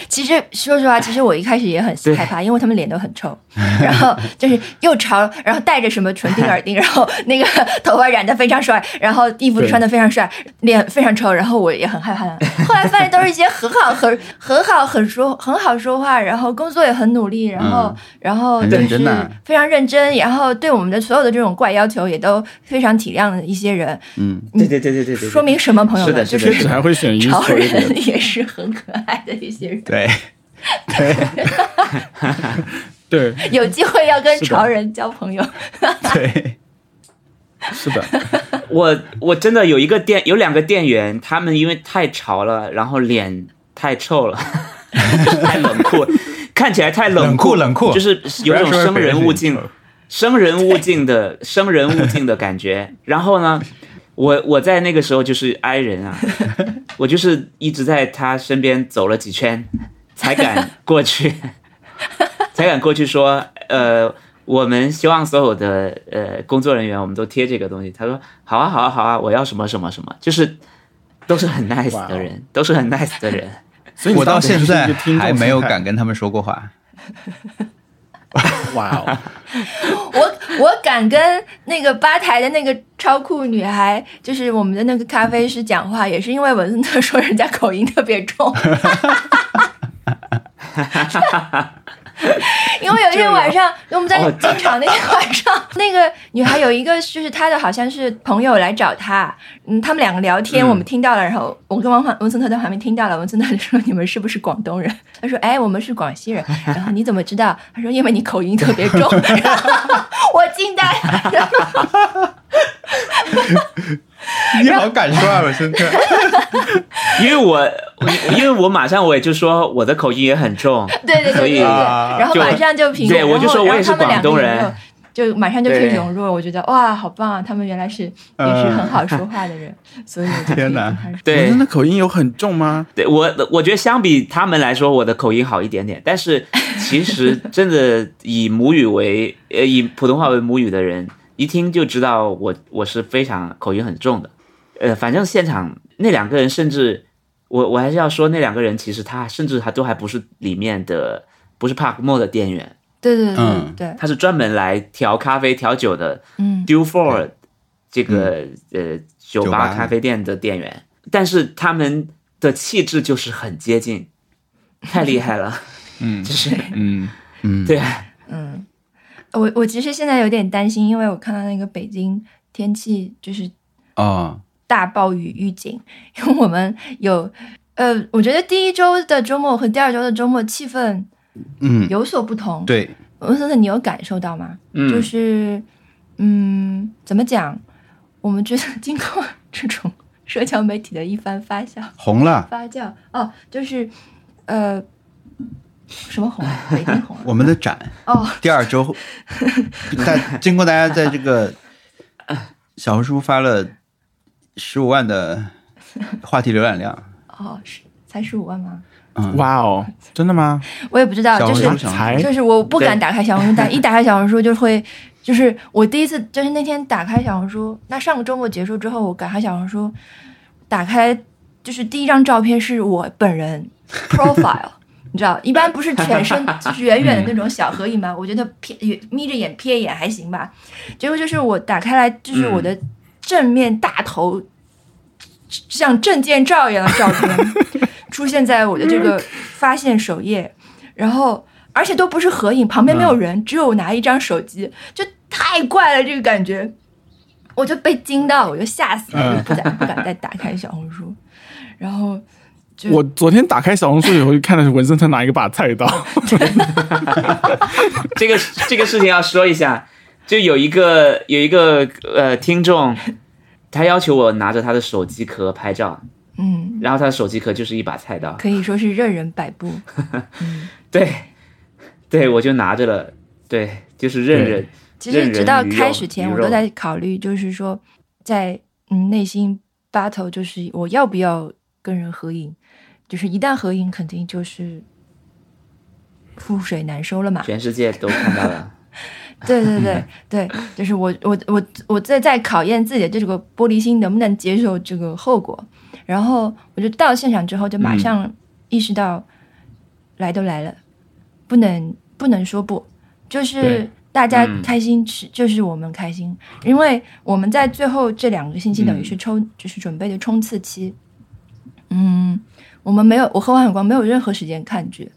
Speaker 2: 其实说实话，其实我一开始也很
Speaker 3: 对
Speaker 2: 害怕，因为他们脸都很臭，然后就是又长，然后戴着什么唇钉耳钉，然后那个头发染得非常帅，然后衣服
Speaker 1: 对
Speaker 2: 穿得非常帅，脸非常臭，然后我也很害怕。后来发现都是一些很好、很很好、很说很好说话，然后工作也很努力，然后、
Speaker 4: 嗯
Speaker 2: 然后
Speaker 4: 很
Speaker 2: 就
Speaker 4: 认
Speaker 2: 是
Speaker 4: 真呐
Speaker 2: 非常认真，然后对我们的所有的这种怪要求也都非常体谅的一些人，
Speaker 4: 嗯，
Speaker 3: 对对对对对对，
Speaker 2: 说明什么？朋友
Speaker 3: 是
Speaker 2: 们，
Speaker 3: 的
Speaker 2: 就是是
Speaker 3: 的
Speaker 1: 贴纸还会选
Speaker 2: 潮
Speaker 1: useful idiot，
Speaker 2: 人也是很可爱的一些人，
Speaker 4: 对，
Speaker 1: 对，
Speaker 2: 有机会要跟
Speaker 1: 是的
Speaker 2: 潮人交朋友。
Speaker 4: 对，
Speaker 1: 是的，
Speaker 3: 我我真的有一个店有两个店员，他们因为太潮了，然后脸太臭了， 太冷酷， 看起来太冷
Speaker 4: 冷酷冷酷
Speaker 3: 就是有种生人勿近
Speaker 4: 不要说别人是你丑、
Speaker 3: 生人勿近的生人勿近的感觉。然后呢，我我在那个时候就是 I 人啊，我就是一直在他身边走了几圈，才敢过去，才敢过去说，呃，我们希望所有的呃工作人员我们都贴这个东西。他说好啊好啊好啊，我要什么什么什么，就是都是很 nice 的人，都是很 nice 的人。
Speaker 1: 所以你
Speaker 4: 我到
Speaker 1: 当时
Speaker 4: 现
Speaker 1: 就是
Speaker 4: 在
Speaker 1: 一个听众
Speaker 4: 还没有
Speaker 1: 心态
Speaker 4: 敢。跟他们说过话。
Speaker 1: 哇哦，
Speaker 2: 我我敢跟那个吧台的那个超酷女孩，就是我们的那个咖啡师讲话，也是因为文森特说人家口音特别重。 因为有一天晚上，我们在
Speaker 3: 哦
Speaker 2: 进场那天晚上，那个女孩有一个就是她的好像是朋友来找她，嗯，他们两个聊天，我们听到了，然后我跟王环文森特在旁边听到了，文森特就说哎你们是不是广东人？他说哎，我们是广西人。然后你怎么知道？他说因为你口音特别重。 然后我惊呆了。
Speaker 4: 你好敢说啊，文森特。
Speaker 3: 因为我因为我马上我也就说我的口音也很重，
Speaker 2: 对对对
Speaker 3: 所
Speaker 2: 对
Speaker 3: 以
Speaker 2: 对，然后
Speaker 3: 就
Speaker 2: 马上就评，
Speaker 3: 对我就
Speaker 2: 然后
Speaker 3: 说我也
Speaker 2: 然后
Speaker 3: 是
Speaker 2: 他们两个
Speaker 3: 广东
Speaker 2: 人
Speaker 3: 人
Speaker 2: 就，就马上就可以
Speaker 3: 对
Speaker 2: 融入了。我觉得哇，好棒啊！他们原来是也是很好说话的 人，所以我就可以
Speaker 4: 天哪
Speaker 2: 跟他说
Speaker 1: 我
Speaker 3: 对
Speaker 4: 嗯
Speaker 1: 真的口音有很重吗？
Speaker 3: 对我，我觉得相比他们来说，我的口音好一点点。但是其实真的以母语为呃以普通话为母语的人，一听就知道我我是非常口音很重的。呃，反正现场那两个人，甚至我我还是要说，那两个人其实他甚至还都还不是里面的，不是 Park Mo 的店员，
Speaker 2: 对对对
Speaker 4: 嗯
Speaker 2: 对对，
Speaker 3: 他是专门来调咖啡调酒的
Speaker 2: 嗯
Speaker 3: d u f o r d 这个、呃酒
Speaker 4: 酒
Speaker 3: 吧
Speaker 4: 吧
Speaker 3: 咖啡店的店员，但是他们的气质就是很接近， 太厉害了，
Speaker 1: 嗯
Speaker 3: 就是
Speaker 1: 嗯，
Speaker 4: 嗯，
Speaker 3: 对，
Speaker 2: 嗯，我我其实现在有点担心，因为我看到那个北京天气就是
Speaker 4: 哦，
Speaker 2: 大暴雨预警，因为我们有，呃，我觉得第一周的周末和第二周的周末气氛
Speaker 4: 嗯，
Speaker 2: 有所不同。，
Speaker 4: 对，
Speaker 2: 文森特，你有感受到吗？
Speaker 3: 嗯，
Speaker 2: 就是，嗯，怎么讲？我们觉得经过这种社交媒体的一番发酵，
Speaker 4: 红了，？
Speaker 2: 发酵哦，就是，呃，什么红啊？北京红啊
Speaker 4: 我们的展
Speaker 2: 哦，
Speaker 4: 第二 周，大经过大家在这个小红书发了十五万的话题浏览量，
Speaker 2: 哦，是才十五万吗？
Speaker 4: 嗯，
Speaker 1: 哇哦，真的吗？
Speaker 2: 我也不
Speaker 1: 啊
Speaker 2: 知道，
Speaker 4: 小
Speaker 2: 就
Speaker 4: 红
Speaker 2: 是
Speaker 4: 书上
Speaker 1: 才
Speaker 2: 就是我不敢
Speaker 3: 对
Speaker 2: 打开小红书，但一打开小红书就会，就是我第一次就是那天打开小红书，那上个周末结束之后，我打开小红书，打开就是第一张照片是我本人 profile，你 知道，一般不是全身就是远远的那种小合影吗？我觉得瞥也眯着眼瞥一眼还行吧，结果就是我打开来就是我的正面大头，像证件照一样的照片出现在我的这个发现首页，然后而且都不是合影，旁边没有人，只有我拿一张手机，就太怪了，这个感觉，我就被惊到，我就吓死了，我就不敢不敢再打开小红书，然后就
Speaker 1: 我昨天打开小红书以后，就看的是文森特拿一个把菜刀，
Speaker 3: 这个这个事情要说一下，就有一个有一个呃听众，他要求我拿着他的手机壳拍照，
Speaker 2: 嗯。
Speaker 3: 然后他的手机壳就是一把菜刀，
Speaker 2: 可以说是任人摆布，
Speaker 3: 对，对我就拿着了，对，就是认
Speaker 1: 对
Speaker 3: 人，
Speaker 2: 其实直到开始前，
Speaker 3: 任人鱼肉
Speaker 2: 我都在考虑，就是说，在嗯内心 battle，就是我要不要跟人合影，就是一旦合影，肯定就是覆水难收 了嘛。
Speaker 3: 全世界都看到了，
Speaker 2: 对对对对，就是我我我我在在考验自己的这个玻璃心能不能接受这个后果。然后我就到现场之后，就马上意识到，来都来了，不能不能说不，就是
Speaker 1: 对
Speaker 2: 大家
Speaker 3: 嗯
Speaker 2: 开心吃，就是我们开心，因为我们在最后这两个星期等于是抽，就是准备的冲刺期。嗯，我们没有，我和王海光没有任何时间看剧，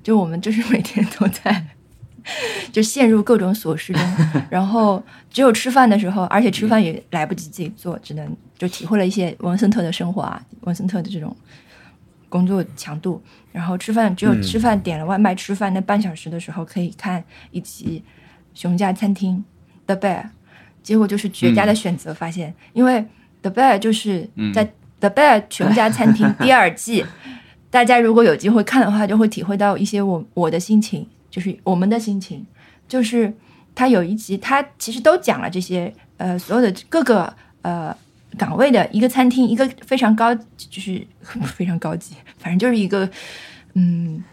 Speaker 2: 就我们就是每天都在。 就陷入各种琐事中，然后只有吃饭的时候，而且吃饭也来不及自己做，只能就体会了一些文森特的生活啊，文森特的这种工作强度。然后吃饭只有吃饭点了外卖，吃饭那半小时的时候可以看一集《熊家餐厅》The Bear，结果就是绝佳的选择，发现、因为 The Bear 就是在 The Bear 熊家餐厅第二季，大家如果有机会看的话，就会体会到一些我我的心情，就是我们的心情，就是他有一集，他其实都讲了这些呃所有的各个呃岗位的一个餐厅，一个非常高就是 非常高级，反正就是一个嗯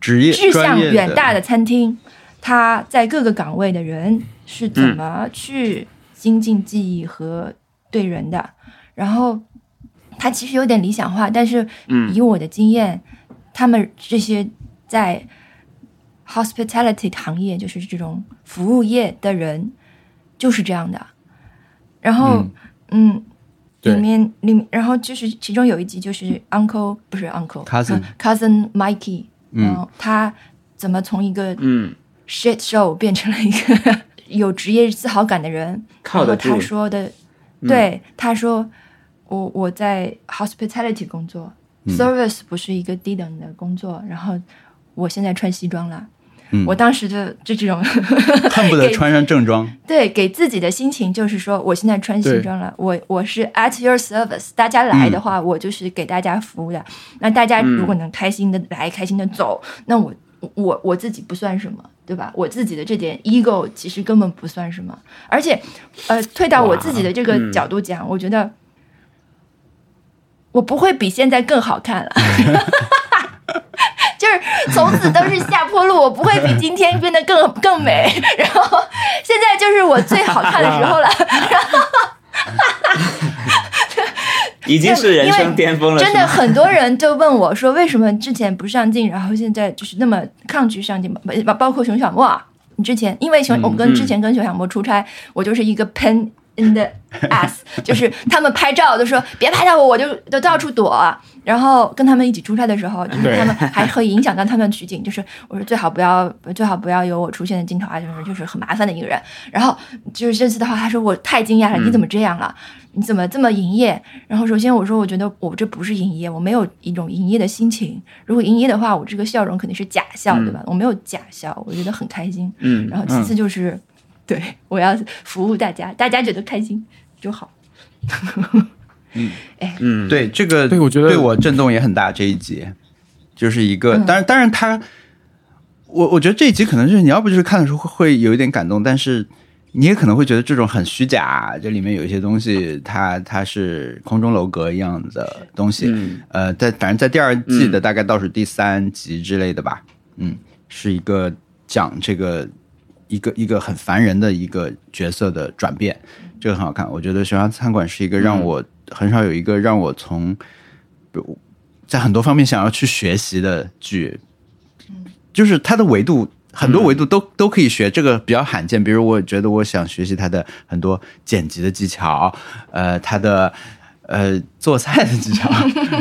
Speaker 4: 职业
Speaker 2: 志向
Speaker 4: 专业
Speaker 2: 远大的餐厅，他在各个岗位的人是怎么去精进技艺和对人的。然后，他其实有点理想化，但是以我的经验，他们这些在 hospitality 行业，就是这种服务业的人，就是这样的。然后，嗯
Speaker 1: 对
Speaker 2: 里面里面，然后就是其中有一集就是 uncle 不是 uncle 呃
Speaker 4: Cousin
Speaker 2: cousin Mikey，
Speaker 4: 嗯
Speaker 2: 然后他怎么从一个
Speaker 3: 嗯，
Speaker 2: shit show 变成了一个 有职业自豪感的人，
Speaker 3: 靠得
Speaker 2: 然后
Speaker 3: 住嗯
Speaker 2: 他，说的，对他说我我在 hospitality 工作、s e r v i c e 不是一个低等的工作，然后我现在穿西装了，
Speaker 4: 嗯
Speaker 2: 我当时就就这种
Speaker 4: 恨不得穿上正装。
Speaker 2: 对，给自己的心情就是说，我现在穿西装了，我我是 at your service，大家来的话，我就是给大家服务的。那大家如果能开心的来，开心的走，那我我我自己不算什么，对吧？我自己的这点 ego 其实根本不算什么。而且，呃，退到我自己的这个角度讲，我觉得我不会比现在更好看了。 就是从此都是下坡路，我不会比今天变得更更美。然后现在就是我最好 看的时候了，
Speaker 3: 已经是人
Speaker 2: 因
Speaker 3: 生
Speaker 2: 为
Speaker 3: 巅峰了，
Speaker 2: 真的
Speaker 3: 是吗
Speaker 2: 很多人就问我说，为什么之前不上镜，然后现在就是那么抗拒上镜？包包括熊小莫啊，你之前因为熊，我们跟之前跟熊小莫出差，我就是一个 pen in the ass，就是 他们拍照都说别拍到我，我就都到处躲。然后跟他们一起出差的时候，就是
Speaker 1: 对
Speaker 2: 他们还会影响到他们取景，就是我说最好不要，最好不要有我出现的镜头啊，就是就是很麻烦的一个人。然后就是这次的话，他说我太惊讶了，你怎么这样了？你怎么这么营业？然后首先我说，我觉得我这不是营业，我没有一种营业的心情。如果营业的话，我这个笑容肯定是假笑，对吧？我没有假笑，我觉得很开心。
Speaker 3: 嗯
Speaker 2: 然后其次就是，对我要服务大家，大家觉得开心就好。
Speaker 3: 嗯，
Speaker 4: 对这个，
Speaker 1: 对我觉得嗯
Speaker 4: 对我震动也很大。这一集就是一个，当然，当然他，我我觉得这一集可能是你要不就是看的时候会会有一点感动，但是你也可能会觉得这种很虚假，这里面有一些东西它它是空中楼阁一样的东西。
Speaker 3: 嗯
Speaker 4: 呃，在反正在第二季的大概倒数第三集之类的吧，嗯，是一个讲这个一个一个很烦人的一个角色的转变，这个很好看。我觉得《熊猫餐馆》是一个让我、很少有一个让我从比如在很多方面想要去学习的剧，就是它的维度。很多维度都、都可以学，这个比较罕见。比如，我觉得我想学习它的很多剪辑的技巧，呃，它的呃做菜的技巧，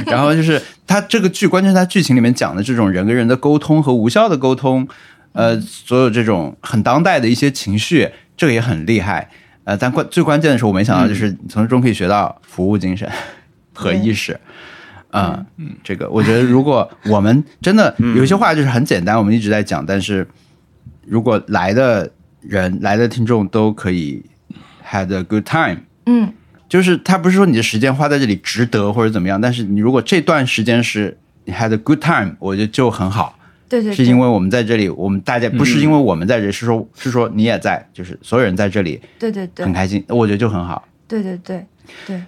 Speaker 4: 然后就是它这个剧，关键是它剧情里面讲的这种人跟人的沟通和无效的沟通，呃，所有这种很当代的一些情绪，这个也很厉害。呃，但关最关键的是，我没想到就是从中可以学到服务精神和意识。啊，嗯，这个我觉得，如果我们真的有一些话就是很简单，我们一直在讲，但是如果来的人、来的听众都可以 had a good time，
Speaker 2: 嗯，
Speaker 4: 就是他不是说你的时间花在这里值得或者怎么样，但是你如果这段时间是你 had a good time，我觉得就很好。
Speaker 2: 对对对，
Speaker 4: 是因为我们在这里，我们大家不是因为我们在这里，是说是说你也在，就是所有人在这里
Speaker 2: 对对对
Speaker 4: 很开心，我觉得就很好。
Speaker 2: 对对对对，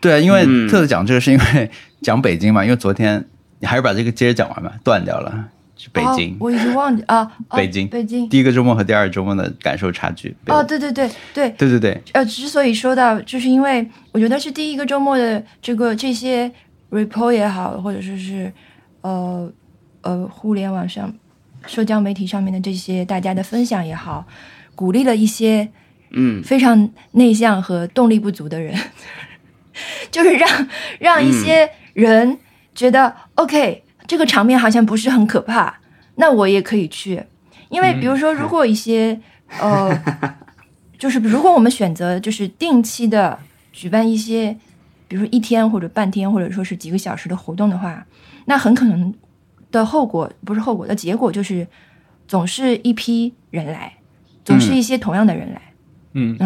Speaker 4: 对啊，因为
Speaker 3: 嗯
Speaker 4: 特特讲这个是因为 讲北京嘛，因为昨天你还是把这个接着讲完吧，断掉了。是北京
Speaker 2: 哦，我已经忘记啊，哦
Speaker 4: 北京
Speaker 2: 北京
Speaker 4: 第一个周末和第二个周末的感受差距。北
Speaker 2: 哦，对对对对，
Speaker 4: 对 对对，
Speaker 2: 呃，之所以说到，就是因为我觉得是第一个周末的这个这些 report 也好，或者说是呃呃互联网上、社交媒体上面的这些大家的分享也好，鼓励了一些
Speaker 3: 嗯
Speaker 2: 非常内向和动力不足的人， 就是让让一些人觉得、OK，这个场面好像不是很可怕，那我也可以去，因为比如说，如果一些、呃，就是如果我们选择就是定期的举办一些，比如说一天或者半天，或者说是几个小时的活动的话，那很可能的后果不是后果的结果就是总是一批人来，总是一些同样的人来。
Speaker 1: 嗯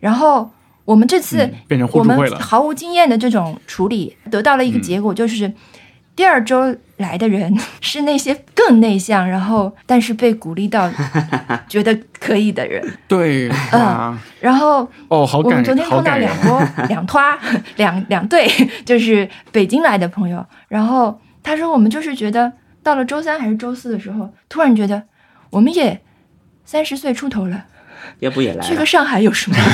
Speaker 2: 然后我们这次、
Speaker 1: 变嗯成互
Speaker 2: 我
Speaker 1: 助
Speaker 2: 们
Speaker 1: 会了。嗯
Speaker 2: 毫无经验的这种处理，得到了一个结果，就是第二周来的人是那些更内向，然后但是被鼓励 到觉得可以的人。
Speaker 1: 对啊，
Speaker 2: 然后
Speaker 1: 哦，好
Speaker 2: 嗯我
Speaker 1: 感
Speaker 2: 们昨天
Speaker 1: 人，好
Speaker 2: 碰到
Speaker 1: 感人
Speaker 2: 两。波两拖两两对，就是北京来的朋友。然后他说，我们就是觉得到了周三还是周四的时候，突然觉得我们也三十岁出头了。
Speaker 3: 要不也来
Speaker 2: 去
Speaker 3: 了
Speaker 2: 个上海有什么？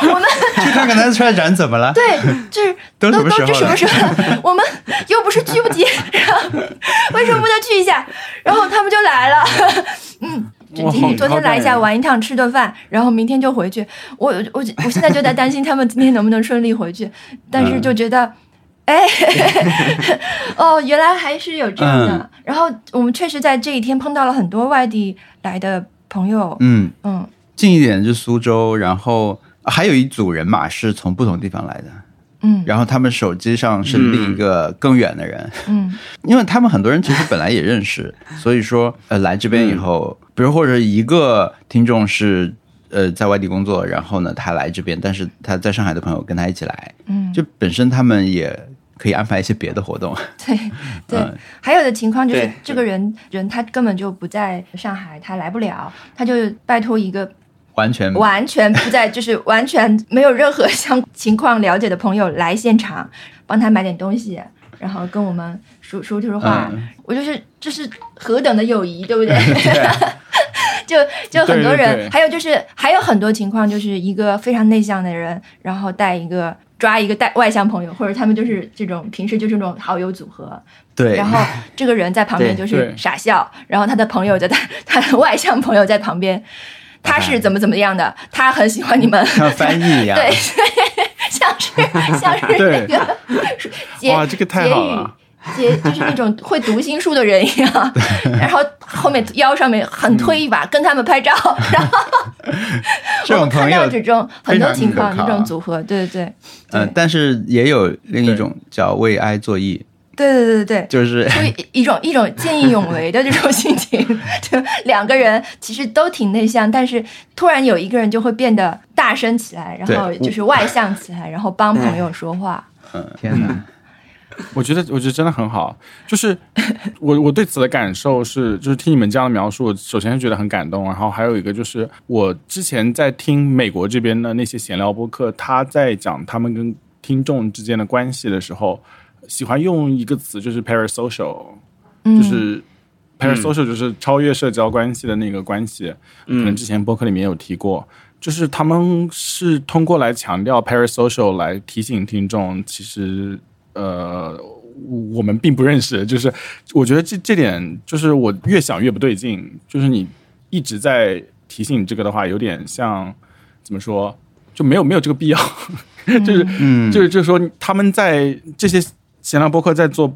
Speaker 2: 我们
Speaker 4: 去看看他出来染 怎么了？
Speaker 2: 对，就是
Speaker 4: 都什
Speaker 2: 都
Speaker 4: 么时
Speaker 2: 都
Speaker 4: 候
Speaker 2: 这什么
Speaker 4: 了
Speaker 2: 时候了？ 我们又不是去不及， 然后为什么不能去一下？然后他们就来了，嗯，
Speaker 1: 哇
Speaker 2: 今天
Speaker 1: 好
Speaker 2: 昨
Speaker 1: 好
Speaker 2: 天来一
Speaker 1: 感
Speaker 2: 下
Speaker 1: 人
Speaker 2: 玩一趟，吃顿饭，然后明天就回去。我我我现在就在担心他们今天能不能顺利回去，但是就觉得。哎， 哦，原来还是有这样的。
Speaker 4: 嗯
Speaker 2: 然后我们确实在这一天碰到了很多外地来的朋友，
Speaker 4: 嗯，
Speaker 2: 嗯，
Speaker 4: 近一点就是苏州，然后、啊还有一组人马是从不同地方来的，
Speaker 2: 嗯
Speaker 4: 然后他们手机上是另一个更远的人，
Speaker 2: 嗯
Speaker 4: 因为他们很多人其实本来也 认识，所以说呃来这边以后，
Speaker 2: 嗯
Speaker 4: 比如或者一个听众是呃在外地工作，然后呢他来这边，但是他在上海的朋友跟他一起来，
Speaker 2: 嗯，
Speaker 4: 就本身他们也可以安排一些别的活动，
Speaker 2: 对对
Speaker 4: 嗯，
Speaker 2: 还有的情况就是
Speaker 3: 对
Speaker 2: 这个人人他根本就不在上海，他来不了，他就拜托一个
Speaker 4: 完全
Speaker 2: 完全不在，就是完全没有任何 相情况了解的朋友来现场，帮他买点东西，然后跟我们说说说话。
Speaker 4: 嗯
Speaker 2: 我就是这是何等的友谊，对不对？ 就就
Speaker 1: 对
Speaker 2: 很多人，
Speaker 1: 对对
Speaker 2: 还有就是还有很多情况，就是一个非常内向的人，然后带一个抓一个带外向朋友，或者他们就是这种平时就是那种好友组合，
Speaker 4: 对
Speaker 2: 然后这个人在旁边
Speaker 3: 对
Speaker 2: 就是
Speaker 1: 对
Speaker 2: 傻笑，然后他的朋友在他他的外向朋友在旁边，他是怎么怎么样的，他很喜欢你 们，
Speaker 4: 像哎翻译一样，
Speaker 2: 对， 像是像是那
Speaker 1: 对
Speaker 2: 个结
Speaker 1: 哇，这个太好了，
Speaker 2: 结语结就是那种会读心术的人一样，然后后面腰上面
Speaker 4: 嗯
Speaker 2: 很推一把，跟他们拍照，然后
Speaker 4: 这
Speaker 2: 我
Speaker 4: 种
Speaker 2: 们看
Speaker 4: 朋
Speaker 2: 到
Speaker 4: 友
Speaker 2: 这种很多情况
Speaker 4: 非常
Speaker 2: 这
Speaker 4: 可靠啊
Speaker 2: 种组合，对对对
Speaker 4: 呃，但是也有另一种叫为爱作义，
Speaker 2: 对对对对对。
Speaker 4: 就是
Speaker 2: 出一一种一种见义勇为的这种心情，就两个人其实都挺内向，但是突然有一个人就会变得大声起来，然后
Speaker 4: 对
Speaker 2: 就是外向起来，然后帮朋友说话。
Speaker 4: 嗯天哪，
Speaker 1: 我觉得我觉得真的很好。就是我我对此的感受是，就是听你们这样的描述，我首先是觉得很感动，然后还有一个就是我之前在听美国这边的那些闲聊播客，他在讲他们跟听众之间的关系的时候，喜欢用一个词就是 parasocial，
Speaker 2: 嗯，
Speaker 1: 就是。parasocial 就是超越社交关系的那个关系，可能之前播客里面有提过，就是他们是通过来强调 parasocial 来提醒听众，其实呃我们并不认识，就是我觉得这这点就是我越想越不对劲，就是你一直在提醒这个的话，有点像怎么说，就没有没有这个必要， 就是
Speaker 4: 嗯，
Speaker 1: 就是就是说，他们在这些闲聊播客在做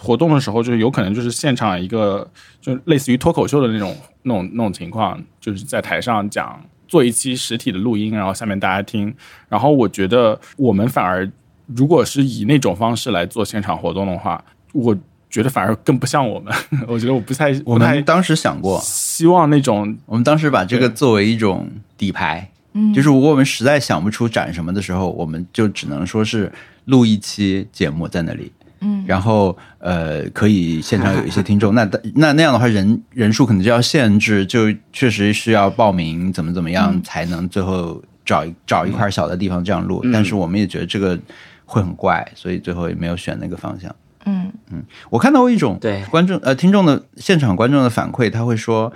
Speaker 1: 活动的时候，就是有可能就是现场一个就类似于脱口秀的那种那种那种情况，就是在台上讲做一期实体的录音，然后下面大家听。然后我觉得我们反而如果是以那种方式来做现场活动的话，我觉得反而更不像我们。 我觉得我不太
Speaker 4: 我
Speaker 1: 不太
Speaker 4: 们当时想过，
Speaker 1: 希望那种
Speaker 4: 我们当时把这个作为一种底牌，
Speaker 2: 嗯
Speaker 4: 就是如果我们实在想不出展什么的时候，我们就只能说是录一期节目在那里，
Speaker 2: 嗯
Speaker 4: 然后呃，可以现场有一些听众，那那那样的话人人数可能就要限制，就确实是要报名怎么怎么
Speaker 2: 嗯
Speaker 4: 样才能最后找一找一块小的地方这样录，
Speaker 2: 嗯
Speaker 4: 但是我们也觉得这个会很怪，所以最后也没有选那个方向。
Speaker 2: 嗯
Speaker 4: 我看到过一种
Speaker 3: 对
Speaker 4: 观众呃听众的现场观众的反馈，他会说，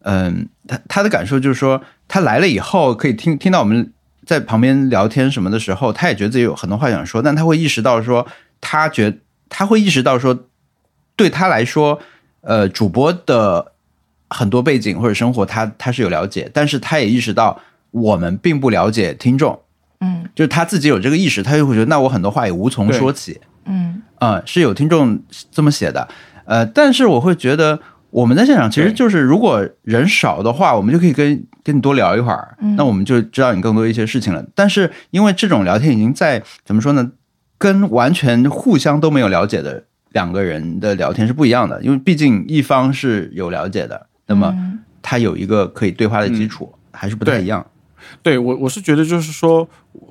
Speaker 4: 嗯、他他的感受就是说，他来了以后可以听听到我们在旁边聊天什么的时候，他也觉得自己有很多话想说，但他会意识到说，他觉他会意识到说，对他来说，呃，主播的很多背景或者生活他，他是有了解，但是他也意识到我们并不了解听众，
Speaker 2: 嗯
Speaker 4: 就是他自己有这个意识，他就会觉得那我很多话也无从
Speaker 1: 对
Speaker 4: 说起。
Speaker 2: 嗯
Speaker 4: 嗯，是有听众这么写的，呃，但是我会觉得我们在现场其实
Speaker 1: 对
Speaker 4: 就是，如果人少的话，我们就可以跟跟你多聊一会儿，那我们就知道你更多一些事情了。但是因为这种聊天已经在怎么说呢，跟完全互相都没有了解的两个人的聊天是不一样的，因为毕竟一方是有了解的，那么他有一个可以对话的基础，还是不太一样。
Speaker 1: 对我，我是觉得就是说，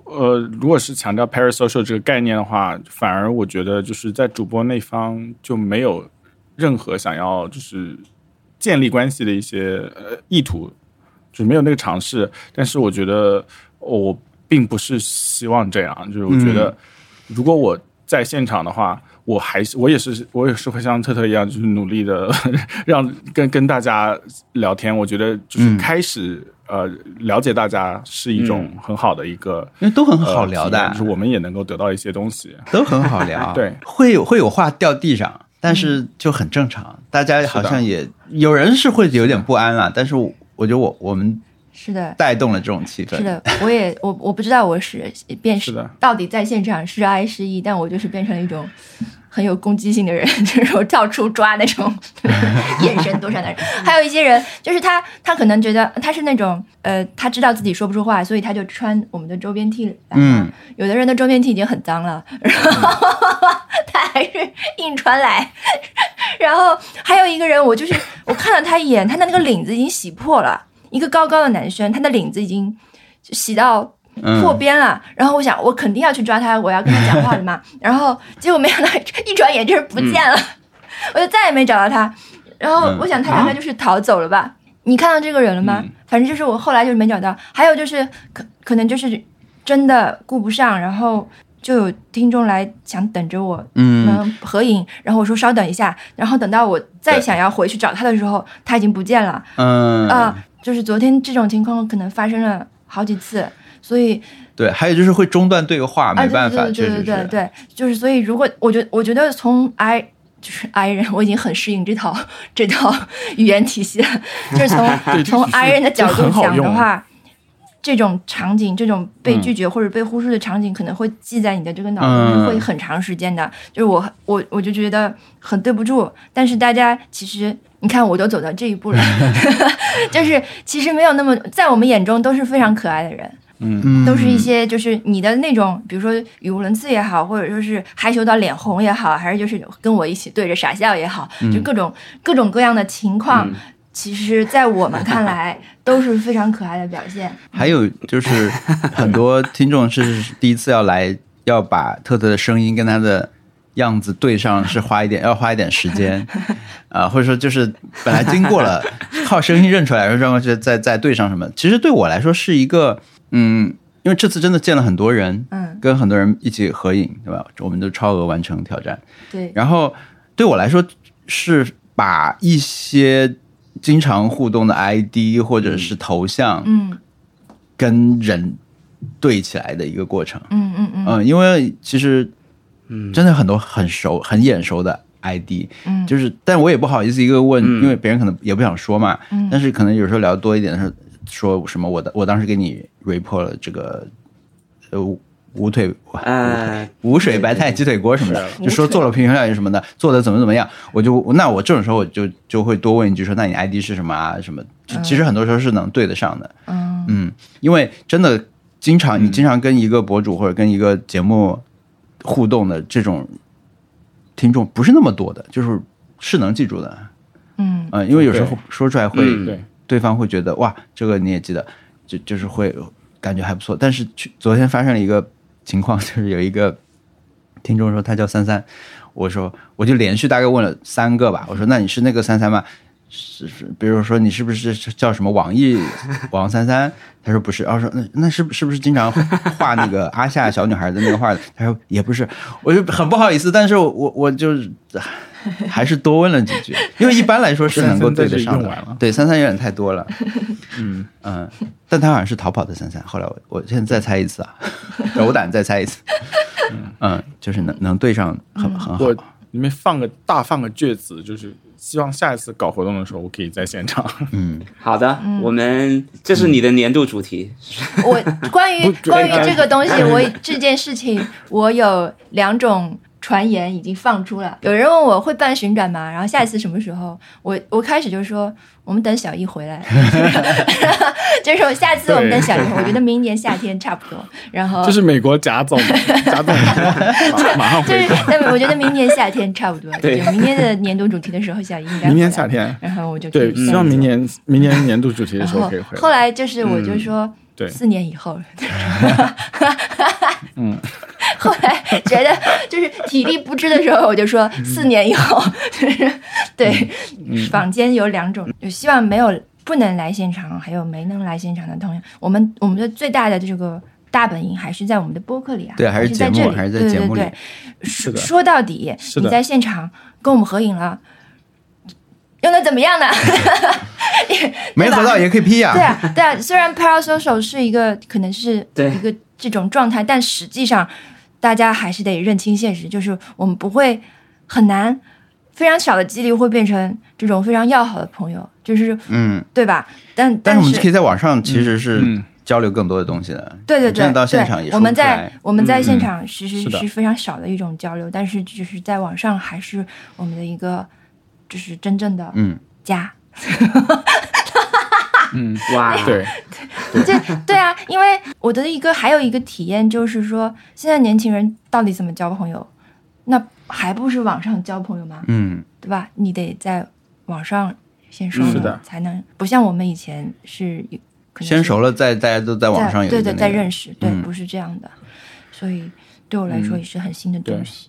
Speaker 1: 呃，如果是强调 parasocial 这个概念的话，反而我觉得就是在主播那方就没有任何想要就是建立关系的一些呃意图，就是没有那个尝试。但是我觉得我并不是希望这样，就是我觉
Speaker 4: 嗯
Speaker 1: 得如果我在现场的话，我还是我也是我也是会像特特一样，就是努力的 让跟跟大家聊天。我觉得
Speaker 4: 嗯
Speaker 1: 就是开始、呃了解大家是一种很好的一个、
Speaker 4: 嗯因为都很好
Speaker 1: 呃
Speaker 4: 聊
Speaker 1: 体
Speaker 4: 的
Speaker 1: 验就是我们也能够得到一些东西。
Speaker 4: 都很好聊，
Speaker 1: 对，
Speaker 4: 会有会有话掉地上，但是就很正常。大家好像也有人是会有点不安了，但是我我觉得我我们
Speaker 2: 是的，
Speaker 4: 带动了这种气氛。
Speaker 2: 是的，我也我我不知道我是变
Speaker 1: 是的
Speaker 2: 到底在现场是爱是 E，但我就是变成了一种很有攻击性的人， 就是我到处抓那 种眼神躲闪的人。还有一些人，就是他他可能觉得他是那种呃，他知道自己说不出话，所以他就穿我们的周边 T 来。
Speaker 4: 嗯，
Speaker 2: 有的人的周边 T 已经很脏了，然后
Speaker 1: 嗯
Speaker 2: 他还是硬穿来。然后还有一个人，我就是我看了他一眼，他的那个领子已经洗破了，一个高高的男生，他的领子已经洗到
Speaker 4: 嗯
Speaker 2: 破边了。然后我想，我肯定要去抓他，我要跟他讲话的 嘛。然后结果没想到一转眼就是不见了， 我就再也没找到他。然后
Speaker 4: 嗯
Speaker 2: 我想他大概就是逃走了吧。你看到这个人了吗？反正就是我后来就是没找到。还有就是可可能就是真的顾不上，然后就有听众来想等着我
Speaker 4: 嗯，
Speaker 2: 能合影，然后我说稍等一下，然后等到我再想要回去找他的时候，他已经不见了。
Speaker 4: 嗯，
Speaker 2: 啊、就是昨天这种情况可能发生了好几次，所以
Speaker 4: 对，还有就是会中断对话，
Speaker 2: 啊，
Speaker 4: 没
Speaker 2: 对
Speaker 4: 办法，
Speaker 2: 对
Speaker 4: 确
Speaker 2: 对
Speaker 4: 实
Speaker 2: 对对
Speaker 4: 是。
Speaker 2: 对，就是所以如果我觉我觉得从 I 就是 I 人，我已经很适应这套这套语言体系了，就是 从
Speaker 1: 对
Speaker 2: 从 I 人的角
Speaker 1: 这
Speaker 2: 度
Speaker 1: 很好
Speaker 2: 讲的
Speaker 4: 啊
Speaker 1: 用
Speaker 2: 话。这种场景，这种被拒绝或者被忽视的场景，可能会记在你的这个脑子里，
Speaker 4: 嗯
Speaker 2: 会很长时间的。就是我，我我就觉得很对不住，但是大家其实，你看我都走到这一步了， 就是其实没有那么，在我们眼中都是非常可爱的人，
Speaker 4: 嗯
Speaker 2: 都是一些就是你的那种，比如说语无伦次也好，或者说是害羞到脸红也好，还是就是跟我一起对着傻笑也好，就各种、各种各样的情况，其实，在我们看来都是非常可爱的表现。
Speaker 4: 还有就是很多听众是第一次要来，要把特特的声音跟他的样子对上，是花一点要花一点时间啊、或者说就是本来经过了，靠声音认出来，然后然后就再再对上什么。其实对我来说是一个嗯，因为这次真的见了很多人，
Speaker 2: 嗯，
Speaker 4: 跟很多人一起合影，对吧？我们都超额完成挑战。
Speaker 2: 对，
Speaker 4: 然后对我来说是把一些经常互动的 ID 或者是头像，
Speaker 2: 嗯
Speaker 4: 跟人对起来的一个过程。
Speaker 2: 嗯嗯嗯
Speaker 4: 嗯，因为其实，真的很多很熟、很眼熟的 ID，
Speaker 2: 嗯，
Speaker 4: 就是，但我也不好意思一个问，因为别人可能也不想说嘛。
Speaker 2: 嗯
Speaker 4: 但是可能有时候聊多一点的时候，说什么我的我当时给你 report 了这个，呃，无无腿哇
Speaker 3: 呃，
Speaker 4: 无水白菜鸡腿锅什么的，
Speaker 2: 对
Speaker 4: 就说做了平衡料理什么的，做的怎么怎么样，我就那我这种时候我就就会多问一句说，那你 ID 是什么啊？什么？就其实很多时候是能对得上的，
Speaker 2: 嗯
Speaker 4: 嗯，因为真的经常你经常跟一个博主或者跟一个节目互动的这种听众不是那么多的，就是是能记住的，
Speaker 2: 嗯
Speaker 4: 嗯，因为有时候
Speaker 1: 对
Speaker 4: 说出来会、
Speaker 3: 嗯
Speaker 1: 对，
Speaker 4: 对方会觉得哇，这个你也记得，就就是会感觉还不错。但是去昨天发生了一个情况，就是有一个听众说他叫三三，我说我就连续大概问了三个吧，我说那你是那个三三吗？是是，比如说你是不是叫什么网易 王三三？他说不是，然后说那那是不是不是经常画那个阿夏小女孩的那个画的？他说也不是，我就很不好意思，但是我我我就是还是多问了几句，因为一般来说是能够对得上
Speaker 1: 三三在这里用完
Speaker 4: 的
Speaker 1: 了。
Speaker 4: 对，三三有点太多了。嗯嗯，但他好像是逃跑的三三。后来我我现在再猜一次啊， 斗胆再猜一次。嗯，就是能能对上很
Speaker 2: 嗯
Speaker 4: 很好
Speaker 1: 我。里面放个大放个句子，就是希望下一次搞活动的时候，我可以在现场。
Speaker 2: 哦
Speaker 4: 嗯，
Speaker 3: 好的，我们这是你的年度主题，
Speaker 2: 我关于
Speaker 1: 不
Speaker 2: 关于
Speaker 1: 哎
Speaker 2: 这个东 西
Speaker 1: 哎，
Speaker 2: 我这件事情，我有两种传言已经放出了。有人问我会办巡展吗？然后下一次什么时候？我我开始就说我们等小易回 来， 就是我下次我们等小易，我觉得明年夏天差不多。然后
Speaker 1: 这是美国贾 总，贾总马马上
Speaker 2: 就
Speaker 1: 回
Speaker 2: 是
Speaker 1: 国，，
Speaker 2: 但我觉得明年夏天差不 多，
Speaker 3: 对
Speaker 2: 就明年的年度主题的时候，小易应该
Speaker 1: 明年
Speaker 2: 回来
Speaker 1: 夏天。
Speaker 2: 然后我就可
Speaker 1: 对，
Speaker 2: 以再
Speaker 1: 希望
Speaker 2: 做
Speaker 1: 明年明年年度主题的
Speaker 2: 然
Speaker 1: 时候
Speaker 2: 后
Speaker 1: 可以回
Speaker 2: 后来就是我就说，
Speaker 1: 对
Speaker 2: 四年以后，嗯， 后来觉得就是体力不支的时候，我就说四年以后，就是 对，坊间有两种，有希望没有不能来现场，还有没能来现场的同样，我们我们的最大的这个。大本营还是在我们的播客里啊，
Speaker 4: 对还是
Speaker 2: 在
Speaker 4: 节目
Speaker 2: 这里，
Speaker 4: 还是在
Speaker 2: 对
Speaker 4: 节
Speaker 2: 对
Speaker 4: 目里
Speaker 2: 对说
Speaker 1: 的
Speaker 2: 说到底，
Speaker 1: 是的
Speaker 2: 你在现场跟我们合影了，又能怎么样呢？
Speaker 4: 没合到也可以批呀、
Speaker 2: 对啊，对啊，虽然 parasocial 是一个可能是
Speaker 3: 对
Speaker 2: 一个这种状态，但实际上大家还是得认清现实，就是我们不会很难非常小的几率会变成这种非常要好的朋友，就是
Speaker 4: 嗯，
Speaker 2: 对吧？但
Speaker 4: 但是
Speaker 2: 是
Speaker 4: 我们可以在网上其实是
Speaker 1: 嗯
Speaker 4: 交流更多的东西的。
Speaker 2: 对对
Speaker 4: 你真
Speaker 2: 对，
Speaker 4: 的到现
Speaker 2: 对
Speaker 4: 场也
Speaker 2: 我
Speaker 4: 说
Speaker 2: 们
Speaker 4: 不出
Speaker 2: 在
Speaker 4: 来
Speaker 2: 我们在现场其实
Speaker 1: 是的
Speaker 2: 是非常少的一种交流，但是就是在网上还是我们的一个就是真正的
Speaker 4: 嗯
Speaker 2: 家。
Speaker 1: 嗯，
Speaker 3: 哇，
Speaker 1: 对，
Speaker 2: 这对啊，因为我的一个还有一个体验就是说，现在年轻人到底怎么交朋友？那还不是网上交朋友吗？
Speaker 4: 嗯
Speaker 2: 对吧？你得在网上先熟
Speaker 1: 是
Speaker 2: 了
Speaker 1: 的，
Speaker 2: 才能不像我们以前是有可能是
Speaker 4: 先熟了，再大家都在
Speaker 2: 在
Speaker 4: 网上有
Speaker 2: 嗯对对，在认
Speaker 4: 识。
Speaker 2: 识，对，
Speaker 4: 嗯
Speaker 2: 不是这样的，所以对我来说也是很新的东西。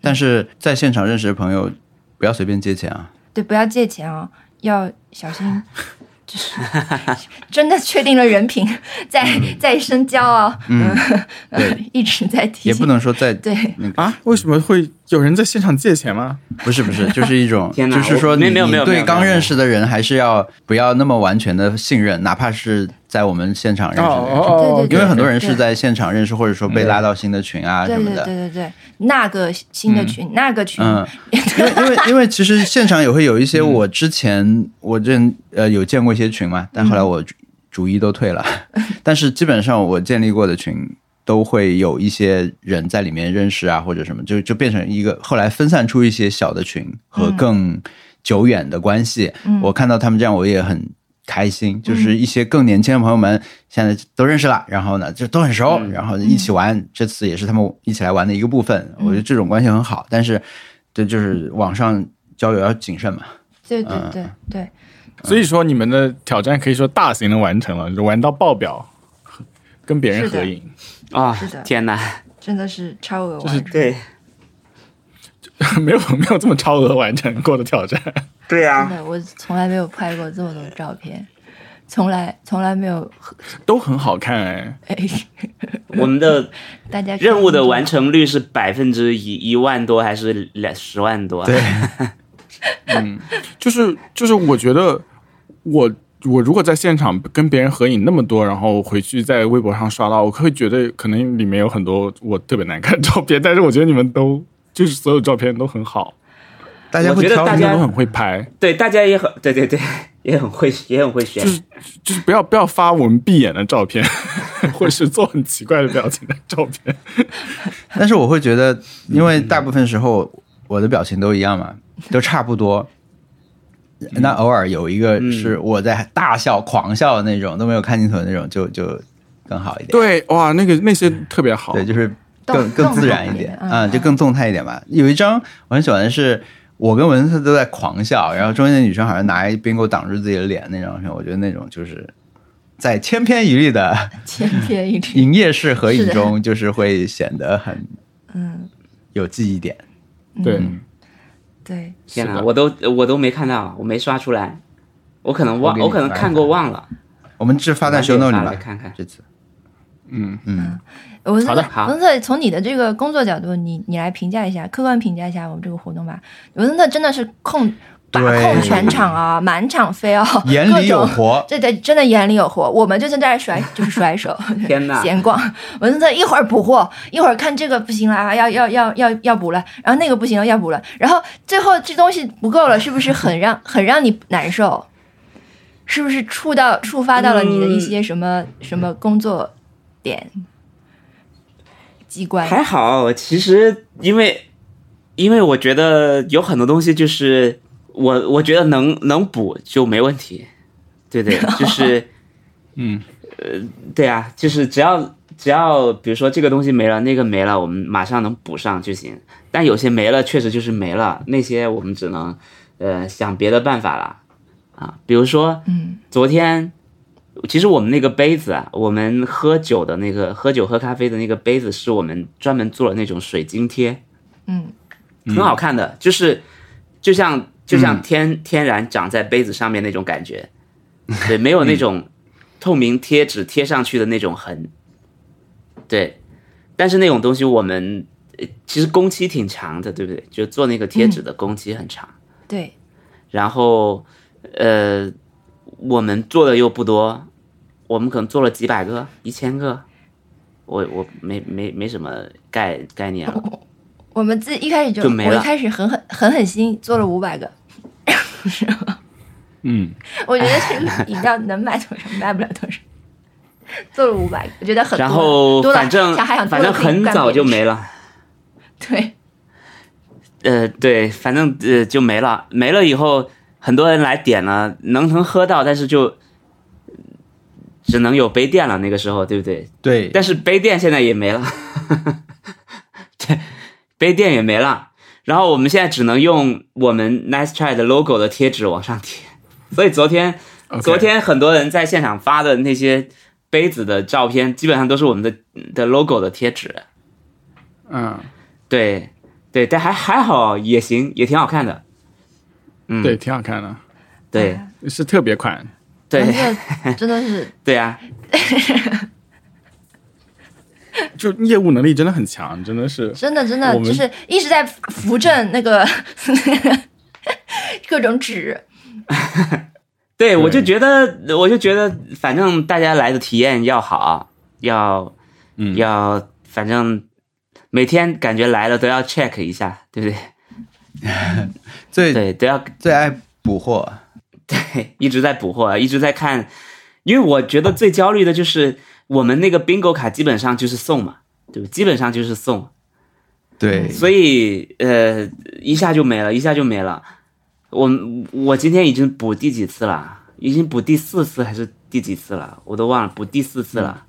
Speaker 4: 但是在现场认识的朋友，不要随便借钱啊。
Speaker 2: 对，不要借钱啊、要小心，就是 真的确定了人品， 再
Speaker 4: 嗯
Speaker 2: 再深交啊、嗯， 一直在提
Speaker 4: 也
Speaker 2: 醒
Speaker 4: 不，能说 在
Speaker 2: 对，
Speaker 1: 啊，为什么会有人在现场借钱吗？
Speaker 4: 不是不是，就是一种，
Speaker 3: 天哪
Speaker 4: 就是说
Speaker 3: 我
Speaker 4: 你
Speaker 3: 没有没有
Speaker 4: 你
Speaker 3: 没有没
Speaker 4: 对
Speaker 3: 有
Speaker 4: 刚认识的人还是要不要那么完全的信任，哪怕是在我们现场认识
Speaker 1: 哦
Speaker 3: 哦
Speaker 4: 的人，
Speaker 2: 对对对
Speaker 4: 因为很多
Speaker 1: 人
Speaker 4: 人是在现场认识，或者说被
Speaker 3: 嗯
Speaker 4: 拉到新的群啊
Speaker 2: 对
Speaker 4: 什么
Speaker 2: 对对
Speaker 4: 的。
Speaker 2: 对对，那个新的群，那个群，
Speaker 4: 嗯，因为因为因为其实现场也会有一些我之前我认呃有见过一些群嘛，但后来我主主一都退了， 但是基本上我建立过的群都会有一些人在里面认识啊或者什么，就就变成一个后来分散出一些小的群和更久远的关系。我看到他们这样，我也很。开心，就是一些更年轻的朋友们现在都认识了，然后呢就都很熟，然后一起玩，这次也是他们一起来玩的一个部分。我觉得这种关系很好，但是对，就是网上交友要谨慎嘛。
Speaker 2: 对对对对，嗯
Speaker 1: 所以说你们的挑战可以说大型的完成了，就玩到爆表，跟别人
Speaker 2: 是的
Speaker 1: 合影。
Speaker 3: 啊、
Speaker 2: 是的
Speaker 3: 天哪，
Speaker 2: 真的是超额
Speaker 1: 就是
Speaker 2: 完成。
Speaker 3: 对
Speaker 1: 没有没有这么超额完成过的挑战，
Speaker 3: 对
Speaker 2: 真，的，我从来没有拍过这么多照片，从来从来没有。
Speaker 1: 都很好看哎。
Speaker 2: 哎，
Speaker 3: 我们的
Speaker 2: 大家
Speaker 3: 任务的完成率是百分之一一万多还是两十万多？啊对，
Speaker 1: 就是就是，我觉得我我如果在现场跟别人合影那么多，然后回去在微博上刷到，我会觉得可能里面有很多我特别难看的照片，但是我觉得你们都就是所有照片都很好，
Speaker 4: 大
Speaker 3: 家会挑大
Speaker 1: 大
Speaker 3: 家
Speaker 1: 家都很会拍，
Speaker 3: 对，大家也很对对对，也很会也很会选，
Speaker 1: 就是就是不要不要发我们闭眼的照片， 或者是做很奇怪的表情的照 片。
Speaker 4: 但是我会觉得，因为大部分时候我的表情都一样嘛，都差不多。那偶尔有一个是我在大笑、狂笑的那种，都没有看镜头的那种，就就更好一点。
Speaker 1: 对，哇，那个那些特别好，
Speaker 4: 对，就是更
Speaker 2: 动
Speaker 4: 更自
Speaker 2: 动
Speaker 4: 然
Speaker 2: 态
Speaker 4: 一
Speaker 2: 一
Speaker 4: 点
Speaker 2: 点
Speaker 4: 啊、
Speaker 2: 嗯
Speaker 4: 就更动态一点吧。有一张我很喜欢的是，我跟文森都在狂笑，然后中间的女生好像拿一冰钩挡住自己的脸那张，我觉得那种就是在千篇一律的
Speaker 2: 千篇一律。
Speaker 4: 营业式合
Speaker 2: 是
Speaker 4: 影
Speaker 2: 的
Speaker 4: 中，就是会显得很
Speaker 2: 嗯，
Speaker 4: 有记忆点。
Speaker 1: 对
Speaker 2: 对，
Speaker 3: 嗯天
Speaker 1: 是
Speaker 3: 哪，
Speaker 1: 的
Speaker 3: 我都我都没看到，我没刷出来，我可能忘，
Speaker 4: 我给
Speaker 3: 我
Speaker 4: 你
Speaker 3: 可能
Speaker 4: 发一
Speaker 3: 看
Speaker 4: 下
Speaker 3: 过忘了，
Speaker 4: 我们只发在 show note 里
Speaker 3: 我
Speaker 4: 吧
Speaker 3: 来，看看
Speaker 4: 这次嗯
Speaker 2: 文森
Speaker 1: 好的
Speaker 3: 好
Speaker 2: 文森特，从你的这个工作角度，你你来评价一下，客观评价一下我们这个活动吧。文森特真的是控把
Speaker 4: 对
Speaker 2: 控全场啊，满场飞哦，
Speaker 4: 眼
Speaker 2: 各
Speaker 4: 里有
Speaker 2: 种
Speaker 4: 活，
Speaker 2: 这得真的眼里有活，我们就是在甩，就是甩手，
Speaker 3: 天哪
Speaker 2: 闲逛。文森特一会儿补货，一会儿看这个不行了啊，要要要要要补了，然后那个不行了要补了，然后最后这东西不够了，是不是很让 很让你难受？是不是触到触发到了你的一些什么、什么工作点机关？
Speaker 3: 还好，其实因为因为我觉得有很多东西就是我我觉得能能补就没问题，对对，就是
Speaker 1: 嗯，
Speaker 3: 对啊，就是只要只要比如说这个东西没了，那个没了，我们马上能补上就行。但有些没了，确实就是没了，那些我们只能呃想别的办法了啊。比如说
Speaker 2: 嗯
Speaker 3: 昨天，其实我们那个杯子啊，我们喝酒的那个喝酒喝咖啡的那个杯子，是我们专门做了那种水晶贴，
Speaker 2: 嗯
Speaker 3: 很好看的，就是就像就像天、天然长在杯子上面那种感觉，对，没有那种透明贴纸贴上去的那种痕，对，但是那种东西我们呃其实工期挺长的，对不对？就做那个贴纸的工期很长，
Speaker 2: 对，
Speaker 3: 然后呃，我们做的又不多，我们可能做了几百
Speaker 2: 哦
Speaker 3: 个、一千个，我我没没没什么概概念了。
Speaker 2: 我们自一开始就
Speaker 3: 就没
Speaker 2: 我
Speaker 3: 了
Speaker 2: 一开始狠狠狠狠心做了五百 个，
Speaker 1: 嗯，
Speaker 2: 我觉得这个饮料能卖多少卖不了多少，做了五百个，我觉得很多
Speaker 3: 然后
Speaker 2: 多了
Speaker 3: 反正
Speaker 2: 小孩想多
Speaker 3: 反
Speaker 2: 了
Speaker 3: 正
Speaker 2: 可以
Speaker 3: 很
Speaker 2: 干
Speaker 3: 早
Speaker 2: 别
Speaker 3: 就
Speaker 2: 的事
Speaker 3: 没了，
Speaker 2: 对，
Speaker 3: 呃，对，反正呃就没了，没了以后很多人来点了，能能喝到，但是就只能有杯垫了，那个时候对不对？
Speaker 4: 对，
Speaker 3: 但是杯垫现在也没了， 对，杯垫也没了。然后我们现在只能用我们 Nice Try 的 logo 的贴纸往上贴，所以昨天
Speaker 1: OK
Speaker 3: 昨天很多人在现场发的那些杯子的照片，基本上都是我们的的 logo 的贴纸。
Speaker 1: 嗯，
Speaker 3: 对，对，但还还好，也行，也挺好看的。嗯，
Speaker 1: 对，挺好看的，
Speaker 3: 对
Speaker 2: 嗯
Speaker 1: 是特别款。
Speaker 2: 文
Speaker 3: 对
Speaker 2: 字真的是
Speaker 3: 对啊，
Speaker 1: 就业务能力真的很强，真的是
Speaker 2: 真的真的
Speaker 1: 我们
Speaker 2: 就是一直在扶正那 个各种纸，
Speaker 3: 对我就觉得，我就觉得，反正大家来的体验要好，要
Speaker 1: 嗯
Speaker 3: 要，反正每天感觉来了都要 check 一下，对不对？
Speaker 4: 最
Speaker 3: 对，都要
Speaker 4: 最爱捕获，
Speaker 3: 对，一直在补货，一直在看，因为我觉得最焦虑的就是我们那个 bingo 卡基本上就是送嘛，对吧？基本上就是送，
Speaker 2: 嗯
Speaker 4: 对，
Speaker 3: 所以呃，一下就没了，一下就没了。我我今天已经补第几次了？已经补第四次还是第几次了？我都忘了，补第四次了。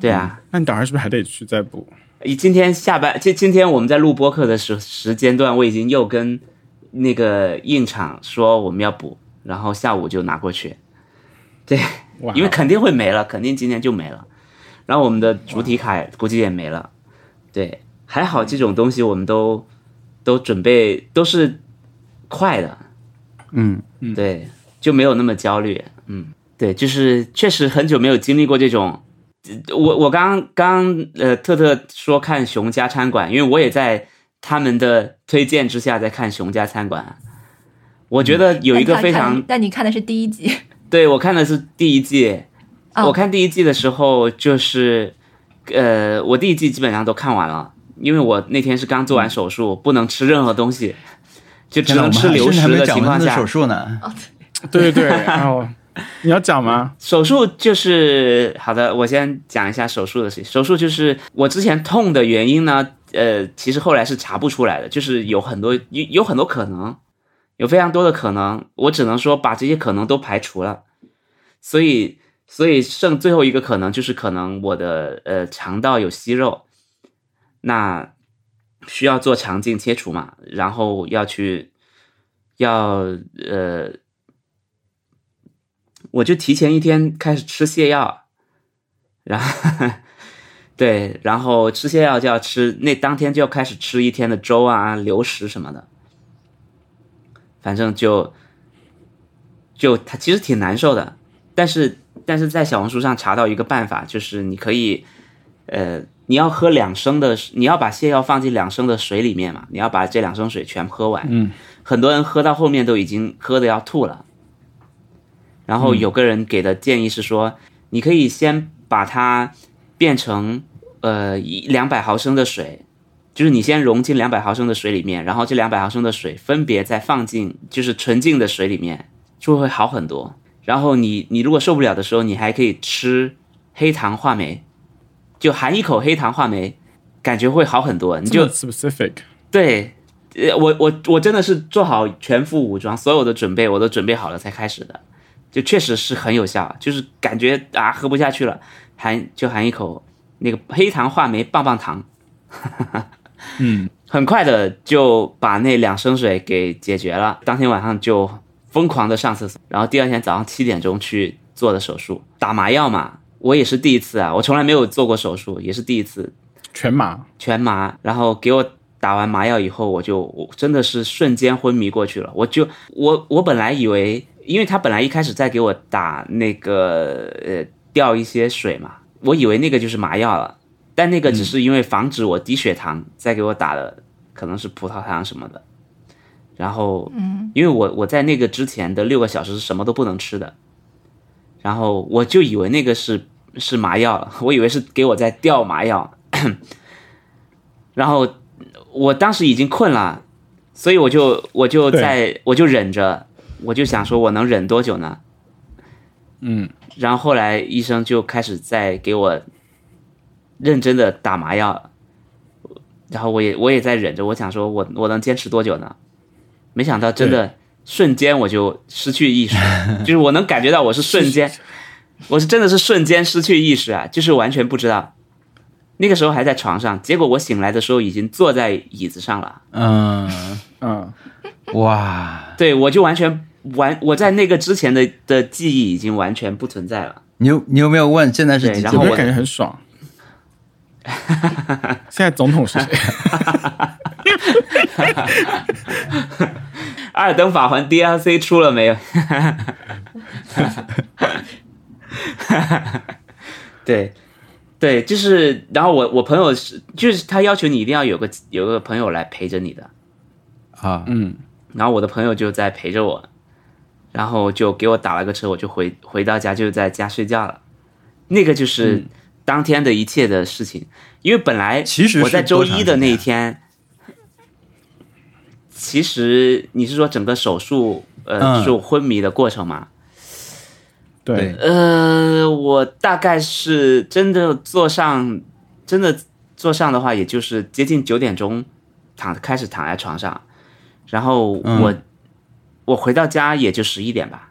Speaker 3: 对啊，
Speaker 1: 那你等会儿是不是还得去再补？
Speaker 3: 以今天下班，今今天我们在录播客的时时间段，我已经又跟那个印厂说我们要补，然后下午就拿过去。对，
Speaker 1: 哇，
Speaker 3: 因为肯定会没了，肯定今年就没了。然后我们的主体卡估计也没了。对，还好这种东西我们都都准备都是快的，
Speaker 4: 嗯，
Speaker 3: 对，就没有那么焦虑。嗯，对，就是确实很久没有经历过这种。呃我我刚刚呃特特说看熊家餐馆，因为我也在他们的推荐之下在看熊家餐馆。我觉得有一个
Speaker 2: 但
Speaker 3: 非
Speaker 2: 你看
Speaker 3: 常
Speaker 2: 但你看的是第一集，
Speaker 3: 对我看的是第一季，
Speaker 2: 哦
Speaker 3: 我看第一季的时候就是，呃，我第一季基本上都看完了，因为我那天是刚做完手术，不能吃任何东西，就只
Speaker 4: 天哪
Speaker 3: 能
Speaker 4: 我们
Speaker 3: 吃
Speaker 4: 还
Speaker 3: 流
Speaker 4: 甚至还
Speaker 3: 食
Speaker 4: 没
Speaker 3: 的
Speaker 4: 讲
Speaker 3: 情况
Speaker 4: 完他的
Speaker 3: 下
Speaker 4: 手，术呢，
Speaker 2: 哦
Speaker 1: 对对对，然后你要讲吗？
Speaker 3: 手术就是好的，我先讲一下手术的事情。手术就是我之前痛的原因呢，呃，其实后来是查不出来的，就是有很多有有很多可能，有非常多的可能，我只能说把这些可能都排除了，所以所以剩最后一个可能就是可能我的呃肠道有息肉，那需要做肠镜切除嘛，然后要去要呃我就提前一天开始吃泻药，然后 对，然后吃泻药就要吃那当天就要开始吃一天的粥啊、流食什么的，反正就就它其实挺难受的，但是但是在小红书上查到一个办法，就是你可以呃。你要喝两升的，你要把泻药放进两升的水里面嘛，你要把这两升水全喝完。
Speaker 1: 嗯，
Speaker 3: 很多人喝到后面都已经喝的要吐了。然后有个人给的建议是说，你可以先把它变成呃一两百毫升的水，就是你先融进两百毫升的水里面，然后这两百毫升的水分别再放进就是纯净的水里面，就会好很多。然后你你如果受不了的时候，你还可以吃黑糖话梅，就含一口黑糖话梅，感觉会好很多。你
Speaker 1: 这
Speaker 3: 就
Speaker 1: 么 specific，
Speaker 3: 对，呃，我我我真的是做好全副武装，所有的准备我都准备好了才开始的，就确实是很有效，就是感觉啊喝不下去了，含就含一口那个黑糖话梅棒棒糖，
Speaker 1: 嗯，
Speaker 3: 很快的就把那两升水给解决了，当天晚上就疯狂的上厕所，然后第二天早上七点钟去做的手术，打麻药嘛，我也是第一次啊，我从来没有做过手术，也是第一次，
Speaker 1: 全麻，
Speaker 3: 全麻，然后给我打完麻药以后，我就我真的是瞬间昏迷过去了。我就我我本来以为，因为他本来一开始在给我打那个呃吊一些水嘛，我以为那个就是麻药了，但那个只是因为防止我低血糖，再给我打的可能是葡萄糖什么的。然后，嗯，因为我我在那个之前的六个小时是什么都不能吃的，然后我就以为那个是是 麻药了，我以为是给我在吊麻药，然后我当时已经困了，所以我就我就
Speaker 1: 对
Speaker 3: 在我就忍着，我就想说我能忍多久呢？
Speaker 1: 嗯，
Speaker 3: 然后后来医生就开始在给我认真的打麻药，然后我也我也在忍着，我想说我我能坚持多久呢？没想到真的瞬间我就失去意识，就是我能感觉到我是瞬间，我是真的是瞬间失去意识啊，就是完全不知道。那个时候还在床上，结果我醒来的时候已经坐在椅子上了。
Speaker 4: 嗯，
Speaker 1: 嗯，
Speaker 4: 哇，
Speaker 3: 对我就完全完，我在那个之前的的记忆已经完全不存在了。
Speaker 4: 你有你有没有问现在是
Speaker 3: 对
Speaker 4: 几
Speaker 3: 然
Speaker 4: 点？
Speaker 1: 有
Speaker 3: 后
Speaker 1: 没
Speaker 3: 我
Speaker 1: 有感觉很爽？ 现在总统是谁？
Speaker 3: 《阿尔登法环》DLC 出了没有？ 对，对，就是，然后我我朋友是，就是他要求你一定要有个有个朋友来陪着你的，
Speaker 4: 啊，
Speaker 1: 嗯，
Speaker 3: 然后我的朋友就在陪着我，然后就给我打了个车，我就回回到家就在家睡觉了。那个就是当天的一切的事情，因为本来
Speaker 4: 嗯其实是
Speaker 3: 我在周
Speaker 4: 多长
Speaker 3: 一的那一
Speaker 4: 时啊
Speaker 3: 天，其实你是说整个手术呃
Speaker 4: 嗯
Speaker 3: 是我昏迷的过程吗？
Speaker 1: 对
Speaker 4: 对，
Speaker 3: 呃，我大概是真的坐上，真的坐上的话，也就是接近九点钟躺开始躺在床上，然后我、
Speaker 4: 嗯
Speaker 3: 我回到家也就十一点吧，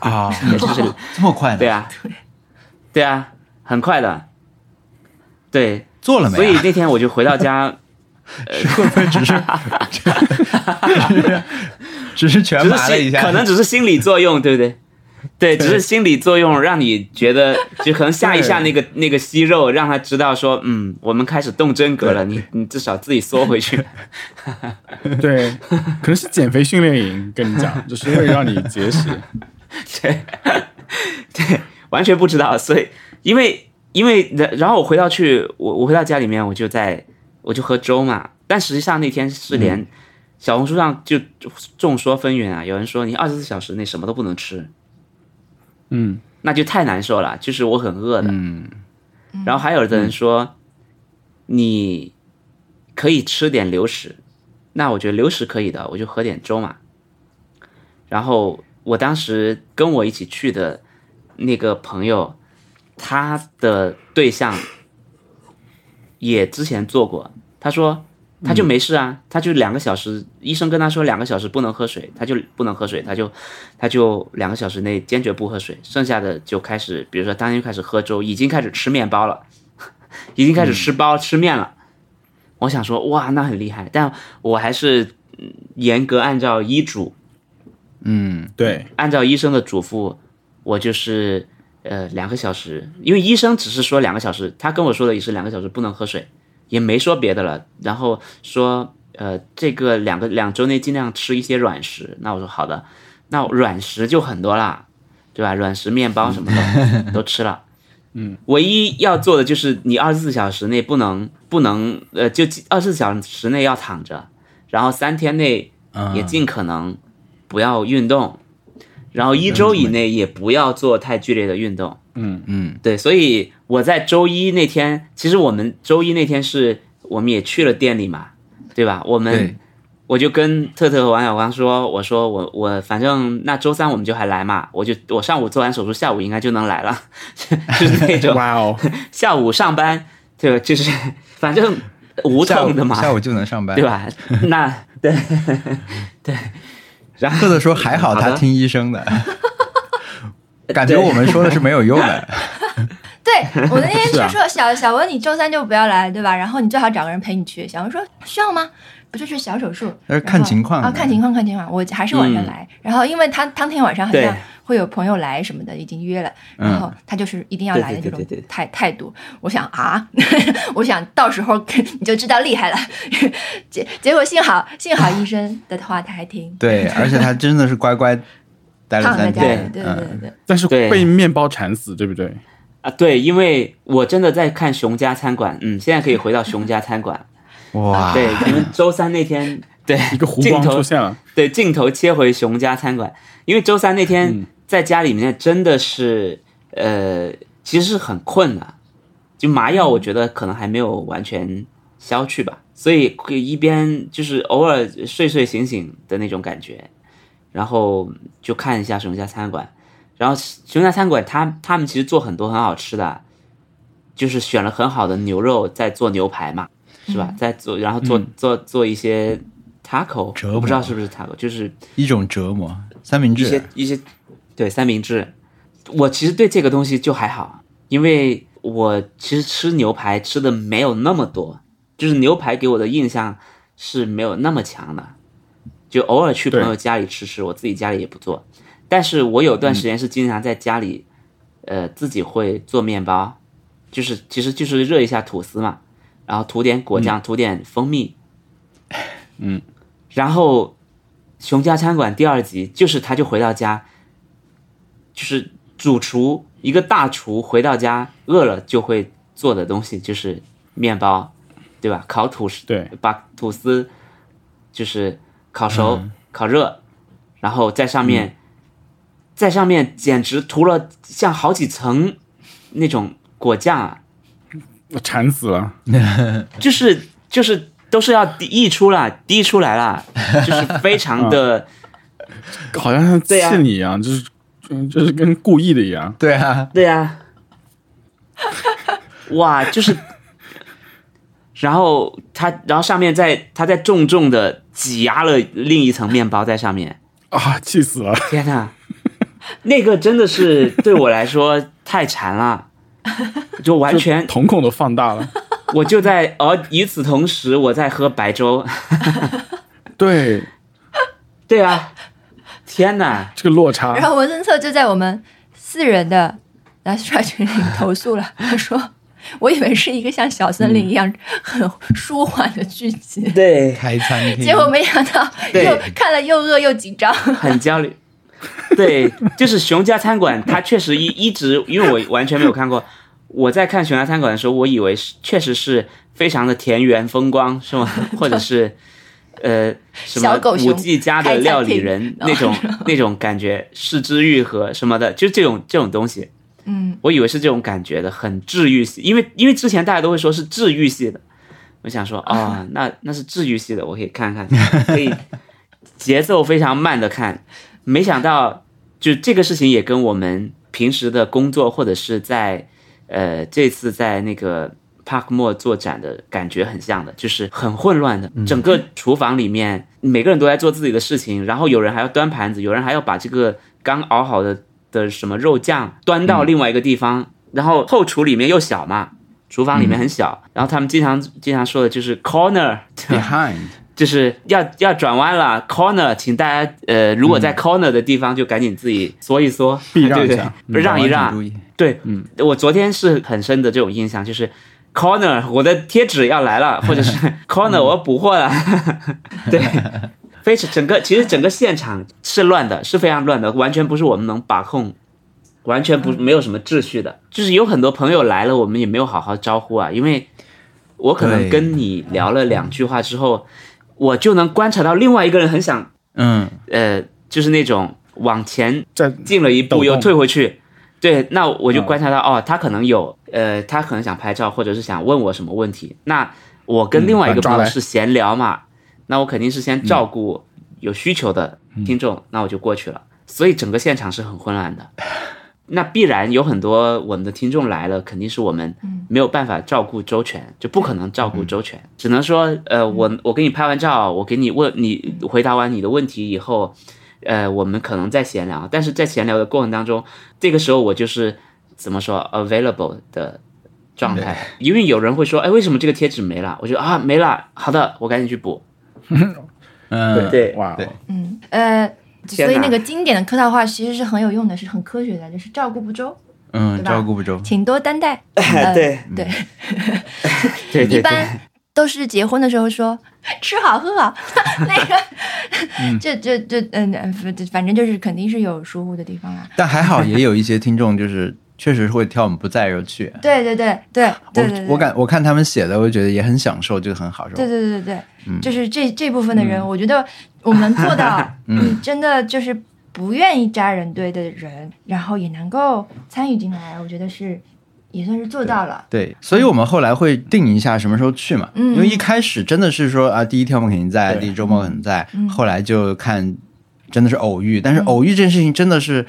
Speaker 4: 啊，
Speaker 3: 也 就是
Speaker 4: 这么快的？
Speaker 3: 对，啊，对啊，很快的，对，
Speaker 4: 做了没、啊？
Speaker 3: 所以那天我就回到家，
Speaker 4: 会不会 只是只是全
Speaker 3: 只是
Speaker 4: 麻了一
Speaker 3: 心
Speaker 4: 下？
Speaker 3: 可能只是心理作用，对不 对？对，只是心理作用让你觉得，就可能吓一吓那个那个息肉，让他知道说，嗯，我们开始动真格了，你你至少自己缩回去。
Speaker 1: 对，可能是减肥训练营，跟你 讲，就是为了让你节食。
Speaker 3: 对，对，完全不知道， 所以因为因为然然后我回到去，我我回到家里面，我就在我就喝粥嘛，但实际上那天是连小红书上就就众说纷纭啊，有人说你二十四小时内什么都不能吃，
Speaker 1: 嗯，
Speaker 3: 那就太难受了，就是我很饿的，嗯，然后还有的人说、你可以吃点流食，那我觉得流食可以的，我就喝点粥嘛。然后我当时跟我一起去的那个朋友，他的对象也之前做过，他说他就没事啊，他就两个小时，医生跟他说两个小时不能喝水，他就不能喝水，他就他就两个小时内坚决不喝水，剩下的就开始，比如说当天就开始喝粥，已经开始吃面包了， 已经开始吃包、吃面了。我想说，哇，那很厉害，但我还是嗯严格按照医嘱
Speaker 4: 嗯，
Speaker 1: 对，
Speaker 3: 按照医生的嘱咐，我就是呃两个小时，因为医生只是说两个小时，他跟我说的也是两个小时不能喝水，也没说别的了。然后说呃这个两个两周内尽量吃一些软食。那我说好的，那软食就很多啦，对吧？软食、面包什么的都吃了。嗯，唯一要做的就是你二十四小时内不能不能呃，就二十四小时内要躺着，然后三天内也尽可能不要运动，然后一周以内也不要做太剧烈的运动。
Speaker 1: 嗯
Speaker 3: 嗯，对，所以我在周一那天，其实我们周一那天是我们也去了店里嘛，对吧？我们
Speaker 4: 对
Speaker 3: 我就跟特特和王小光说，我说我我反正那周三我们就还来嘛，我就我上午做完手术，下午应该就能来了， 就是那种
Speaker 1: 哇哦，
Speaker 3: 下午上班，对吧？就是反正无
Speaker 4: 下午
Speaker 3: 痛的嘛，
Speaker 4: 下午就能上班，
Speaker 3: 对？吧？那对对，然后
Speaker 4: 特特说还
Speaker 2: 嗯
Speaker 4: 好
Speaker 3: 好
Speaker 4: 他
Speaker 3: 的
Speaker 4: 听医生 的，感觉我们说的是没有用的。
Speaker 2: 对，我那天
Speaker 1: 是啊
Speaker 2: 是说小小文，你周三就不要来，对吧？然后你最好找个人陪你去。小文说需要吗？不就是小手术？
Speaker 4: 那是看
Speaker 2: 然后
Speaker 4: 情况
Speaker 2: 啊，
Speaker 4: 的
Speaker 2: 看情况，看情况。我还是晚上
Speaker 3: 嗯
Speaker 2: 来。然后因为他当天晚上好像
Speaker 3: 对
Speaker 2: 会有朋友来什么的，已经约了，
Speaker 4: 嗯
Speaker 2: 然后他就是一定要
Speaker 3: 对
Speaker 2: 来的这
Speaker 3: 对对
Speaker 2: 种
Speaker 3: 对对
Speaker 2: 态态度。我想啊， 我想到时候你就知道厉害了。 结结果幸好幸好医生的话他还听，
Speaker 4: 对，而且他真的是乖乖待了
Speaker 2: 躺在
Speaker 4: 三
Speaker 2: 家里，
Speaker 4: 天
Speaker 2: 对，对对
Speaker 4: 嗯，
Speaker 2: 对。
Speaker 1: 但是
Speaker 3: 对
Speaker 1: 被面包馋死，对不对？
Speaker 3: 啊，对，因为我真的在看熊家餐馆，嗯，现在可以回到熊家 餐馆。
Speaker 4: 哇，
Speaker 3: 对，你们周三那天，对，
Speaker 1: 啊一个弧
Speaker 3: 镜
Speaker 1: 光
Speaker 3: 头
Speaker 1: 出现了，
Speaker 3: 对，镜头切回熊家餐馆，因为周三那
Speaker 5: 嗯
Speaker 3: 天在家里面真的是，
Speaker 5: 嗯
Speaker 3: 呃，其实是很困的，就麻药我觉得可能还没有完全消去吧，所以可以一边就是偶尔睡睡醒醒的那种感觉，然后就看一下熊家餐馆，然后熊家餐馆他他们其实做很多很好吃的，就是选了很好的牛肉在做牛排嘛，
Speaker 5: 嗯
Speaker 3: 是吧？在做然后做做做一些 taco，
Speaker 5: 折
Speaker 3: 我不知
Speaker 5: 磨
Speaker 3: 道是不是 taco，就是
Speaker 5: 一种折磨，三明
Speaker 3: 一些
Speaker 5: 治。
Speaker 3: 一些对三明治，我其实对这个东西就还好，因为我其实吃牛排吃的没有那么多，就是牛排给我的印象是没有那么强的，就偶尔去朋友家里吃吃，我自己家里也不做。但是我有段时间是经常在家里，呃，自己会做面包，就是其实就是热一下吐司嘛，然后涂点果酱，涂点蜂蜜，
Speaker 1: 嗯，
Speaker 3: 然后《熊家餐馆》第二集，就是他就回到家，就是主厨一个大厨回到家饿了就会做的东西就是面包，对吧？烤吐司，
Speaker 1: 对，
Speaker 3: 把吐司就是烤熟、烤热，然后在上面、在上面简直涂了像好几层那种果酱啊，
Speaker 1: 我馋死了。
Speaker 3: 就是就是都是要滴溢出了，滴出来了，就是非常的。
Speaker 1: 好像像
Speaker 3: 对呀
Speaker 1: 气你一样，就是嗯，就是跟故意的一样。
Speaker 5: 对啊，
Speaker 3: 对 呀、哇， 就是，然后他，然后上面再他再重重的挤压了另一层面包在上 面，
Speaker 1: 啊，气死 了！
Speaker 3: 天呐，那个真的是对我来说太馋 了，就完全
Speaker 1: 瞳孔都放大了。
Speaker 3: 我就在，而与此同时我在喝白粥，
Speaker 1: 对，
Speaker 3: 对啊，天呐，
Speaker 1: 这个落差
Speaker 2: 然后文森特就在我们四人的来刷群里投诉了，他说：“我以为是一个像小森
Speaker 3: 嗯
Speaker 2: 林一样很舒缓的剧集，
Speaker 3: 对，
Speaker 5: 开餐厅。
Speaker 2: 结果没想到
Speaker 3: 嗯对
Speaker 2: 又看了又饿又紧张。
Speaker 3: 很焦虑。 对，就是熊家餐馆，它确实一一直，因为我完全没有看过。我在看熊家餐馆的时候，我以为是确实是非常的田园风光，是吗？或者是呃什么
Speaker 2: 小狗熊
Speaker 3: 五 G 家的料理人
Speaker 2: 开餐
Speaker 3: 那
Speaker 2: 厅
Speaker 3: 种那种感觉，柿之愈合什么的，就这种这种东西，”
Speaker 2: 嗯，
Speaker 3: 我以为是这种感觉的，很治愈系。因为因为之前大家都会说是治愈系的，我想说啊、那那是治愈系的，我可以看看，可以节奏非常慢的看。没想到，就这个事情也跟我们平时的工作或者是在呃这次在那个帕克莫做展的感觉很像的，就是很混乱的，整个厨房里面每个人都在做自己的事情，然后有人还要端盘子，有人还要把这个刚熬好的的什么肉酱端到另外一个地方，然后后厨里面又小嘛。厨房里面很小，然后他们经常经常说的就是 corner，
Speaker 4: behind，
Speaker 3: 就是要要转弯了，corner，请大家呃，如果在 corner 的地方就赶紧自己缩一缩，
Speaker 1: 避让一
Speaker 3: 对
Speaker 1: 下
Speaker 4: 嗯
Speaker 3: 对让一让
Speaker 4: 注。意
Speaker 3: 对，嗯，我昨天是很深的这种印象，就是 corner 我的贴纸要来了，或者是 corner 我要补货了，对。非常整个其实整个现场是乱的，是非常乱的，完全不是我们能把控，完全不没有什么秩序的。就是有很多朋友来了，我们也没有好好招呼啊，因为我可能
Speaker 5: 对
Speaker 3: 跟你聊了两句话之后，我就能观察到另外一个人很想
Speaker 5: 嗯，
Speaker 3: 呃，就是那种往前
Speaker 1: 在
Speaker 3: 进了一
Speaker 1: 抖
Speaker 3: 步
Speaker 1: 动
Speaker 3: 又退回去。对，那我就
Speaker 1: 嗯
Speaker 3: 观察到、哦，他可能有呃，他可能想拍照，或者是想问我什么问题。那我跟另外一
Speaker 1: 嗯把他
Speaker 3: 个
Speaker 1: 抓
Speaker 3: 朋友
Speaker 1: 来嗯
Speaker 3: 是闲聊嘛，那我肯定是先照顾有需求的听众，那我就过去了。所以整个现场是很混乱 的。那必然有很多我们的听众来了，肯定是我们
Speaker 1: 嗯
Speaker 3: 没有办法照顾周全，就不可能照顾周全，只能说，呃，
Speaker 1: 嗯
Speaker 3: 我我给你拍完照，我给你问你回答完你的问题以后，呃，我们可能在闲聊，但是在闲聊的过程当中，这个时候我就是怎么说 available 的状态，因为有人会说，哎，为什么这个贴纸没了？我就啊没了，好的，我赶紧去补。
Speaker 5: 嗯，
Speaker 3: 对
Speaker 1: 哇，
Speaker 4: 对
Speaker 2: 嗯，呃，所
Speaker 3: 天哪
Speaker 2: 以那个经典的客套话其实是很有用的，是很科学的，就是照顾不周，
Speaker 5: 嗯，
Speaker 2: 对吧
Speaker 5: 照顾不周。
Speaker 2: 请多担待。呃、
Speaker 3: 哎对
Speaker 2: 对，
Speaker 3: 对对
Speaker 2: 一
Speaker 3: 对，
Speaker 2: 般都是结婚的时候说吃好喝好， 那个这这这嗯，反反正就是肯定是有疏忽的地方啦。
Speaker 5: 但还好也有一些听众 就是确实会挑我们不在而去。
Speaker 2: 对对对对对对，
Speaker 5: 我我感我看他们写的，我觉得也很享受，就很好受。
Speaker 2: 对对对对对，就是这这部分的人，我觉得我们能做到，你真的就是不愿意扎人堆的人，然后也能够参与进来，我觉得是也算是做到了。
Speaker 4: 对，所以我们后来会定一下什么时候去嘛，
Speaker 2: 嗯
Speaker 4: 因为一开始真的是说啊，第一天我们肯定在，
Speaker 1: 对
Speaker 4: 第一周末肯定在，
Speaker 2: 嗯
Speaker 4: 后来就看真的是偶遇，但是偶遇这件事情真的是，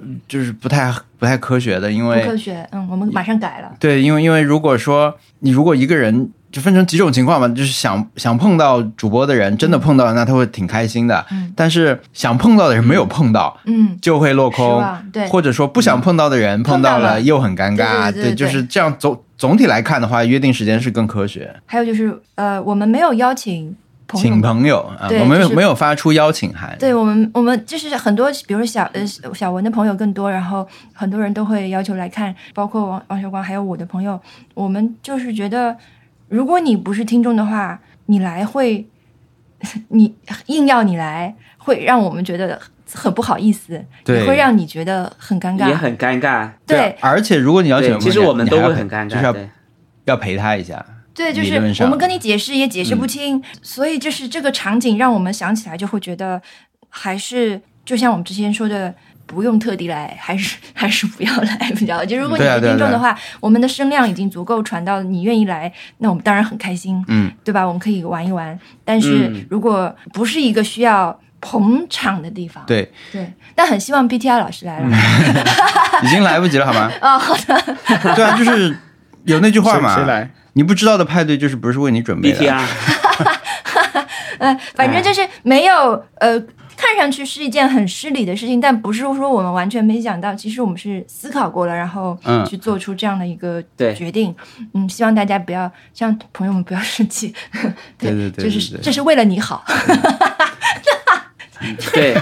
Speaker 4: 嗯就是不太不太科学的，因
Speaker 2: 不
Speaker 4: 为
Speaker 2: 科学，嗯，我们马上改了。
Speaker 4: 对，因为因为如果说你如果一个人就分成几种情况吧，就是想想碰到主播的人真的碰到了，那他会挺开心的。
Speaker 2: 嗯
Speaker 4: 但是想碰到的人没有碰到，
Speaker 2: 嗯，
Speaker 4: 就会落
Speaker 2: 失
Speaker 4: 空
Speaker 2: 望，对
Speaker 4: 或者说不想碰到的人碰到
Speaker 2: 碰到
Speaker 4: 了
Speaker 2: 了
Speaker 4: 又很尴尬。
Speaker 2: 对对对对
Speaker 4: 就
Speaker 2: 对
Speaker 4: 是这样总总体来看的话，约定时间是更科学，
Speaker 2: 还有就是呃，我们没有邀请朋友
Speaker 4: 请
Speaker 2: 们
Speaker 4: 朋友啊，
Speaker 2: 对
Speaker 4: 我们没有
Speaker 2: 就是
Speaker 4: 没有发出邀请函。
Speaker 2: 对我们，我们就是很多，比如说小呃小文的朋友更多，然后很多人都会要求来看，包括王王小光还有我的朋友，我们就是觉得，如果你不是听众的话，你来会，你硬要你来，会让我们觉得很不好意思，
Speaker 4: 对
Speaker 2: 也会让你觉得很尴
Speaker 3: 也
Speaker 2: 尬。
Speaker 3: 很尴尬。
Speaker 4: 啊
Speaker 2: 对
Speaker 4: 而且如果你邀请
Speaker 3: 对，
Speaker 4: 朋
Speaker 3: 其
Speaker 4: 友，
Speaker 3: 实我们
Speaker 4: 你
Speaker 3: 都
Speaker 4: 还要
Speaker 3: 会很尴
Speaker 4: 就是
Speaker 3: 尬。
Speaker 4: 要
Speaker 3: 对，
Speaker 4: 要陪他一下。
Speaker 2: 对，就
Speaker 4: 理论
Speaker 2: 是
Speaker 4: 上嗯
Speaker 2: 我们跟你解释也解释不清，所以就是这个场景让我们想起来就会觉得，还是就像我们之前说的，不用特地来，还是还是不要来比较好。就如果你
Speaker 4: 对啊
Speaker 2: 是
Speaker 4: 对啊
Speaker 2: 听众
Speaker 4: 对啊
Speaker 2: 的话，我们的声量已经足够传到你愿意来，那我们当然很开心，
Speaker 4: 嗯，
Speaker 2: 对吧？我们可以玩一玩。但是
Speaker 3: 嗯
Speaker 2: 如果不是一个需要捧场的地方，
Speaker 4: 对，嗯
Speaker 2: 对，但很希望 BTR 老师来了。
Speaker 4: 已经来不及了，好吗？
Speaker 2: 哦，好的，
Speaker 4: 对啊，就是有那句话嘛，
Speaker 1: 谁谁来？
Speaker 4: 你不知道的派对就是不是为你准备的。
Speaker 3: BTR
Speaker 2: 呃， 反正
Speaker 4: 哎
Speaker 2: 就是没有呃，看上去是一件很失礼的事情，但不是说我们完全没想到，其实我们是思考过了，然后
Speaker 4: 嗯
Speaker 2: 去做出这样的一个
Speaker 3: 对
Speaker 2: 决定。嗯，希望大家不要，希望朋友们不要生气。
Speaker 4: 对对对
Speaker 2: 就
Speaker 4: 对
Speaker 2: 是
Speaker 4: 对
Speaker 2: 这是为了你好。
Speaker 3: 对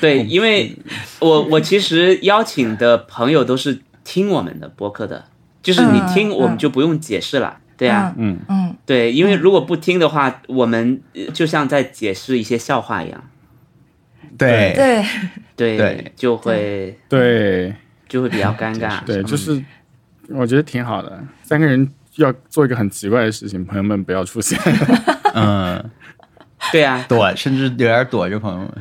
Speaker 3: 对，因为我我其实邀请的朋友都是听我们的播客的，就是你
Speaker 2: 嗯
Speaker 3: 听
Speaker 2: 嗯
Speaker 3: 我们就不用解释了。对啊，
Speaker 2: 嗯嗯，
Speaker 3: 对，因为如果不听的话，我们呃就像在解释一些笑话一样，
Speaker 4: 对
Speaker 2: 对，
Speaker 3: 对，
Speaker 4: 对
Speaker 3: 就会
Speaker 1: 对
Speaker 3: 就会比较尴尬。
Speaker 1: 对，就是我觉得挺好的，三个人要做一个很奇怪的事情，朋友们不要出 现。
Speaker 4: 嗯，
Speaker 3: 对啊，
Speaker 4: 躲，甚至有点躲着朋友们。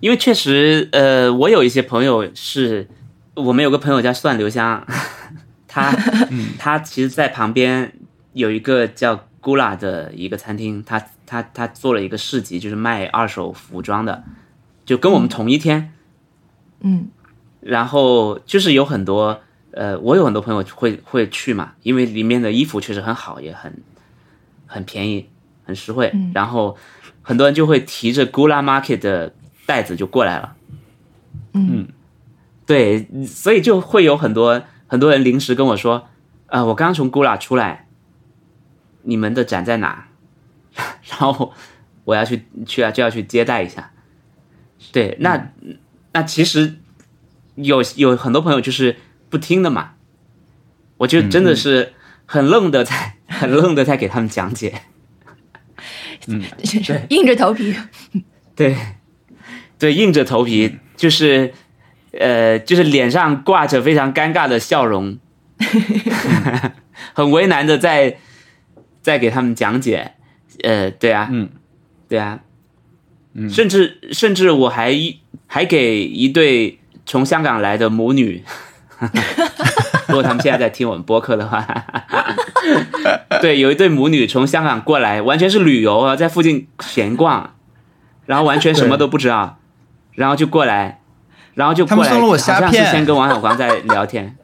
Speaker 3: 因为确实，呃，我有一些朋友是，我们有个朋友叫蒜留香， 他
Speaker 2: 嗯
Speaker 3: 他其实，在旁边有一个叫 Gula 的一个餐厅，他他他做了一个市集，就是卖二手服装的，就跟我们同一天，
Speaker 2: 嗯
Speaker 3: 然后就是有很多，呃，我有很多朋友会会去嘛，因为里面的衣服确实很好，也很很便宜，很实惠。
Speaker 2: 嗯
Speaker 3: 然后很多人就会提着 Gula Market 的袋子就过来了。
Speaker 2: 嗯
Speaker 3: 对，所以就会有很多很多人临时跟我说，呃，我刚刚从 Gula 出来，你们的展在哪？ 然后我要去去啊，就要去接待一下。对，那、那其实有有很多朋友就是不听的嘛，我就真的是很愣的在、 很愣的在给他们讲解。
Speaker 2: 硬着头皮。
Speaker 3: 对，对，硬着头皮，就是，呃，就是脸上挂着非常尴尬的笑容，很为难的在在给他们讲解，呃，对啊，
Speaker 1: 嗯，
Speaker 3: 对啊，嗯，甚至甚至我还一还给一对从香港来的母女， 如果他们现在在听我们播客的话，对，有一对母女从香港过来，完全是旅游啊，在附近闲逛。然后完全什么都不知道，然后就过来，然后就过来，
Speaker 4: 他们送了我虾片
Speaker 3: 好像是先跟王小光在聊天，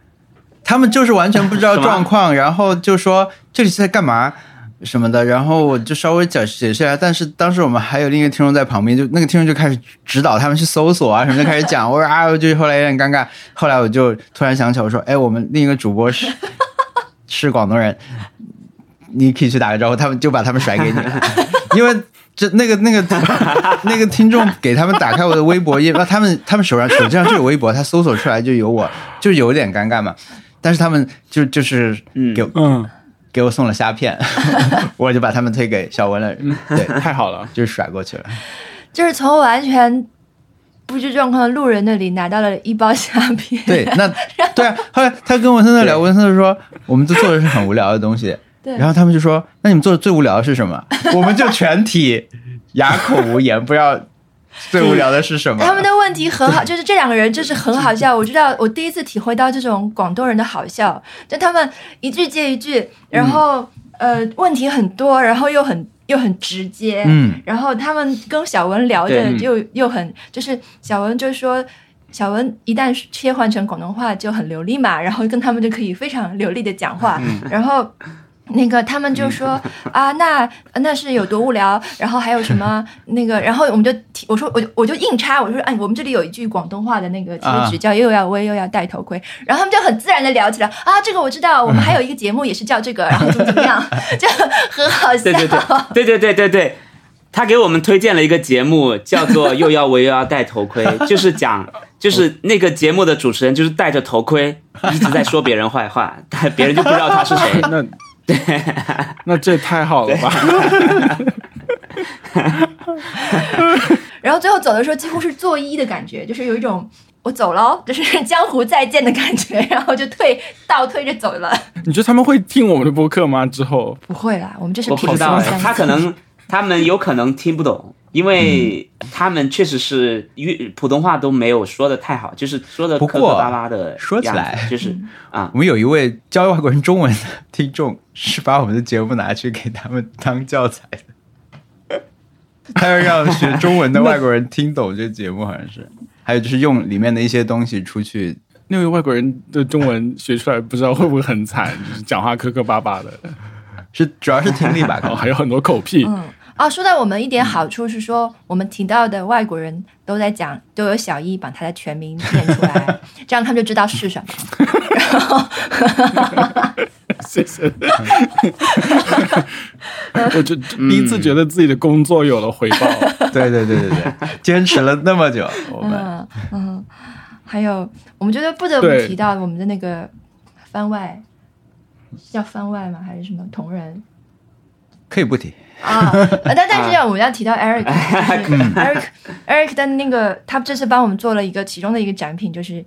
Speaker 4: 他们就是完全不知道
Speaker 3: 什么
Speaker 4: 状况，然后就说这里是在干嘛什么的，然后我就稍微解解释一下。但是当时我们还有另一个听众在旁边，就那个听众就开始指导他们去搜索啊什么，就开始讲。我说啊，我就后来有点尴尬。后来我就突然想起来，我说哎，我们另一个主播是 是广东人，你可以去打个招呼。他们就把他们甩给你了，因为。这那个那个那个听众给他们打开我的微博页，那他们他们手上手机上就有微博，他搜索出来就有我，就有点尴尬嘛。但是他们就就是给我、
Speaker 1: 嗯，
Speaker 4: 给我送了虾片，我就把他们推给小文了，对，
Speaker 1: 太好了，
Speaker 4: 就甩过去了。
Speaker 2: 就是从完全不知状况的路人那里拿到了一包虾片。
Speaker 4: 对，那对啊。后来他跟文森特聊，
Speaker 3: 对
Speaker 4: 文森特说我们都做的是很无聊的东西，
Speaker 2: 对
Speaker 4: 然后他们就说那你们做的最无聊的是什么？我们就全体哑口无言，不知道最无聊的是什么？
Speaker 2: 他们的问题 很好，就是这两个人就是很好笑。我知道，我第一次体会到这种广东人的好笑，就他们一句接一句，然后、呃问题很多，然后又很又很直接，
Speaker 4: 嗯，
Speaker 2: 然后他们跟小文聊的
Speaker 3: 对嗯
Speaker 2: 又又很就是小文就说。小文一旦切换成广东话就很流利嘛，然后跟他们就可以非常流利的讲话，
Speaker 3: 嗯
Speaker 2: 然后那个他们就说、 啊，那那是有多无聊，然后还有什 么那个，然后我们就提我说我就我就硬插我说哎，我们这里有一句广东话的那个贴
Speaker 4: 啊
Speaker 2: 纸叫又要威又要戴头盔，然后他们就很自然的聊起来啊，这个我知道，我们还有一个节目也是叫这个，然后怎么怎么样， 就很好笑。
Speaker 3: 对对对对对对对对，他给我们推荐了一个节目，叫 做《又要我又要戴头盔》，就是讲，就是那个节目的主持人就是戴着头盔一直在说别人坏话， 但别人就不知道他是 谁。
Speaker 1: 那 那这太好了吧？
Speaker 2: 然后最后走的时候几乎是作揖的感觉， 就是有一种我走了哦， 就是江湖再见的感觉，然后就退倒退着走了。
Speaker 1: 你觉得他们会听我们的播客吗？之后
Speaker 2: 不会啦，我们这是
Speaker 3: 我不知道
Speaker 2: 平行三
Speaker 3: 哎，他可能他们有可能听不懂，因为
Speaker 4: 嗯
Speaker 3: 他们确实是粤普通话都没有说的太好，就是说的
Speaker 4: 不
Speaker 3: 磕
Speaker 4: 过
Speaker 3: 磕巴巴的样子。
Speaker 4: 说起来
Speaker 3: 就是啊，
Speaker 4: 我们有一位教外国人中文的听众，是把我们的节目拿去给他们当教材的。他要让学中文的外国人听懂这个节目，好像是。还有就是用里面的一些东西出去，
Speaker 1: 那位外国人的中文学出来，不知道会不会很惨，就是讲话磕磕巴巴的，
Speaker 4: 是主要是听力吧？可
Speaker 1: 然后
Speaker 4: 能
Speaker 1: 还有很多口癖。
Speaker 2: 嗯啊，说到我们一点好处是说，我们提到的外国人都在讲，都有小易把他的全名念出 来，这样他们就知道是什么。
Speaker 1: 谢 谢。我就
Speaker 4: 嗯
Speaker 1: 第一次觉得自己的工作有了回报。
Speaker 4: 对对对对对，坚持了那么久，我们
Speaker 2: 嗯嗯，还有我们觉得不得不
Speaker 1: 对
Speaker 2: 提到我们的那个番外，是叫番外吗？还是什么同人？
Speaker 4: 可以不提。
Speaker 2: 啊，呃但但是要我们要提到 Eric，就是
Speaker 4: 啊嗯
Speaker 2: Eric Eric 的那个，他这次帮我们做了一个其中的一个展品，就是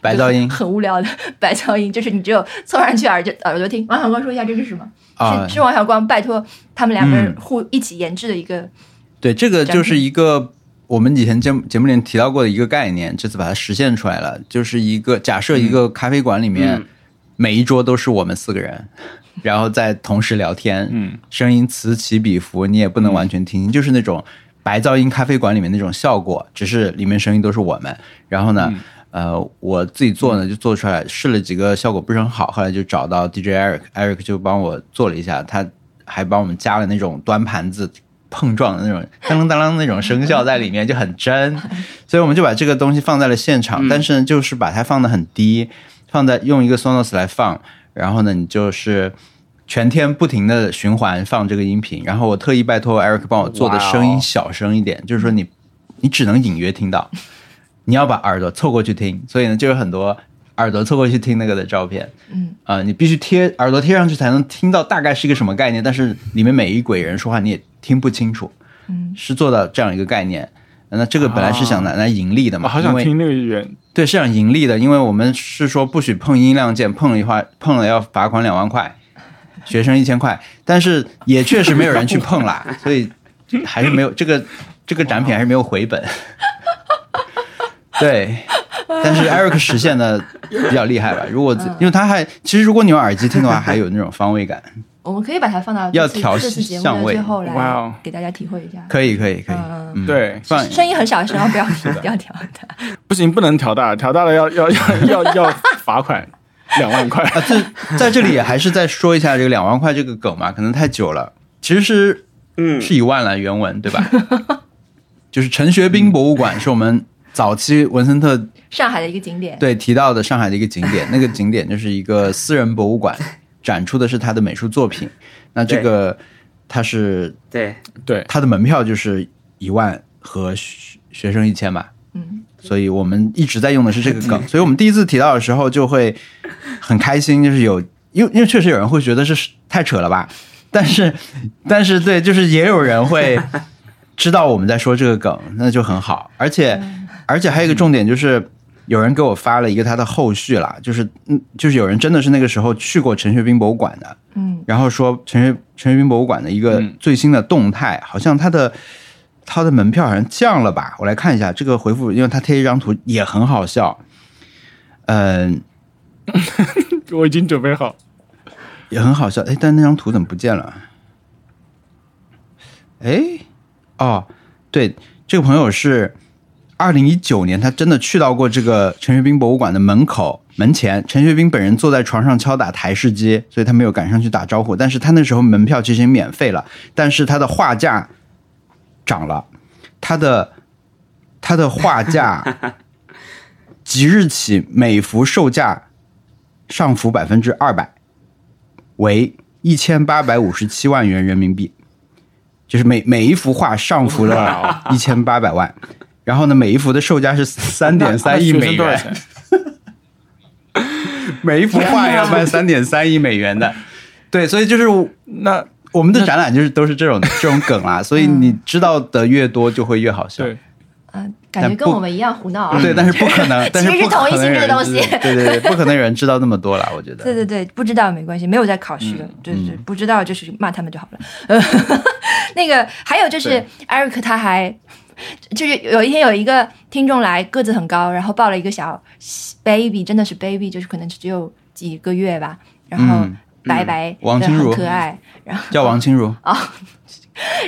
Speaker 4: 白噪音
Speaker 2: 很无聊的白噪音，就是你只有凑上去耳朵耳朵听。王小光说一下这是什么？
Speaker 4: 啊嗯
Speaker 2: 是是王小光拜托他们两个人互一起研制的一个，
Speaker 4: 对，这个
Speaker 2: 展
Speaker 4: 就是
Speaker 2: 品
Speaker 4: 一个我们以前节目节目里提到过的一个概念，这次把它实现出来了。就是一个假设一个咖啡馆里面、
Speaker 3: 嗯
Speaker 4: 每一桌都是我们四个人，然后再同时聊天，
Speaker 1: 嗯，
Speaker 4: 声音此起彼伏，你也不能完全听清，就是那种白噪音咖啡馆里面那种效果，只是里面声音都是我们。然后呢，呃，我自己做呢就做出来，试了几个效果不是很好，后来就找到 DJ Eric，Eric 就帮我做了一下，他还帮我们加了那种端盘子。碰撞的那种当啷当啷那种声效在里面就很真，所以我们就把这个东西放在了现场，
Speaker 2: 嗯
Speaker 4: 但是呢就是把它放得很低，放在用一个 Sonos 来放，然后呢你就是全天不停的循环放这个音频，然后我特意拜托 Eric 帮我做的声
Speaker 3: 哇
Speaker 4: 音
Speaker 3: 哦
Speaker 4: 小声一点，就是说你你只能隐约听到，你要把耳朵凑过去听，所以呢就有很多耳朵凑过去听那个的照片，
Speaker 2: 嗯
Speaker 4: 啊、你必须贴耳朵贴上去才能听到大概是一个什么概念，但是里面每一轨人说话你也听不清楚，
Speaker 2: 嗯，啊
Speaker 4: 是做到这样一个概念。那这个本来是想拿来盈利的
Speaker 1: 我
Speaker 4: 嘛，
Speaker 1: 啊好
Speaker 4: 因
Speaker 1: 想
Speaker 4: 为
Speaker 1: 听那个人，
Speaker 4: 对，是想盈利的，因为我们是说不许碰音量键，碰了一话，碰了要罚款两万块，学生一千块，但是也确实没有人去碰啦，所以还是没有这个这个展品还是没有回本。对，但是 Eric 实现的比较厉害吧？如果自因为他还其实如果你用耳机听的话，还有那种方位感，
Speaker 2: 我们可以把它放到
Speaker 4: 要
Speaker 2: 这次
Speaker 4: 调
Speaker 2: 这次节目
Speaker 4: 相
Speaker 2: 的
Speaker 4: 位
Speaker 2: 最后
Speaker 1: 哇
Speaker 2: 来
Speaker 1: 哦
Speaker 2: 给大家体会一下。
Speaker 4: 可以可以可以，
Speaker 2: 嗯
Speaker 4: 嗯，，
Speaker 1: 对，
Speaker 4: 放
Speaker 2: 声音很小的时候 不要不要调它。
Speaker 1: 不行，不能调大，调大了要要要要要罚款两万 块。
Speaker 4: 啊，这在这里也还是再说一下这个两万块这个梗嘛，可能太久了，其实是
Speaker 3: 嗯
Speaker 4: 是一万了原文对吧？就是陈学斌博物馆是我们早期文森特
Speaker 2: 上海的一个景点，
Speaker 4: 对提到的上海的一个景点，那个景点就是一个私人博物馆，展出的是他的美术作品。那这个他是
Speaker 3: 对，
Speaker 1: 对，
Speaker 4: 他的门票就是一万和学学生一千嘛，
Speaker 2: 嗯，
Speaker 4: 所以我们一直在用的是这个梗，所以我们第一次提到的时候就会很开心，就是有，因为因为确实有人会觉得是太扯了吧，但是但是对，就是也有人会知道我们在说这个梗， 那就很好，而且而且还有一个重点就是。有人给我发了一个他的后续啦，就是嗯，就是有人真的是那个时候去过陈学斌博物馆的，
Speaker 2: 嗯，
Speaker 4: 然后说陈学陈学斌博物馆的一个
Speaker 1: 嗯
Speaker 4: 最新的动态，好像他的他的门票好像降了吧？我来看一下这个回复，因为他贴一张图也很好笑，嗯、
Speaker 1: 我已经准备好。
Speaker 4: 也很好笑。哎，但那张图怎么不见了？哎，哦，对，这个朋友是二零一九年，他真的去到过这个陈学斌博物馆的门口门前，陈学斌本人坐在床上敲打台式机，所以他没有赶上去打招呼。但是他那时候门票其实免费了，但是他的画价涨了，他的他的画价即日起每幅售价上浮百分之二百。为一千八百五十七万元人民币，就是每每一幅画上浮了一千八百万，然后呢，每一幅的售价是三 点三亿美
Speaker 1: 学生多少
Speaker 4: 元，
Speaker 1: 钱？
Speaker 4: 每一幅画要卖三点三亿美元的，对，所以就是我
Speaker 1: 那
Speaker 4: 我们的展览就是都是这种这种梗啦，所以你知道的越多就会越好笑，
Speaker 1: 对，
Speaker 2: 嗯，感觉
Speaker 4: 但
Speaker 2: 跟
Speaker 4: 不
Speaker 2: 我们一样胡闹啊。
Speaker 4: 对，但是不可 能，但
Speaker 2: 其实
Speaker 4: 不
Speaker 2: 是
Speaker 4: 可
Speaker 2: 同一
Speaker 4: 能
Speaker 2: 性质的
Speaker 4: 有人
Speaker 2: 东西
Speaker 4: 知道对对对，不可能有人知道那么多啦，我觉得，
Speaker 2: 对对对，不知道没关系，没有在考试的，
Speaker 4: 嗯
Speaker 2: 对对对，不知道就是骂他们就好了。 呃，那个还有就是艾瑞克他还。就是有一天有一个听众来，个子很高，然后抱了一个小 baby，真的是 baby，就是可能只有几个月吧，然后
Speaker 4: 嗯
Speaker 2: 白白的、
Speaker 4: 王心如
Speaker 2: 很可爱，
Speaker 4: 叫王清如，
Speaker 2: 哦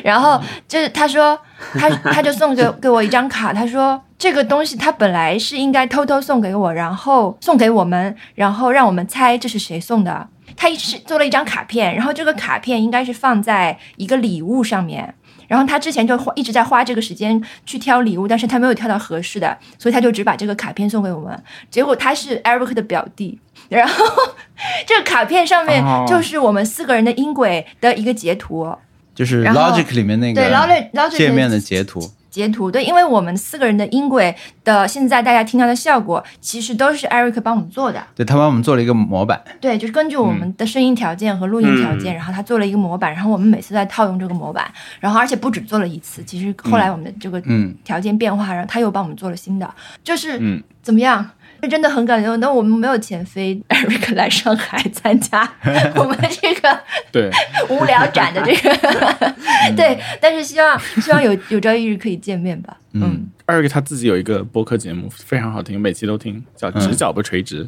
Speaker 2: 然后就是他说他他就送给给我一张卡，他说这个东西他本来是应该偷偷送给我，然后送给我们，然后让我们猜这是谁送的。他一是做了一张卡片，然后这个卡片应该是放在一个礼物上面。然后他之前就花一直在花这个时间去挑礼物，但是他没有挑到合适的，所以他就只把这个卡片送给我们。结果他是 Eric 的表弟，然后 这个卡片上面
Speaker 1: 哦
Speaker 2: 就是我们四个人的音轨的一个截图。
Speaker 4: 就是
Speaker 2: 然后
Speaker 4: Logic 里面那
Speaker 2: 对
Speaker 4: 个
Speaker 2: ，Logic Logic
Speaker 4: 界面的截图，
Speaker 2: 截图，对，因为我们四个人的音轨的现在大家听到的效果，其实都是 Eric 帮我们做的，
Speaker 4: 对他帮我们做了一个模板。
Speaker 2: 对，就是根据
Speaker 4: 嗯
Speaker 2: 我们的声音条件和录音条件，然后他做了一个模板，然后我们每次都在套用这个模板，然后而且不止做了一次，其实后来我们的这个
Speaker 4: 嗯
Speaker 2: 条件变化，然后他又帮我们做了新的，就是怎么样？这真的很感动。那我们没有钱飞 Eric 来上海参加 我们这个
Speaker 1: 对，
Speaker 2: 无聊展的这个， 对，但是希望希望有有朝一日可以见面吧。嗯
Speaker 1: 二个他自己有一个播客节目，非常好听，每期都听，叫《直角不垂直》。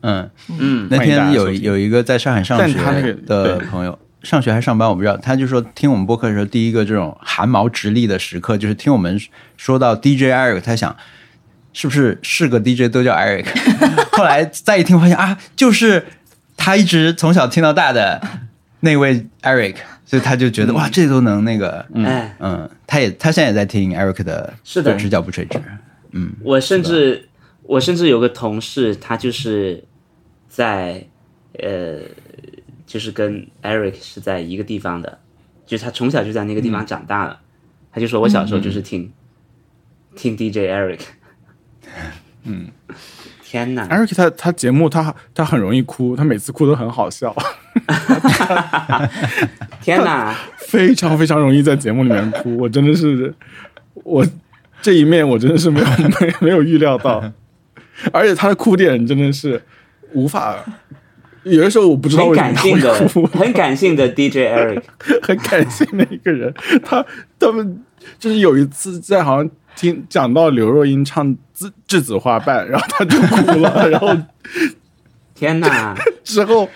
Speaker 4: 嗯，
Speaker 3: 嗯，
Speaker 4: 那
Speaker 1: 欢迎大
Speaker 4: 天
Speaker 1: 家
Speaker 4: 有
Speaker 1: 收听
Speaker 4: 有一个在上海上
Speaker 1: 但
Speaker 4: 学
Speaker 1: 他那个
Speaker 4: 的
Speaker 1: 对
Speaker 4: 朋友，上学还上班我不知道，他就说听我们播客的时候，第一个这种汗毛直立的时刻，就是听我们说到 DJ Eric，他想是不是是个 DJ 都叫 Eric，后 来再一听发现啊，就是他一直从小听到大的那位 Eric，所以他就
Speaker 1: 嗯
Speaker 4: 觉得哇，这都能那个，
Speaker 3: 哎，
Speaker 4: 嗯，他也他现在也在听 Eric 的，
Speaker 3: 是的
Speaker 4: 直角不垂直，
Speaker 3: 我甚至我甚至有个同事，他就是在呃，就是跟 Eric 是在一个地方的，就是他从小就在那个地方长大了。他就说我小时候就是听、听 DJ Eric，嗯，天哪，
Speaker 1: Eric 他他节目他他很容易哭，他每次哭都很好笑，
Speaker 3: 天哪，
Speaker 1: 非常非常容易在节目里面哭。 我真的是我这一面我真的是没有没没有预料到， 而且他的哭点真的是无法，有的时候我不知道
Speaker 3: 很
Speaker 1: 为什
Speaker 3: 感
Speaker 1: 么
Speaker 3: 性
Speaker 1: 会
Speaker 3: 的
Speaker 1: 哭，，
Speaker 3: 很感性的 DJ Eric，
Speaker 1: 很感性的一个人。他他们就是有一次在好像听讲到刘若英唱《栀栀子花瓣》，然后他就哭了，然后
Speaker 3: 天哪，
Speaker 1: 之后，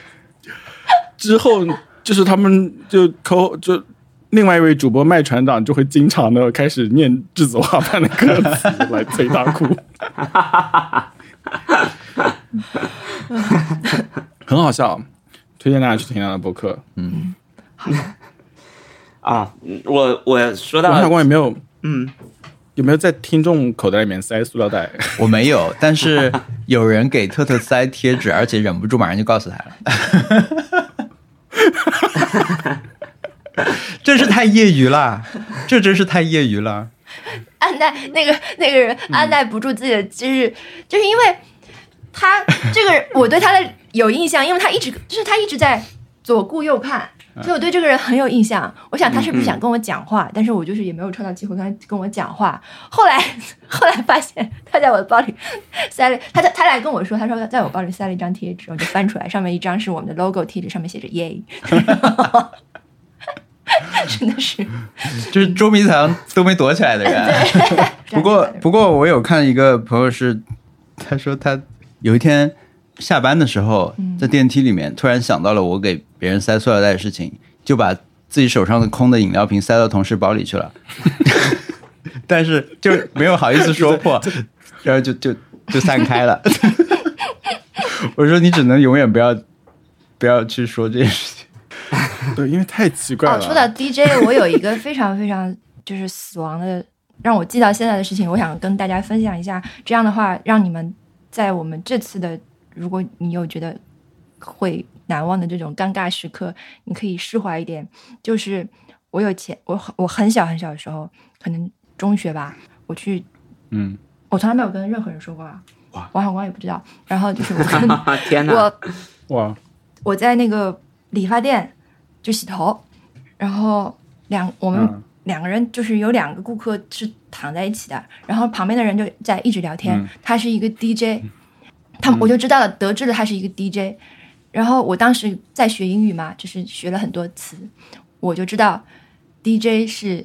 Speaker 1: 之后就是他们就口就另外一位主播麦船长就会经常的开始念栀子花瓣的歌词来催他 哭。很好笑，推荐大家去听他的播客。
Speaker 3: 啊，我我说
Speaker 1: 王小
Speaker 3: 到
Speaker 1: 光有没有？嗯，有没有在听众口袋里面塞塑料袋？
Speaker 4: 我没有，但是有人给特特塞贴纸，而且忍不住马上就告诉他了。 这是太业余了，这真是太业余了。
Speaker 2: 按耐那个那个人
Speaker 4: 嗯
Speaker 2: 按耐不住自己的，就是就是因为他这个人我对他的有印象，因为他一直就是他一直在左顾右盼，
Speaker 4: 嗯
Speaker 2: 所以我对这个人很有印象。我想他是不是想跟我讲话，但是我就是也没有创造机会跟他跟我讲话。后来 后来发现他在我的包里塞了，他在他来跟我说，他说在我包里塞了一张贴纸，我就 翻出来，上面一张是我们的 logo 贴纸，上面写着 “yay”。 真的是
Speaker 4: 就是捉迷藏都没躲起来的人。不过，不过我有看一个朋友是，他说他有一天下班的时候，在电梯里面突然想到了我给别人塞塑料袋的事情，就把自己手上的空的饮料瓶塞到同事包里去了，但是就是没有好意思说破，然后就就就散开了。我说你只能永远不要不要去说这件事情。
Speaker 1: 对，因为太奇怪了。
Speaker 2: 哦，说到 DJ，我有一个非常非常就是死亡的，让我记到现在的事情，我想跟大家分享一下。这样的话，让你们在我们这次的，如果你有觉得会难忘的这种尴尬时刻，你可以释怀一点。就是我有前我很我很小很小的时候，可能中学吧，我去，
Speaker 1: 嗯，
Speaker 2: 我从来没有跟任何人说过啊，王小光也不知道。然后就是我
Speaker 3: 哈哈 天哪！
Speaker 2: 我
Speaker 1: 哇，
Speaker 2: 我在那个理发店就洗头，然后两我们
Speaker 1: 嗯
Speaker 2: 两个人就是有两个顾客是躺在一起的，然后旁边的人就在一直聊天。
Speaker 1: 嗯
Speaker 2: 他是一个 DJ，他们我就知道了，得知了他是一个 DJ。然后我当时在学英语嘛，就是学了很多词，我就知道 DJ 是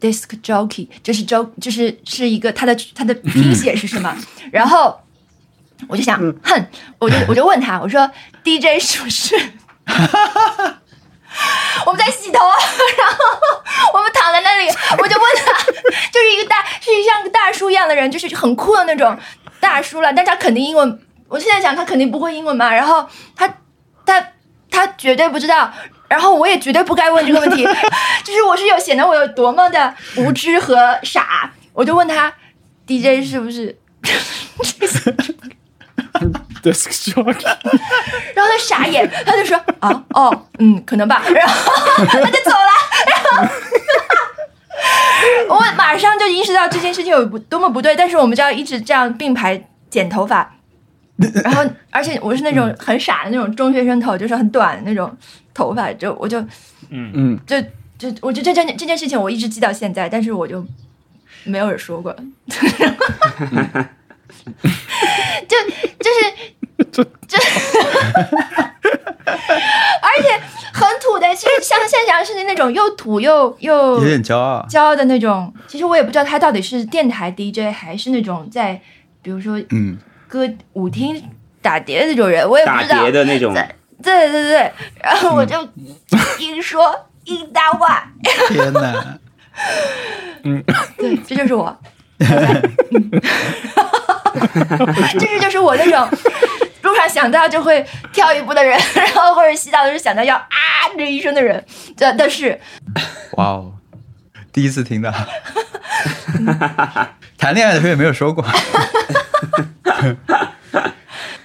Speaker 2: disc jockey，就是 jo 就是是一个他的 他的拼写是什么？然后我就想，哼，我就我就问他，我说 DJ 是不是？我们在洗头，啊然后我们躺在那里，我就问他，就是一个大，是像个大叔一样的人，就是很酷的那种大叔了，但他肯定英文，我现在想他肯定不会英文嘛，然后他他他绝对不知道，然后我也绝对不该问这个问题， 就是我是有显得我有多么的无知和傻，我就问他 DJ 是不是，
Speaker 1: d i s k jockey，
Speaker 2: 然后他傻眼，他就说啊哦嗯可能吧，然后 他就走了，然后我马上就意识到这件事情有不多么不对，但是我们就要一直这样并排剪头发，然后而且我是那种很傻的那种中学生头，就是很短的那种头发，就我就
Speaker 1: 嗯
Speaker 2: 就就我就这件这件事情我一直记到现在，但是我就没有人说过，就就是这而且很土的，其实像现象是那种又土又又
Speaker 4: 有点骄傲，
Speaker 2: 骄傲的那种。其实我也不知道他到底是电台 DJ 还是那种在比如说
Speaker 4: 嗯，
Speaker 2: 歌舞厅打碟的那种人，我也不
Speaker 3: 打
Speaker 2: 知道
Speaker 3: 碟。的那嗯种，
Speaker 2: 在对对对，然后我就硬 说硬搭话，
Speaker 4: 天哪！
Speaker 2: 对，这就是 我。这是就是我那种路上想到就会跳一步的人，然后或者洗澡的时候想到要啊这一声的人，这但是
Speaker 4: 哇哦，第一次听到。 谈恋爱的时候也没有说过，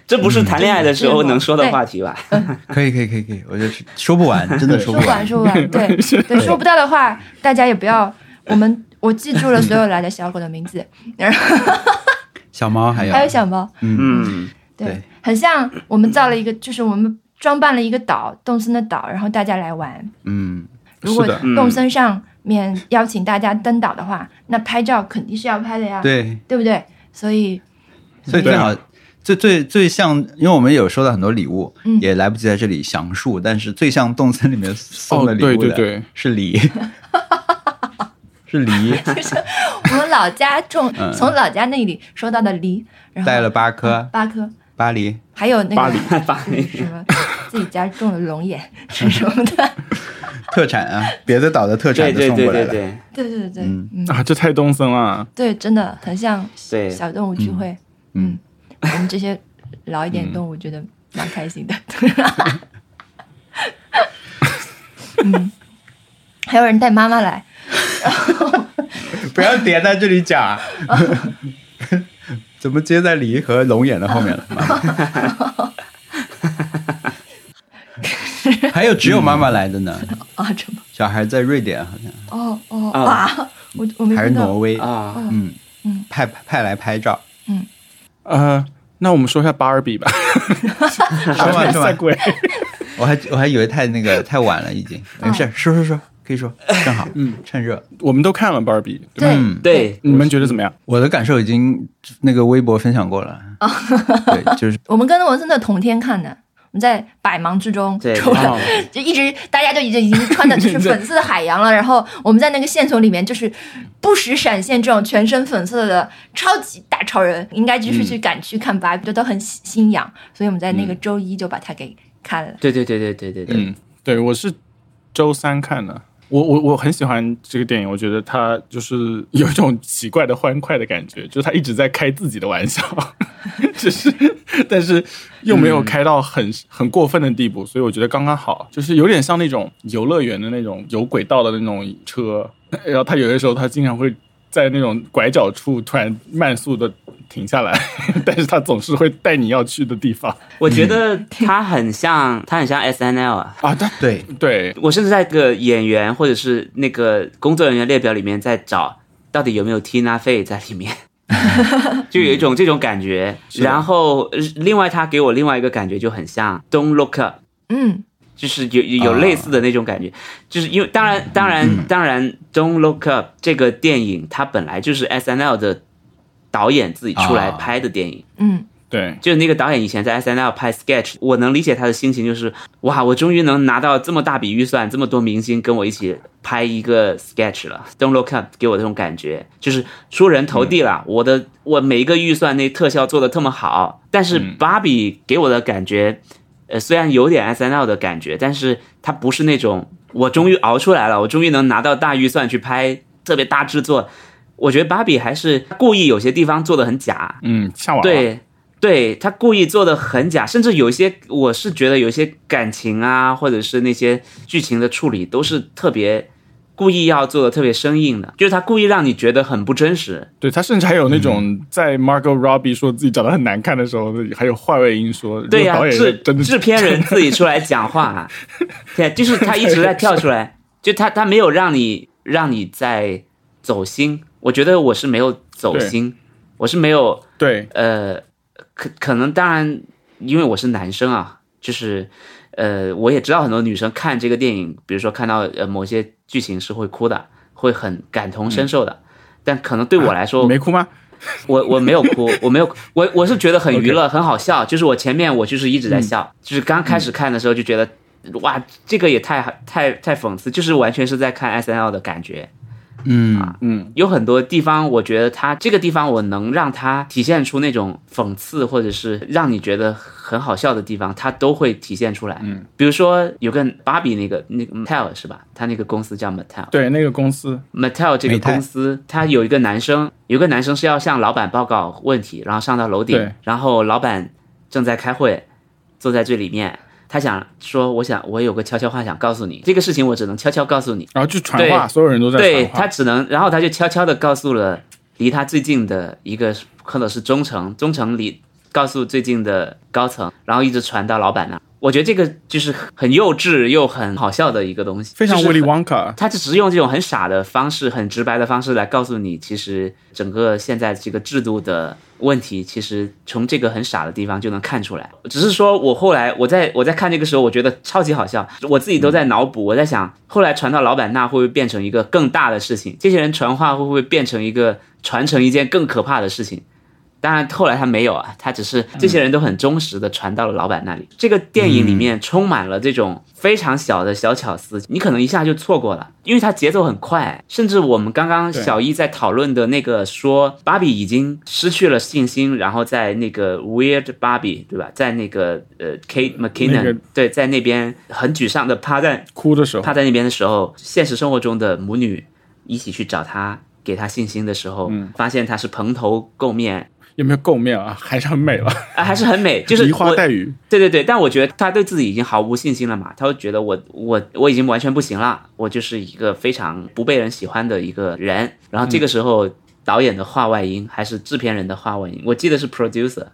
Speaker 3: 这不是谈恋爱的时候能说的
Speaker 2: 对
Speaker 3: 话题吧？
Speaker 4: 可以可以可以可以，我就是说不 完，真的说
Speaker 2: 说
Speaker 4: 不
Speaker 2: 不
Speaker 4: 完
Speaker 2: 完。说不 完，对对，说不到的话，大家也不要。我们我记住了所有来的小狗的名 字，
Speaker 4: 啊
Speaker 2: 然后
Speaker 4: 小猫还有
Speaker 2: 还有小猫，
Speaker 3: 嗯，
Speaker 2: 对
Speaker 4: 对，
Speaker 2: 很像我们造了一个，就是我们装扮了一个岛，动森的岛，然后大家来玩，
Speaker 4: 嗯，
Speaker 2: 如果
Speaker 1: 是的
Speaker 3: 嗯
Speaker 2: 动森上面邀请大家登岛的话，那拍照肯定是要拍的呀，
Speaker 4: 对，
Speaker 2: 不对？所以
Speaker 4: 所以最好最最最像，因为我们有收到很多礼物，
Speaker 2: 嗯
Speaker 4: 也来不及在这里详述，但是最像动森里面送的礼物的、
Speaker 1: 哦对对对
Speaker 4: 是 梨，是梨，
Speaker 2: 我们老家种
Speaker 4: 嗯
Speaker 2: 从老家那里收到的梨，然后
Speaker 4: 带了八颗
Speaker 2: 八颗，
Speaker 4: 巴黎，
Speaker 2: 还有那
Speaker 1: 巴
Speaker 2: 个
Speaker 1: 黎
Speaker 3: 巴 黎
Speaker 2: 就是什么自己家种的龙眼是什么的，
Speaker 4: 特产啊，别的岛的特
Speaker 3: 对
Speaker 4: 产都
Speaker 3: 对
Speaker 4: 送
Speaker 3: 对
Speaker 4: 过来
Speaker 3: 对
Speaker 4: 了。
Speaker 3: 对
Speaker 2: 对对对，
Speaker 4: 嗯
Speaker 2: 嗯，
Speaker 1: 啊，这太东森了，
Speaker 2: 对，真的很像
Speaker 3: 对，
Speaker 2: 小动物聚会，
Speaker 4: 嗯
Speaker 2: 我们这些老一点的动物觉得蛮开 心的。嗯，还有人带妈妈来，
Speaker 4: 不要叠在这里讲啊，怎么接在梨和龙眼的后面了？妈妈还有只有妈妈来的呢，
Speaker 2: 啊，这么
Speaker 4: 小孩在瑞典好像
Speaker 2: 哦哦
Speaker 3: 啊
Speaker 2: 哇，我我没
Speaker 4: 还是
Speaker 2: 听到
Speaker 4: 挪威，
Speaker 3: 啊，
Speaker 4: 嗯
Speaker 2: 嗯，
Speaker 4: 派派来拍照，
Speaker 1: 呃，那我们说一下巴尔比吧，
Speaker 4: 说完说
Speaker 1: 赛
Speaker 4: 完，
Speaker 1: 鬼，
Speaker 4: 我还我还以为太那个太晚了已经，哎没事，说说说可以说，正好，嗯，趁热，
Speaker 1: 我们都看了巴尔比，对吧
Speaker 2: 对
Speaker 4: 嗯
Speaker 3: 对，
Speaker 1: 你们觉得怎么样？
Speaker 4: 我的感受已经那个微博分享过了，对，就是
Speaker 2: 我们跟文森特同天看的，们在百忙之中
Speaker 3: 对
Speaker 2: 出来
Speaker 1: 哦，
Speaker 2: 就一直大家就已经已经穿的就是粉色的海洋了，然后我们在那个线索里面就是不时闪现这种全身粉色的超级大潮人，应该就是去赶去看芭比，这都很心心痒，所以我们在那个周一就把它给看了。
Speaker 3: 对对对对对对对，
Speaker 1: 嗯，对，我是周三看的。我我我很喜欢这个电影，我觉得它就是有一种奇怪的欢快的感觉， 就是他一直在开自己的玩笑， 只是 但是又没有开到很、很过分的地步，所以我觉得刚刚好，就是有点像那种游乐园的那种有轨道的那种车，然后他有些时候他经常会在那种拐角处突然慢速的停下来， 但是他总是会带你要去的地方
Speaker 3: 我觉得
Speaker 4: 嗯
Speaker 3: 他很像，他很像 S N L 啊。
Speaker 1: 啊，他
Speaker 5: 对，
Speaker 1: 对
Speaker 3: 我甚至在这个演员或者是那个工作人员列表里面在找，到底有没有 Tina Fey 在里面，就有一种这种感觉。
Speaker 1: 的
Speaker 3: 然后呃另外他给我另外一个感觉就很像 Don't Look Up，
Speaker 2: 嗯，
Speaker 3: 就是有有类似的那种感觉，就是因为当然当然当然，Don't Look Up 这个电影它本来就是 S N L 的导演自己出来
Speaker 5: 啊
Speaker 3: 拍的电影，
Speaker 2: 嗯，
Speaker 1: 对，
Speaker 3: 就是那个导演以前在 S N L 拍 sketch，我能理解他的心情，就是哇，我终于能拿到这么大笔预算，这么多明星跟我一起拍一个 sketch 了。Don't look up 给我这种感觉，就是出人头地了。我的我每一个预算那特效做的这么好，但是
Speaker 1: 嗯
Speaker 3: 芭比给我的感觉，呃，虽然有点 S N L 的感觉，但是它不是那种我终于熬出来了，我终于能拿到大预算去拍特别大制作。我觉得芭比还是故意有些地方做的很假，
Speaker 1: 嗯，夏娃娃
Speaker 3: 对，对他故意做的很假，甚至有一些我是觉得有一些感情啊，或者是那些剧情的处理都是特别故意要做的特别生硬的，就是他故意让你觉得很不真实。
Speaker 1: 对他甚至还有那种在 Margot Robbie 说自己长得很难看的时候，还有换位音说，
Speaker 3: 对呀、
Speaker 1: 如果导演
Speaker 3: 制
Speaker 1: 是真的
Speaker 3: 制片人自己出来讲 话、啊，对，就是他一直在跳出来，就他他没有让你让你在走心，我觉得我是没有走
Speaker 1: 对
Speaker 3: 心，我是没有。
Speaker 1: 对
Speaker 3: 呃，可可能当然，因为我是男生啊，就是呃，我也知道很多女生看这个电影，比如说看到呃某些剧情是会哭的，会很感同身受的。但可能对我来说，
Speaker 1: 你没哭吗？
Speaker 3: 我我没有哭， 我没有，我我是觉得很
Speaker 1: OK 嗯
Speaker 3: 娱乐很好笑。就是我前面我就是一直在笑，就是刚开始看的时候就觉得，哇，这个也太太太讽刺，就是完全是在看 S N L 的感觉。
Speaker 5: 嗯，
Speaker 1: 嗯，
Speaker 3: 有很多地方，我觉得它这个地方我能让它体现出那种讽刺，或者是让你觉得很好笑的地方，它都会体现出来。嗯，比如说有个芭比那个那个 Mattel 是吧？他那个公司叫 Mattel。
Speaker 1: 对，那个公司，
Speaker 3: Mattel 这个
Speaker 5: 美泰
Speaker 3: 公司，它有一个男生，有个男生是要向老板报告问题，然后上到楼顶
Speaker 1: 对，
Speaker 3: 然后老板正在开会，坐在最里面。他想说，我想我有个悄悄话想告诉你，这个事情我只能悄悄告诉你。
Speaker 1: 然后就传话，
Speaker 3: 对
Speaker 1: 所有人都在
Speaker 3: 对
Speaker 1: 传
Speaker 3: 他
Speaker 1: 话。
Speaker 3: 只能，然后他就悄悄的告诉了离他最近的一个，可能是中层，中层里告诉最近的高层，然后一直传到老板那儿。我觉得这个就是很幼稚又很好笑的一个东西，
Speaker 1: 非常
Speaker 3: 就是
Speaker 1: 威利
Speaker 3: 很
Speaker 1: 旺卡，
Speaker 3: 他只是用这种很傻的方式、很直白的方式来告诉你，其实整个现在这个制度的问题，其实从这个很傻的地方就能看出来。只是说我后来我在我在看这个时候，我觉得超级好笑，我自己都在脑补，我在想后来传到老板那会不会变成一个更大的事情？这些人传话会不会变成一个传承一件更可怕的事情？当然，后来他没有啊，他只是
Speaker 1: 嗯
Speaker 3: 这些人都很忠实的传到了老板那里。这个电影里
Speaker 1: 嗯
Speaker 3: 面充满了这种非常小的小巧思，你可能一下就错过了，因为它节奏很快。甚至我们刚刚
Speaker 1: 对
Speaker 3: 小一在讨论的那个说，芭比已经失去了信心，然后在那个 Weird 芭比对吧，在那个呃 Kate McKinnon、
Speaker 1: 那个
Speaker 3: 对，在那边很沮丧的趴在
Speaker 1: 哭的时候
Speaker 3: 他，在那边的时候，现实生活中的母女一起去找他，给他信心的时候，
Speaker 1: 嗯
Speaker 3: 发现他是蓬头垢面，
Speaker 1: 有没有够面啊？还是很美了，
Speaker 3: 啊，还是很美，就是
Speaker 1: 梨花
Speaker 3: 我
Speaker 1: 带雨。
Speaker 3: 对对对，但我觉得他对自己已经毫无信心了嘛，他会觉得我我我已经完全不行了，我就是一个非常不被人喜欢的一个人。然后这
Speaker 1: 嗯
Speaker 3: 个时候，导演的话外音还是制片人的话外音，我记得是 producer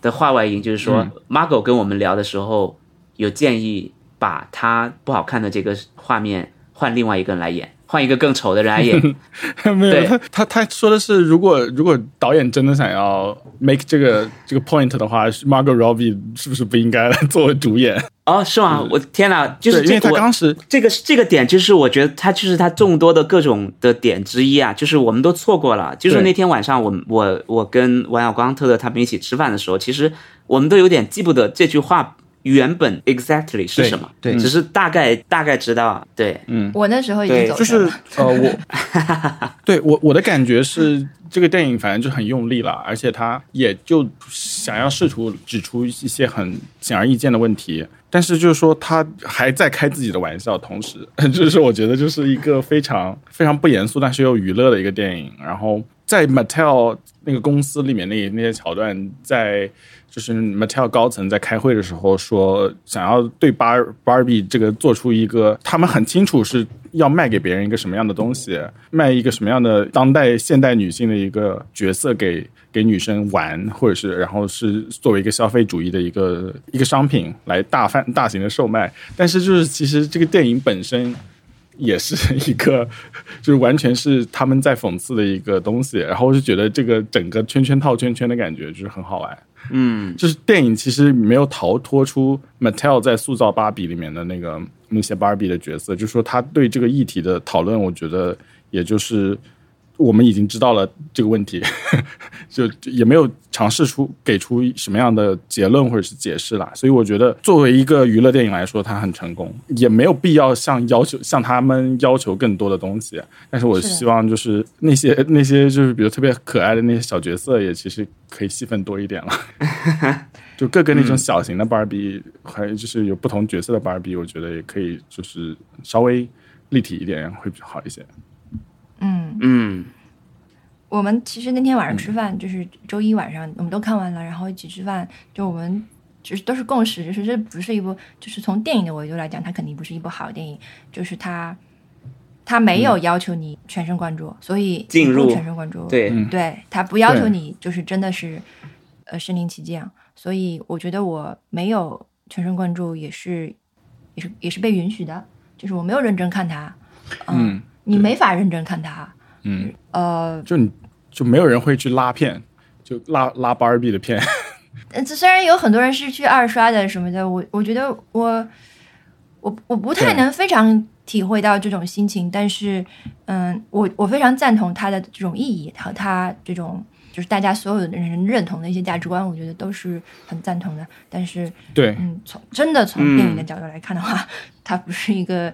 Speaker 3: 的话外音，就是
Speaker 1: 嗯
Speaker 3: 说、Margot 跟我们聊的时候有建议把他不好看的这个画面换另外一个人来演，换一个更丑的人来演，
Speaker 1: 没有，
Speaker 3: 对
Speaker 1: 他他他说的是，如果如果导演真的想要 make 这个这个 point 的话，Margot Robbie 是不是不应该 来作为主演？
Speaker 3: 哦，是吗？我天哪，就是
Speaker 1: 嗯对，因
Speaker 3: 这
Speaker 1: 为
Speaker 3: 个
Speaker 1: 他
Speaker 3: 我
Speaker 1: 当时
Speaker 3: 这个这个点，就是我觉得它就是它众多的各种的点之一啊，就是我们都错过了。就是那天晚上我，我我跟王小光、特特他们一起吃饭的时候，其实我们都有点记不得这句话原本 exactly 是
Speaker 4: 对
Speaker 3: 什么，
Speaker 4: 对嗯
Speaker 3: 只是大概大概知道，啊对，
Speaker 2: 我那时候已经
Speaker 3: 对
Speaker 2: 走
Speaker 1: 就
Speaker 2: 神
Speaker 1: 是
Speaker 2: 了，
Speaker 1: 呃，我对我我的感觉是，这个电影反正就很用力了，而且他也就想要试图指出一些很显而易见的问题，但是就是说他还在开自己的玩笑，同时 就是我觉得就是一个非常非常不严肃，但是又娱乐的一个电影。然后在 Mattel 那个公司里面那那些桥段，在就是 Mattel 高层在开会的时候说，想要对 Bar Barbie 这个做出一个，他们很清楚是要卖给别人一个什么样的东西，卖一个什么样的当代现代女性的一个角色给给女生玩，或者是然后是作为一个消费主义的一个一个商品来大范大型的售卖。但是就是其实这个电影本身也是一个，就是完全是他们在讽刺的一个东西。然后我就觉得这个整个圈圈套圈圈的感觉就是很好玩。嗯，就是电影其实没有逃脱出 Mattel 在塑造芭比里面的那个那些芭比的角色，就是说他对这个议题的讨论，我觉得也就是我们已经知道了这个问题， 就就也没有尝试出给出什么样的结论或者是解释啦。所以我觉得作为一个娱乐电影来说，它很成功，也没有必要向要求向他们要求更多的东西。啊但是我
Speaker 2: 是的
Speaker 1: 希望就是那些那些就是比如特别可爱的那些小角色，也其实可以戏份多一点了。就各个那
Speaker 4: 嗯
Speaker 1: 种小型的芭比，还有就是有不同角色的芭比，我觉得也可以就是稍微立体一点会比较好一些。
Speaker 2: 嗯，
Speaker 3: 嗯，
Speaker 2: 我们其实那天晚上吃饭，就是周一晚上，我们都看完了，然后一起吃饭，就我们就是都是共识，就是这不是一部，就是从电影的维度来讲，它肯定不是一部好电影，就是它它没有要求你全神贯注，所以
Speaker 3: 进入
Speaker 2: 不全神贯注，
Speaker 3: 对，
Speaker 1: 嗯
Speaker 2: 对他不要求
Speaker 1: 对
Speaker 2: 你就是真的是呃身临其境，所以我觉得我没有全神贯注也是也是也是被允许的，就是我没有认真看他，嗯，
Speaker 1: 嗯
Speaker 2: 你没法认真看他，
Speaker 1: 嗯，
Speaker 2: 呃，
Speaker 1: 就你就没有人会去拉片，就拉拉芭比的 片。
Speaker 2: 呃这虽然有很多人是去二刷的什么的，我我觉得我我我不太
Speaker 1: 对
Speaker 2: 能非常体会到这种心情，但是嗯，我我非常赞同他的这种意义和他这种就是大家所有的人认同的一些价值观，我觉得都是很赞同的。但是
Speaker 1: 对，
Speaker 2: 嗯，从真的从
Speaker 3: 嗯
Speaker 2: 电影的角度来看的话， 它不是一个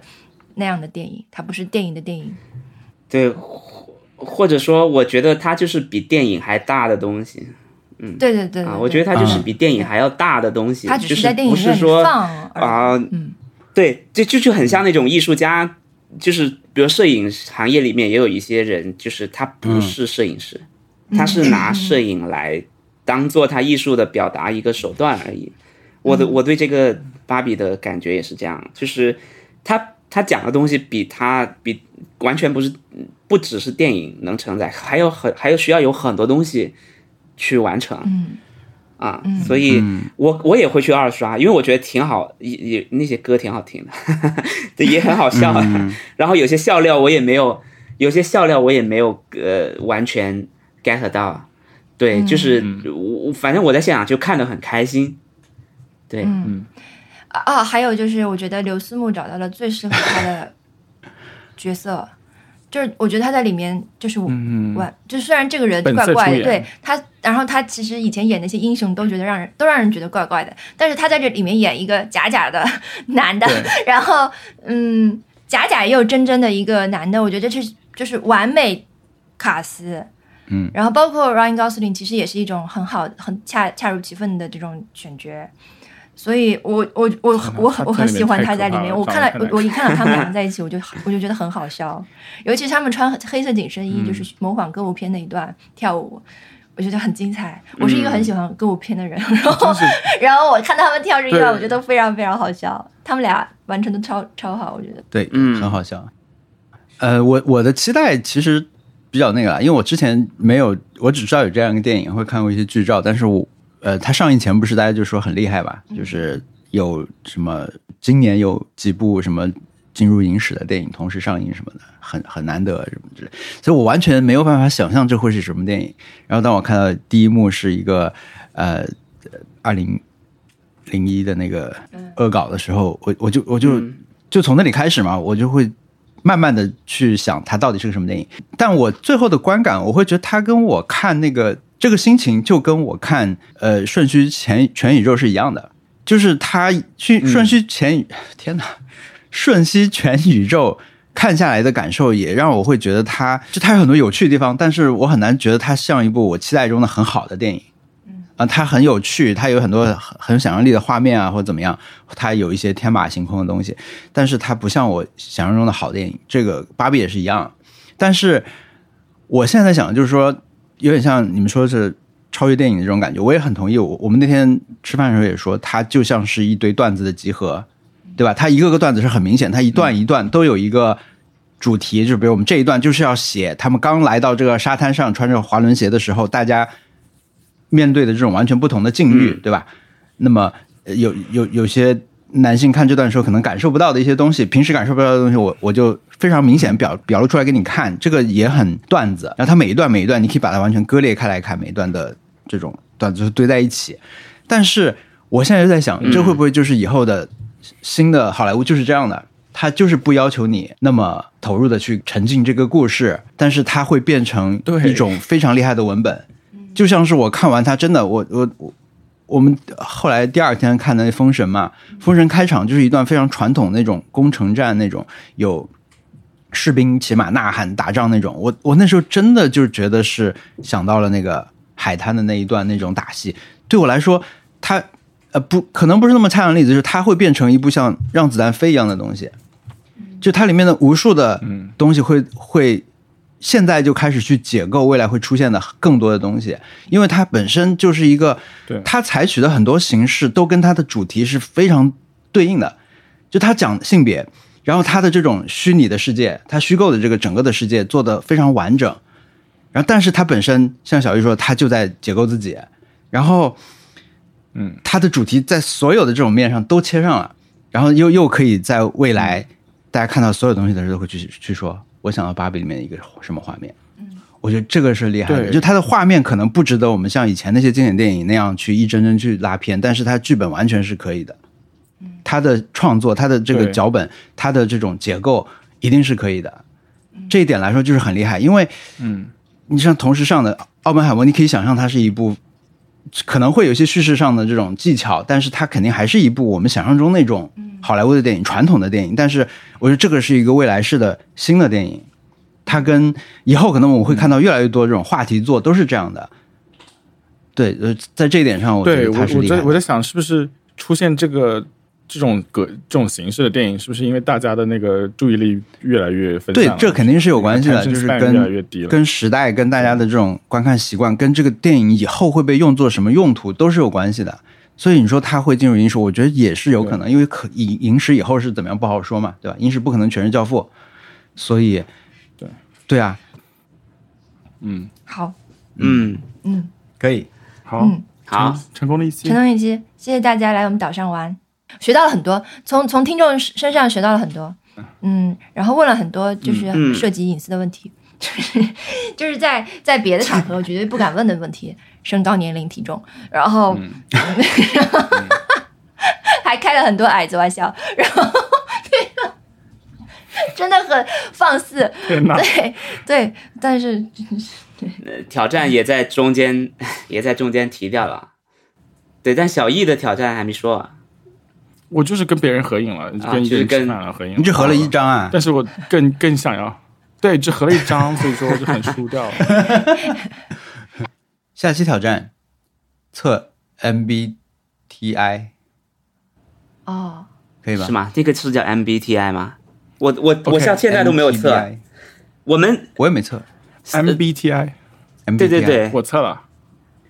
Speaker 2: 那样的电影，它不是电影的电影。
Speaker 3: 对，或或者说，我觉得它就是比电影还大的东西
Speaker 2: 对对对对
Speaker 3: 啊，我觉得它就是
Speaker 1: 嗯
Speaker 3: 比电影还要大的东西，
Speaker 2: 它只
Speaker 3: 就是
Speaker 2: 在电影
Speaker 3: 不是
Speaker 2: 院里
Speaker 3: 说
Speaker 2: 放而已
Speaker 3: 啊、
Speaker 2: 嗯，
Speaker 3: 对，这就就很像那种艺术家，就是比如摄影行业里面也有一些人，就是他不是摄影师，他是拿摄影来当做他艺术的表达一个手段而已。我的我对这个芭比的感觉也是这样，就是他他讲的东西比他比完全不是不只是电影能承载，还有很还有需要有很多东西去完成。
Speaker 2: 嗯
Speaker 3: 啊，所以我我也会去二刷，因为我觉得挺好，也也那些歌挺好听的， 对，也很好笑。 然后有些笑料我也没有，有些笑料我也没有呃完全 get 到。对，就是我我反正我在现场就看得很开心。对，
Speaker 2: 啊啊，还有就是，我觉得刘思慕找到了最适合他的角色，就是我觉得他在里面就是我，完，就虽然这个人
Speaker 1: 嗯本
Speaker 2: 怪
Speaker 1: 色
Speaker 2: 怪
Speaker 1: 出
Speaker 2: 的，
Speaker 1: 演
Speaker 2: 对他，然后他其实以前演那些英雄都觉得让人都让人觉得怪怪的，但是他在这里面演一个假假的 男的，
Speaker 1: 对
Speaker 2: 然后嗯，假假又真真的一个男的，我觉得这是就是完美卡斯。
Speaker 4: 嗯，
Speaker 2: 然后包括 Ryan Gosling 其实也是一种很好、很恰恰如其分的这种选角，所以我我我我很我很喜欢他在里面。我看了我我一看到他们两个在一起，我就我就觉得很好 笑，尤其是他们穿黑色紧身衣，就是模仿歌舞片那一段跳舞。我觉得很精彩。我是一个很喜欢歌舞片的 人，然后然后我看他们跳这一段，
Speaker 1: 对
Speaker 2: 我觉得非常非常好笑。他们俩完成的超超好，我觉得。
Speaker 5: 对，
Speaker 3: 嗯
Speaker 5: 很好笑。呃，我我的期待其实比较那个啦，因为我之前没有，我只知道有这样一个电影，会看过一些剧照，但是我呃，它上映前不是大家就说很厉害吧，就是有什么今年有几部什么进入影史的电影同时上映什么的，很很难得什么之类，所以我完全没有办法想象这会是什么电影。然后当我看到第一幕是一个呃二零零一的那个恶搞的时候，我我就我就、就从那里开始嘛，我就会慢慢的去想它到底是个什么电影。但我最后的观感，我会觉得它跟我看那个这个心情就跟我看呃《瞬息全全宇宙》是一样的，
Speaker 4: 就是他去瞬息全宇，天哪，瞬息全宇宙看下来的感受，也让我会觉得他就他有很多有趣的地方，但是我很难觉得它像一部我期待中的很好的电影。啊，它很有趣，它有很多很很有想象力的画面啊，或者怎么样，它有一些天马行空的东西，但是它不像我想象中的好电影。这个《芭比》也是一样，但是我现在想的就是说，有点像你们说是超越电影的这种感觉，我也很同意。我我们那天吃饭的时候也说，它就像是一堆段子的集合，对吧？它一个个段子是很明显，它一段一段都有一个主题，就比如我们这一段就是要写他们刚来到这个沙滩上，穿着滑轮鞋的时候，大家面对的这种完全不同的境遇，对吧？那么呃有有有些男性看这段时候可能感受不到的一些东西，平时感受不到的东西我，我就非常明显表表露出来给你看，这个也很段子。然后它每一段每一段，你可以把它完全割裂开来看，每一段的这种段子就堆在一起。但是我现在就在想，这会不会就是以后的新的好莱坞就是这样的？它就是不要求你那么投入的去沉浸这个故事，但是它会变成
Speaker 1: 对
Speaker 4: 一种非常厉害的文本。就像是我看完它，真的，我我我，我们后来第二天看的那《封神》嘛，《封神》开场就是一段非常传统那种攻城战那种有。士兵骑马呐喊打仗那种，我我那时候真的就觉得是想到了那个海滩的那一段那种打戏，对我来说，它呃不可能不是那么恰当的例子，就是它会变成一部像让子弹飞一样的东西，就它里面的无数的东西会会现在就开始去解构未来会出现的更多的东西，因为它本身就是一个
Speaker 1: 对，
Speaker 4: 它采取的很多形式都跟它的主题是非常对应的。就它讲性别，然后它的这种虚拟的世界，它虚构的这个整个的世界做得非常完整。然后，但是它本身像小玉说，它就在解构自己，然后，
Speaker 1: 嗯，
Speaker 4: 它的主题在所有的这种面上都切上了，嗯然后又又可以在未来大家看到所有东西的时候，会去去说，我想到芭比里面一个什么画面。我觉得这个是厉害的，
Speaker 1: 对
Speaker 4: 就它的画面可能不值得我们像以前那些经典电影那样去一帧帧去拉片，但是它剧本完全是可以的。它的创作、它的这个
Speaker 1: 对
Speaker 4: 脚本、它的这种结构一定是可以的。这一点来说就是很厉害，因为
Speaker 1: 嗯，
Speaker 4: 你像同时上的《奥本海默》，你可以想象它是一部可能会有一些叙事上的这种技巧，但是它肯定还是一部我们想象中那种好莱坞的电影、传统的电影。但是我觉得这个是一个未来式的新的电影，它跟以后可能我们会看到越来越多这种话题作都是这样的。对，呃，在这一点上，我觉
Speaker 1: 对
Speaker 4: 得
Speaker 1: 我
Speaker 4: 它是
Speaker 1: 我
Speaker 4: 厉害
Speaker 1: 在
Speaker 4: 的。
Speaker 1: 我在想，是不是出现这个这种格这种形式的电影，是不是因为大家的那个注意力越来越分散
Speaker 4: 对
Speaker 1: 了？，
Speaker 4: 这肯定是有关系的，就
Speaker 1: attention
Speaker 4: 是
Speaker 1: span
Speaker 4: 跟
Speaker 1: 越来越低了
Speaker 4: 跟时代、跟大家的这种观看习惯、跟这个电影以后会被用作什么用途都是有关系的。所以你说它会进入影史，我觉得也是有可能，因为可影影史以后是怎么样不好说嘛，对吧？影史不可能全是教父，所以
Speaker 1: 对
Speaker 4: 对啊，
Speaker 1: 嗯，
Speaker 2: 好，
Speaker 3: 嗯，
Speaker 2: 嗯
Speaker 4: 可以。
Speaker 1: 好，
Speaker 2: 嗯，
Speaker 3: 好，
Speaker 1: 成成功的一期
Speaker 2: 陈，东一期，谢谢大家来我们岛上玩，学到了很多，从从听众身上学到了很多，嗯，然后问了很多就是
Speaker 3: 嗯嗯
Speaker 2: 涉及隐私的问题，就是就是在在别的场合我绝对不敢问的问题，身高、年龄、体重，然后、 还开了很多矮子玩笑，然后 真的很放肆，
Speaker 1: 天哪，
Speaker 2: 对对，但是
Speaker 3: 呃挑战也在中间， 也在中间提掉了。对，但小易的挑战还没说完。
Speaker 1: 我就是跟别人合影了，跟一个
Speaker 3: 啊就是
Speaker 1: 人
Speaker 3: 跟
Speaker 1: 吃饭了合影，
Speaker 4: 你只合了一，张啊？
Speaker 1: 但是我更更想要，对，只合了一张，所以说我就很输 掉了。
Speaker 4: 下期挑战测 MBTI
Speaker 2: 哦，
Speaker 4: 可以吧？
Speaker 3: 是吗？这个是叫 MBTI 吗？我我我
Speaker 1: OK，
Speaker 3: 到现在都没有测。啊
Speaker 4: MBTI
Speaker 3: 我们
Speaker 4: 我也没测。
Speaker 1: MBTI，
Speaker 4: MBTI
Speaker 3: 对对
Speaker 2: 哎
Speaker 3: 对
Speaker 1: 我测了，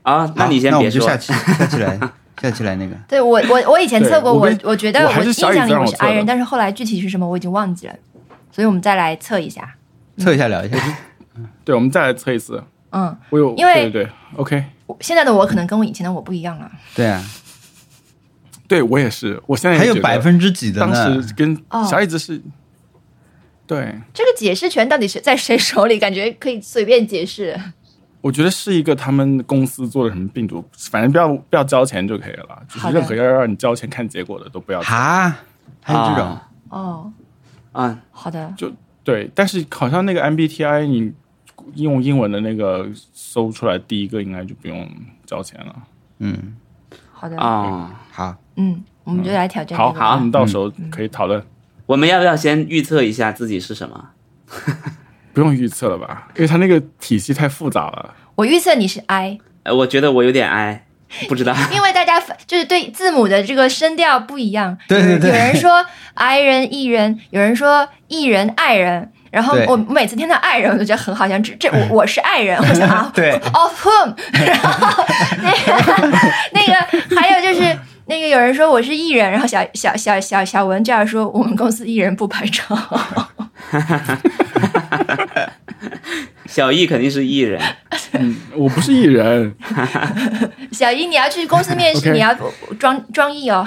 Speaker 3: 啊，那你先
Speaker 4: 好那我
Speaker 3: 别
Speaker 4: 们就
Speaker 3: 说
Speaker 4: 下，期下期 来下期来那个。
Speaker 2: 对我我我以前
Speaker 1: 对
Speaker 2: 测过，
Speaker 1: 我
Speaker 2: 我
Speaker 1: 跟
Speaker 2: 我觉得
Speaker 1: 我
Speaker 2: 我
Speaker 1: 还是
Speaker 2: 印
Speaker 1: 小椅
Speaker 2: 象
Speaker 1: 子
Speaker 2: 里
Speaker 1: 让
Speaker 2: 我
Speaker 1: 我
Speaker 2: 是
Speaker 1: 测
Speaker 2: I 人，
Speaker 1: 的
Speaker 2: 但是后来具体是什么我已经忘记了，所以我们再来测一下。
Speaker 4: 测一下聊一下。
Speaker 1: 对，我们再来测一次。
Speaker 2: 嗯，
Speaker 1: 我有，
Speaker 2: 因为
Speaker 1: 对对对，OK，
Speaker 2: 我现在的我可能跟我以前的我不一样了。
Speaker 4: 对啊，
Speaker 1: 对我也是，我现在也
Speaker 4: 还有
Speaker 1: 觉得
Speaker 4: 百分之几的
Speaker 1: 当
Speaker 4: 呢？
Speaker 1: 时跟
Speaker 2: 哦
Speaker 1: 小椅子是，对，
Speaker 2: 这个解释权到底是在谁手里？感觉可以随便解释。
Speaker 1: 我觉得是一个他们公司做的什么病毒，反正不要不要交钱就可以了，就是
Speaker 2: 好的
Speaker 1: 任何要让你交钱看结果的都不要。
Speaker 4: 哈，还有这种
Speaker 3: 啊
Speaker 2: 哦，
Speaker 3: 啊，
Speaker 2: 好的，
Speaker 1: 对，但是好像那个 MBTI 你用英文的那个搜出来第一个应该就不用交钱了。
Speaker 4: 嗯，
Speaker 2: 好的，
Speaker 3: 啊。
Speaker 4: 好，
Speaker 2: 嗯，我们就嗯来挑战
Speaker 1: 好
Speaker 2: 这个吧
Speaker 1: 好，我们到时候可以讨论，
Speaker 3: 我们要不要先预测一下自己是什么？
Speaker 1: 不用预测了吧？因为它那个体系太复杂了。
Speaker 2: 我预测你是 I，
Speaker 3: 呃，我觉得我有点 I，不知道。
Speaker 2: 因为大家分就是对字母的这个声调不一样。
Speaker 5: 对对对
Speaker 2: 有人说 I 人 E 人，有人说 E 人爱人。然后
Speaker 5: 对
Speaker 2: 我每次听到爱人，我就觉得很好像这这我我是爱人， 我想啊
Speaker 5: 对
Speaker 2: ，of whom，然 后那个那个还有就是那个有人说我是艺人，然后小小小小小文这样说，我们公司艺人不拍照，
Speaker 3: 小易肯定是 E 人，
Speaker 1: 我不是艺人，
Speaker 2: 小一你要去公司面试
Speaker 1: OK
Speaker 2: 你要装装艺哦，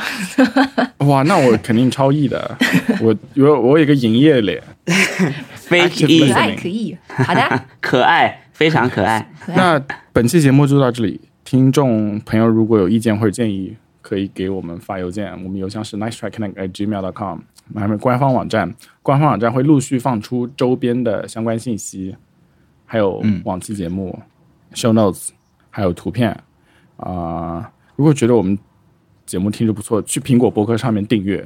Speaker 1: 哇，那我肯定超艺的。我我我有一个营业脸，
Speaker 4: 啊
Speaker 3: 非
Speaker 1: Active
Speaker 2: 可
Speaker 3: E，
Speaker 1: listening
Speaker 2: 爱可以，好的，
Speaker 3: 可爱，非常可 爱。
Speaker 2: 可爱。
Speaker 1: 那本期节目就到这里，听众朋友如果有意见或者建议，可以给我们发邮件，我们邮箱是 nice try connect at gmail com，还有官方网站，官方网站会陆续放出周边的相关信息，还有往期节目、show notes，还有图片啊、如果觉得我们节目听着不错，去苹果播客上面订阅，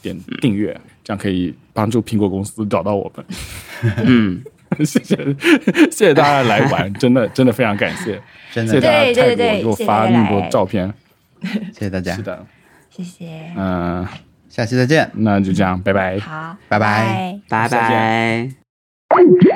Speaker 1: 点订阅，这样可以帮助苹果公司找到我们。
Speaker 3: 嗯，
Speaker 1: 谢谢 谢谢大家来 玩，真的真的非常感谢，
Speaker 5: 真的
Speaker 1: 谢谢大家
Speaker 2: 对对
Speaker 1: 泰
Speaker 2: 对
Speaker 1: 国
Speaker 2: 对
Speaker 1: 给我
Speaker 2: 谢谢
Speaker 1: 发那
Speaker 2: 大家哎
Speaker 1: 么多
Speaker 2: 来
Speaker 1: 照片。
Speaker 5: 谢谢大家
Speaker 1: 是，的，
Speaker 2: 谢谢，
Speaker 1: 嗯、
Speaker 5: 下期再见。
Speaker 1: 那就这样，拜拜。
Speaker 2: 好，
Speaker 5: 拜拜
Speaker 2: 拜
Speaker 3: 拜
Speaker 1: 再
Speaker 3: 拜。